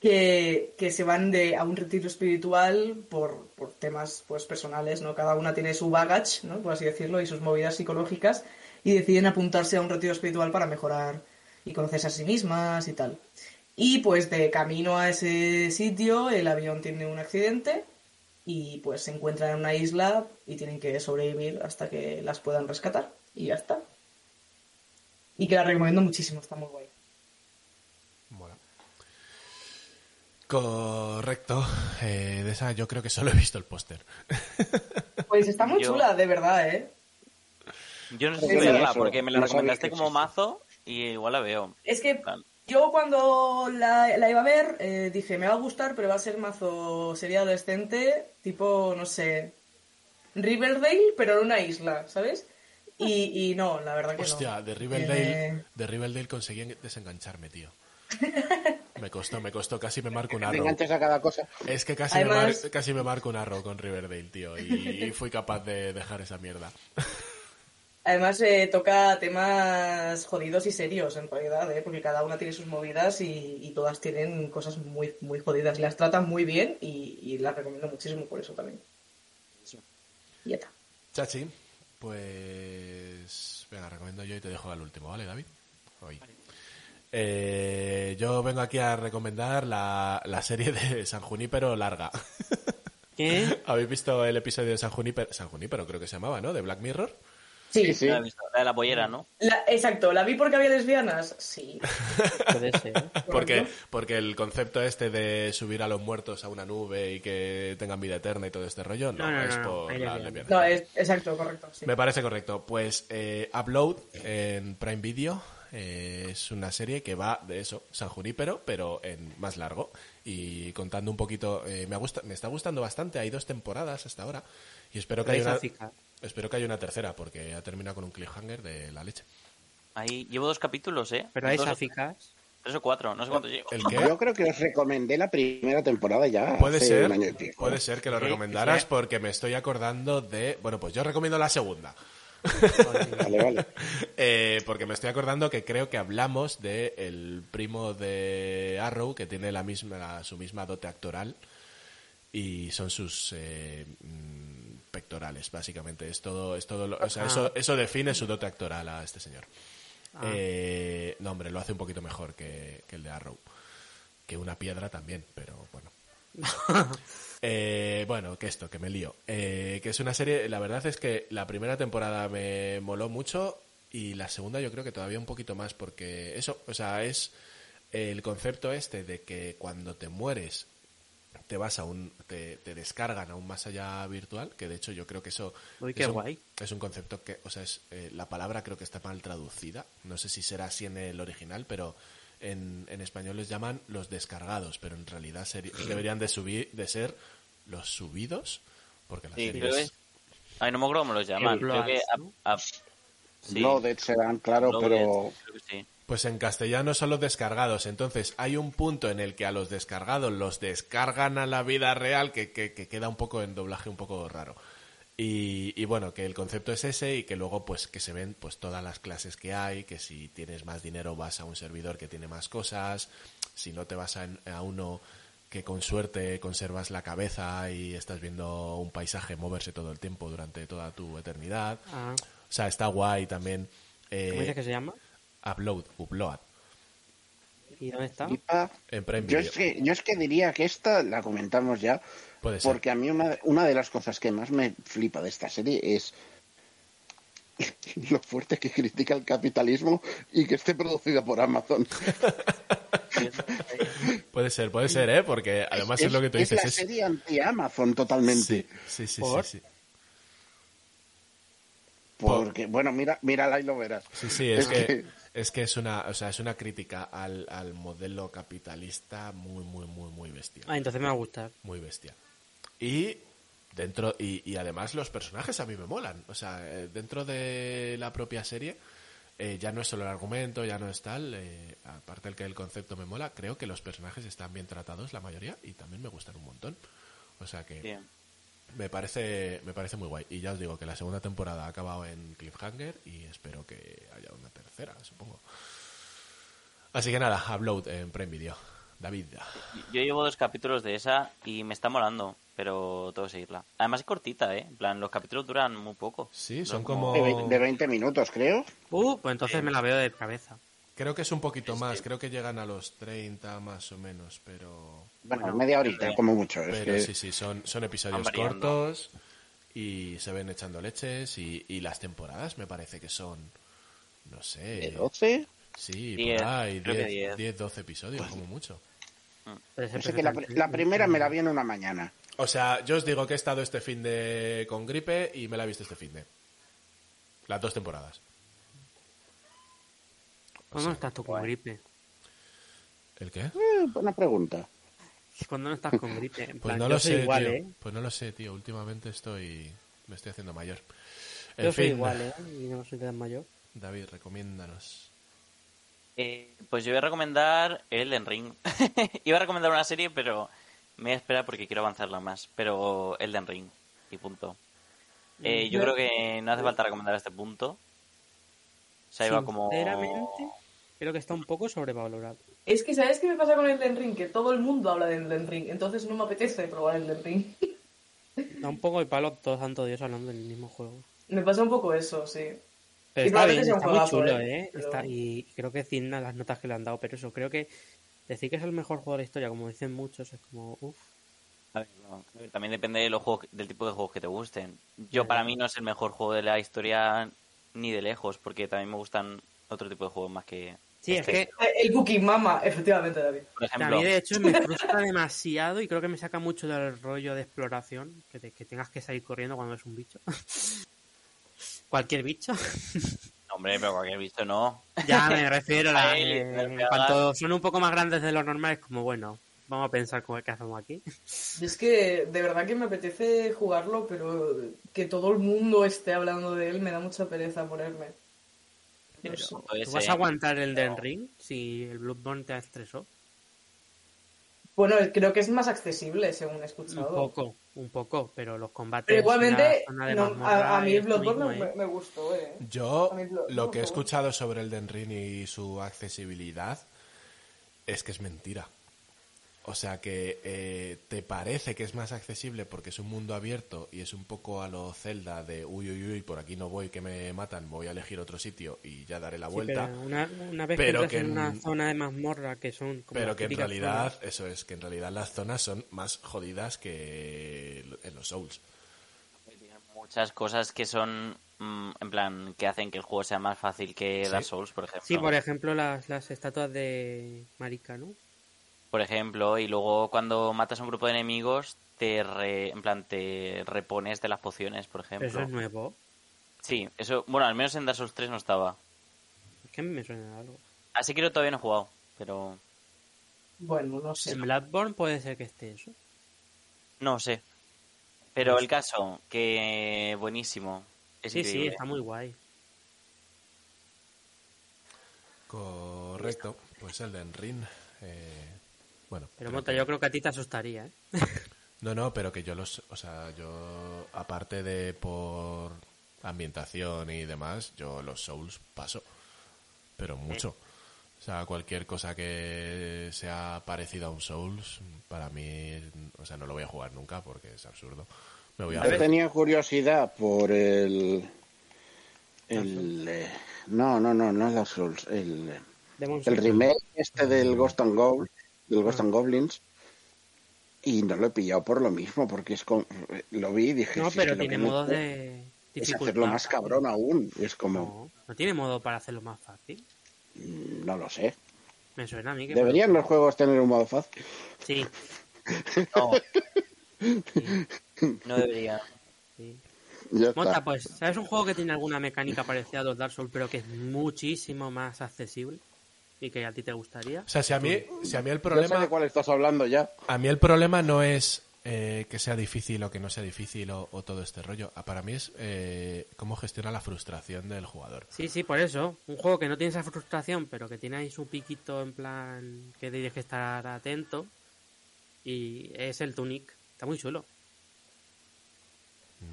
S6: que, que se van de, a un retiro espiritual por, por temas pues, personales, ¿no? Cada una tiene su baggage, ¿no? Por así decirlo, y sus movidas psicológicas, y deciden apuntarse a un retiro espiritual para mejorar y conocerse a sí mismas y tal. Y pues de camino a ese sitio, el avión tiene un accidente y pues se encuentran en una isla y tienen que sobrevivir hasta que las puedan rescatar. Y ya está. Y que la recomiendo muchísimo, está muy guay.
S2: Mola. Correcto. Eh, de esa yo creo que solo he visto el póster.
S6: Pues está muy
S5: Yo-
S6: chula, de verdad, ¿eh?
S5: Yo no sé si
S4: Sí,
S5: verla
S4: eso,
S5: porque me la
S4: no sabía
S5: recomendaste
S4: que
S5: como
S4: existía.
S5: mazo y igual la veo.
S6: Es que
S5: Vale.
S6: yo cuando la, la iba a ver eh, dije, me va a gustar, pero va a ser mazo sería adolescente, tipo, no sé, Riverdale, pero en una isla, ¿sabes? Y, y no, la verdad que no.
S2: Hostia, de Riverdale,
S6: Eh.
S2: de Riverdale conseguí desengancharme, tío. Me costó, me costó, casi me marco un
S4: Me
S2: arrow.
S4: enganchas a cada cosa.
S2: Es que casi,
S6: Además-
S2: me, mar- casi me marco un arrow con Riverdale, tío. Y, y fui capaz de dejar esa mierda.
S6: Además, eh, toca temas jodidos y serios, en realidad, ¿eh? porque cada una tiene sus movidas y, y todas tienen cosas muy, muy jodidas. Las tratan muy bien y, y las recomiendo muchísimo por eso también. Y ya está.
S2: Chachi, pues. Venga, recomiendo yo y te dejo al último, ¿vale, David? Hoy. Eh, yo vengo aquí a recomendar la, la serie de San Junípero larga.
S3: ¿Qué?
S2: ¿Habéis visto el episodio de San Junípero? San Junípero creo que se llamaba, ¿no? De Black Mirror.
S4: Sí, sí.
S5: La, he visto, la de la pollera, ¿no?
S6: La- exacto, ¿la vi porque había lesbianas? Sí.
S3: Puede ser.
S2: Porque,
S6: Correcto.
S2: porque el concepto este de subir a los muertos a una nube y que tengan vida eterna y todo este rollo, no,
S3: No, no,
S2: es
S3: no, no,
S2: por
S3: ahí
S2: la
S3: la liamos.
S2: lesbiana.
S6: No, es, exacto, correcto. sí.
S2: Me parece correcto. Pues eh, Upload en Prime Video eh, es una serie que va de eso, San Junípero, pero en más largo. Y contando un poquito, eh, me, gusta, me está gustando bastante. Hay dos temporadas hasta ahora. Y espero que, haya una,
S3: Gráfica.
S2: espero que haya una tercera, porque ha terminado con un cliffhanger de la leche.
S5: Ahí llevo dos capítulos, ¿eh?
S3: Pero hay
S5: Dos o
S3: sáficas.
S5: Tres o cuatro, no sé cuántos llevo.
S6: Ah,
S2: ¿El qué?
S4: Yo creo que os recomendé la primera temporada ya
S2: Puede
S4: hace
S2: ser,
S4: un año y pico.
S2: puede ser que lo
S3: Sí,
S2: recomendaras
S3: sí.
S2: porque me estoy acordando de... Bueno, pues yo recomiendo la segunda.
S4: Vale, vale.
S2: Eh, porque me estoy acordando que creo que hablamos de el primo de Arrow que tiene la misma la- su misma dote actoral y son sus eh, mm, pectorales básicamente es todo es todo lo- o sea, eso eso define su dote actoral a este señor
S3: Ah.
S2: Eh, no hombre lo hace un poquito mejor que, que el de Arrow que una piedra también pero bueno Eh, bueno, que esto, que me lío. Eh, que es una serie, la verdad es que la primera temporada me moló mucho y la segunda yo creo que todavía un poquito más porque eso, o sea, es el concepto este de que cuando te mueres te vas a un, te, te descargan a un más allá virtual, que de hecho yo creo que eso
S3: Uy, qué
S2: es, un,
S3: guay.
S2: es un concepto que, o sea, es, eh, la palabra creo que está mal traducida, no sé si será así en el original, pero en, en español les llaman los descargados, pero en realidad seri- deberían de, subir, de ser los subidos, porque la
S5: Sí,
S2: serie
S5: creo que
S2: es-
S5: es... Ay, no me acuerdo cómo los llaman. Creo que...
S3: Uploads, ¿no?
S5: up- up- sí.
S4: Loaded serán, claro, pero
S5: Uploaded, creo que sí.
S2: Pues en castellano son los descargados. Entonces hay un punto en el que a los descargados los descargan a la vida real que, que- que queda un poco en doblaje un poco raro. Y, y bueno, que el concepto es ese y que luego pues que se ven pues todas las clases que hay, que si tienes más dinero vas a un servidor que tiene más cosas, si no te vas a, a uno que con suerte conservas la cabeza y estás viendo un paisaje moverse todo el tiempo durante toda tu eternidad.
S3: Ah,
S2: O sea, está guay también. eh,
S3: ¿Cómo dices que se llama?
S2: Upload, upload.
S3: ¿Y dónde está?
S4: flipa.
S2: En Prime
S4: Ah, Yo
S2: Video.
S4: es, que, yo es que diría que esta la comentamos ya,
S2: Puede ser.
S4: porque a mí una, una de las cosas que más me flipa de esta serie es lo fuerte que critica el capitalismo y que esté producida por Amazon.
S2: Puede ser, puede ser, ¿eh? Porque además es, lo que tú
S4: es
S2: dices.
S4: la
S2: es-
S4: serie anti-Amazon totalmente.
S2: Sí, sí, sí, sí,
S3: ¿Por?
S2: sí.
S4: Porque, bueno, mira, mírala y lo verás.
S2: Sí, sí, es
S4: Es
S2: que
S4: que-
S2: es que es una, o sea, es una crítica al, al modelo capitalista muy, muy, muy, muy bestia.
S3: Ah, entonces me va a gustar.
S2: Muy bestia. Y dentro y, y además los personajes a mí me molan. O sea, eh, dentro de la propia serie eh, ya no es solo el argumento, ya no es tal. eh, aparte del que el concepto me mola, creo que los personajes están bien tratados la mayoría y también me gustan un montón. O sea que
S5: Bien.
S2: me parece me parece muy guay. Y ya os digo que la segunda temporada ha acabado en cliffhanger y espero que haya una tercera, supongo. Así que nada, upload en Prime Video. David.
S5: Yo llevo dos capítulos de esa y me está molando, pero tengo que seguirla. Además es cortita, ¿eh? En plan, los capítulos duran muy poco.
S2: Sí, son
S5: No,
S2: como...
S4: De vein- de 20 minutos, creo.
S3: Uh, pues entonces me la veo de cabeza.
S2: Creo que es un poquito más, creo que llegan a los 30 más o menos, pero...
S4: Bueno, media horita, como mucho. es
S2: Pero
S4: que-
S2: sí, sí, son, son episodios
S5: Van variando.
S2: cortos y se ven echando leches y, y las temporadas me parece que son, no
S4: ¿de
S2: sé,
S4: 12?
S2: sí,
S5: Diez,
S2: por ahí,
S5: creo que
S2: 10,
S5: diez. Pues
S2: 10, 12 episodios como mucho.
S3: Puede ser
S4: No sé que la,
S3: perfectamente-
S4: la primera me la vi en una mañana.
S2: O sea, yo os digo que he estado este fin de con gripe y me la he visto este fin de. Las dos temporadas.
S3: ¿Cuándo no estás tú con gripe?
S2: ¿El qué?
S4: Eh, buena pregunta.
S3: ¿Cuándo no estás con gripe? En
S2: Pues
S3: plan,
S2: no
S3: yo
S2: lo
S3: soy
S2: sé,
S3: igual,
S2: tío.
S3: ¿eh?
S2: Pues no lo sé, tío. Últimamente estoy. Me estoy haciendo mayor. En
S3: Yo soy
S2: fin,
S3: igual, ¿eh? Y no soy tan mayor.
S2: David, recomiéndanos.
S5: Eh, pues yo voy a recomendar Elden Ring. Iba a recomendar una serie, pero me voy a esperar porque quiero avanzarla más. Pero Elden Ring, y punto. Eh, yo creo que no hace falta recomendar a este punto. O sea, iba como...
S3: Sinceramente, creo que está un poco sobrevalorado.
S6: Es que, ¿sabes qué me pasa con el Den Ring? Que todo el mundo habla del Den Ring, entonces no me apetece probar el Den Ring.
S3: Da un poco el palo todo santo Dios hablando del mismo juego.
S6: me pasa un poco eso, sí. Eh,
S3: Pero
S6: Y
S3: está bien,
S6: probablemente sea un
S3: está muy
S6: juegazo,
S3: chulo,
S6: ¿eh?
S3: ¿eh?
S6: Pero-
S3: Está- y creo que digna las notas que le han dado, pero eso, creo que decir que es el mejor juego de la historia, como dicen muchos, es como, uff,
S5: A ver, no, creo que También depende de los juegos, del tipo de juegos que te gusten. Yo, para mí, no es el mejor juego de la historia ni de lejos, porque también me gustan otro tipo de juegos más que.
S3: Sí, es
S5: este.
S3: que
S6: El Cooking Mama, efectivamente, David.
S5: Por
S3: a
S5: ejemplo,
S3: mí de hecho me frustra demasiado y creo que me saca mucho del rollo de exploración, que, te- que tengas que salir corriendo cuando es un bicho. Cualquier bicho.
S5: no, hombre, pero cualquier visto no.
S3: Ya me refiero a la,
S5: Ahí,
S3: eh,
S5: me
S3: en
S5: pegas.
S3: cuanto son un poco más grandes de lo normal, es como, bueno, vamos a pensar cómo- qué hacemos aquí.
S6: Y es que de verdad que me apetece jugarlo, pero que todo el mundo esté hablando de él me da mucha pereza ponerme. No sé.
S5: Todo
S3: Pues ¿Tú
S5: ese-
S3: vas a aguantar el Den Ring si el Bloodborne te estresó?
S6: Bueno, creo que es más accesible, según he
S3: Un
S6: escuchado.
S3: poco, un poco, pero los combates.
S6: Pero
S3: en la
S6: igualmente,
S3: zona de
S6: no,
S3: mazmorra
S6: a, a mí
S3: y
S6: el Bloodborne
S3: mismo,
S6: me,
S3: ¿eh?
S6: me gustó, ¿eh?
S2: Yo
S6: A mí lo-
S2: lo
S6: no,
S2: que he
S6: por favor.
S2: escuchado sobre el Denrin y su accesibilidad es que es mentira. O sea que eh, te parece que es más accesible porque es un mundo abierto y es un poco a lo Zelda de uy, uy, uy, por aquí no voy, que me matan, voy a elegir otro sitio y ya daré la
S3: Sí,
S2: vuelta.
S3: pero una, una vez
S2: Pero
S3: que entras
S2: que
S3: en una
S2: en-
S3: zona de mazmorra que son como
S2: Pero
S3: las
S2: que en
S3: típicas
S2: realidad,
S3: zonas-
S2: eso es, que en realidad las zonas son más jodidas que el- en los Souls.
S5: Tienen muchas cosas que son, mm, en plan, que hacen que el juego sea más fácil que
S2: Sí.
S5: Dark Souls, por ejemplo.
S3: Sí, por ejemplo, las, las estatuas de Marika, ¿no?
S5: Por ejemplo, y luego cuando matas a un grupo de enemigos, te re- en plan, te repones de las pociones, por
S3: Pero
S5: ejemplo.
S3: eso es nuevo.
S5: Sí, eso, bueno, al menos en Dark Souls 3 no estaba.
S3: Es que a mí me suena a algo.
S5: Así que yo todavía no he jugado, pero
S6: Bueno, no sé.
S3: En Bloodborne puede ser que esté eso.
S5: no sé. Pero el caso, que buenísimo.
S3: Pues
S5: Es
S3: Sí, sí,
S5: increíble.
S3: está muy guay.
S2: Correcto, pues el Denrin. eh, bueno,
S3: Pero
S2: creo
S3: Mota,
S2: que-
S3: yo creo que a ti te asustaría, ¿eh?
S2: No, no, pero que yo los, o sea, yo aparte de por ambientación y demás, yo los Souls paso, pero mucho. O sea, cualquier cosa que sea parecida a un Souls, para mí, o sea, no lo voy a jugar nunca porque es absurdo. Me voy a
S4: Yo
S2: hacer-
S4: tenía curiosidad por el. el eh, no, no, no, no es Dark Souls. El,
S3: Demon's
S4: el
S3: Souls.
S4: remake este
S3: Ah.
S4: del Ghost and Goblins. Del Ghost and Goblins. Y no lo he pillado por lo mismo, porque es con- lo vi y dije.
S3: No,
S4: "Sí, es
S3: pero
S4: que lo
S3: tiene
S4: que no
S3: modos
S4: puedo
S3: de
S4: Es
S3: dificultad.
S4: hacerlo más cabrón aún. Y es como.
S3: No, no tiene modo para hacerlo más fácil.
S4: mm, No lo sé.
S3: Me suena a mí que...
S4: Deberían los juegos tener un modo fácil.
S3: Sí,
S5: No. No debería.
S3: sí.
S4: Ya está.
S3: Mota, pues, ¿sabes un juego que tiene alguna mecánica parecida a los Dark Souls, pero que es muchísimo más accesible y que a ti te gustaría?
S2: O sea, si a mí, si a mí el
S4: Ya sé de
S2: problema,
S4: cuál estás hablando ya.
S2: a mí el problema no es eh, que sea difícil o que no sea difícil o, o todo este rollo. Ah, Para mí es eh, cómo gestiona la frustración del jugador.
S3: Sí, sí, por eso. Un juego que no tiene esa frustración, pero que tiene ahí su piquito en plan que tienes que estar atento. Y es el Tunic. Está muy chulo.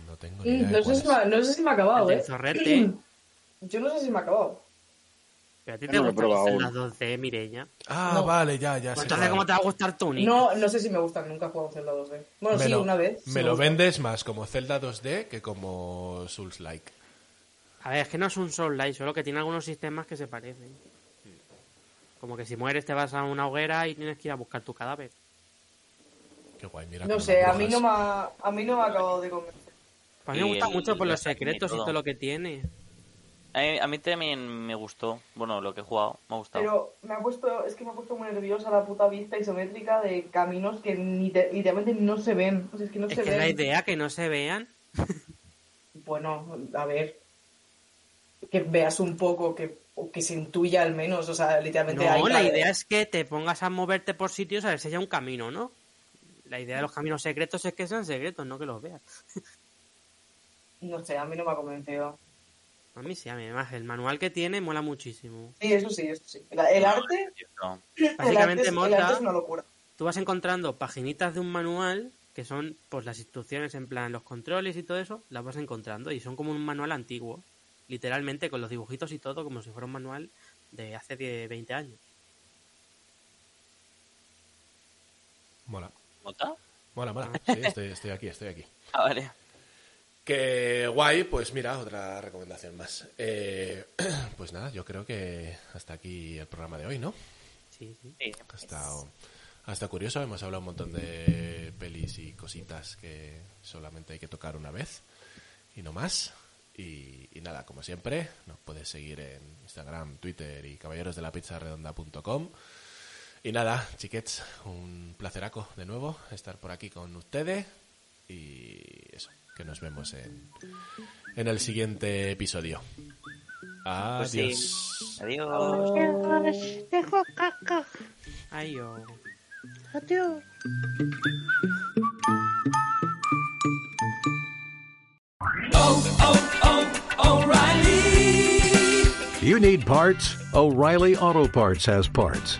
S2: No tengo ni idea.
S6: Mm,
S2: de
S6: No
S2: cuál
S6: sé, si
S2: es.
S6: me, no sé si me ha acabado,
S3: Pues, El del
S6: ¿eh?
S3: zorrete.
S6: Yo no sé si me ha acabado.
S3: Pero a ti
S4: Yo
S3: te
S4: no lo he
S3: gustan las
S4: probado
S3: celdas 2D, Mireña.
S2: Ah,
S6: No.
S2: vale, ya, ya.
S3: Pues
S2: sé
S3: entonces,
S2: cuál.
S3: ¿cómo te va a gustar Tunic?
S6: No, no sé si me gustan, nunca he jugado a un Zelda 2D. Bueno,
S2: Me
S6: sí,
S2: lo-
S6: una vez. sí
S2: Me
S6: me
S2: lo
S6: gustó.
S2: vendes más como Zelda 2D que como Souls Like.
S3: A ver, es que no es un Soul Light, solo que tiene algunos sistemas que se parecen. Como que si mueres te vas a una hoguera y tienes que ir a buscar tu cadáver.
S2: Qué guay, mira.
S6: No
S2: con
S6: sé,
S2: las
S6: a mí no
S2: brujas.
S6: me ha, a mí no me ha acabado de convencer.
S3: Pues a mí me
S5: Y
S3: gusta
S5: el-
S3: mucho por
S5: el
S3: los
S5: design y
S3: secretos y
S5: todo.
S3: todo lo que tiene.
S5: A mí, a mí también me gustó. Bueno, lo que he jugado, me ha gustado.
S6: Pero me ha puesto, es que me ha puesto muy nerviosa la puta vista isométrica de caminos que ni te- literalmente no se ven. O sea, es que no
S3: Es
S6: se
S3: que
S6: ven.
S3: la idea que no se vean.
S6: Bueno, a ver. Que veas un poco, que, o que se intuya al menos. O sea, literalmente hay.
S3: No, la idea es que te pongas a moverte por sitios a ver si hay un camino, ¿no? La idea de los caminos secretos es que sean secretos, no que los veas.
S6: No sé, a mí no me ha convencido.
S3: A mí sí, a mí además el manual que tiene mola muchísimo.
S6: Sí, eso sí, eso sí. La- El arte,
S5: No.
S6: el arte,
S3: Básicamente
S6: es, el
S3: Mota-
S6: arte es una locura.
S3: Tú vas encontrando paginitas de un manual que son pues las instrucciones en plan los controles y todo eso, las vas encontrando y son como un manual antiguo, literalmente con los dibujitos y todo como si fuera un manual de hace 10, 20 años.
S2: Mola,
S5: ¿Mota?
S2: mola, mola.
S6: Ah,
S2: Sí, estoy, estoy aquí, estoy aquí.
S5: Ah, vale.
S2: Que guay, pues mira, otra recomendación más. Eh, pues nada, yo creo que hasta aquí el programa de hoy, ¿no?
S3: Sí, sí.
S5: Pues Sí.
S2: Ha estado, ha estado Pues curioso, hemos hablado un montón de pelis y cositas que solamente hay que tocar una vez y no más. Y, y nada, como siempre, nos puedes seguir en Instagram, Twitter y caballerosdelapizzaredonda.com. Y nada, chiquets, un placeraco de nuevo estar por aquí con ustedes y eso, que nos vemos en, en el siguiente episodio. Adiós.
S5: Pues sí. Adiós.
S3: Ay, oh.
S8: You need parts? O'Reilly Auto Parts has parts.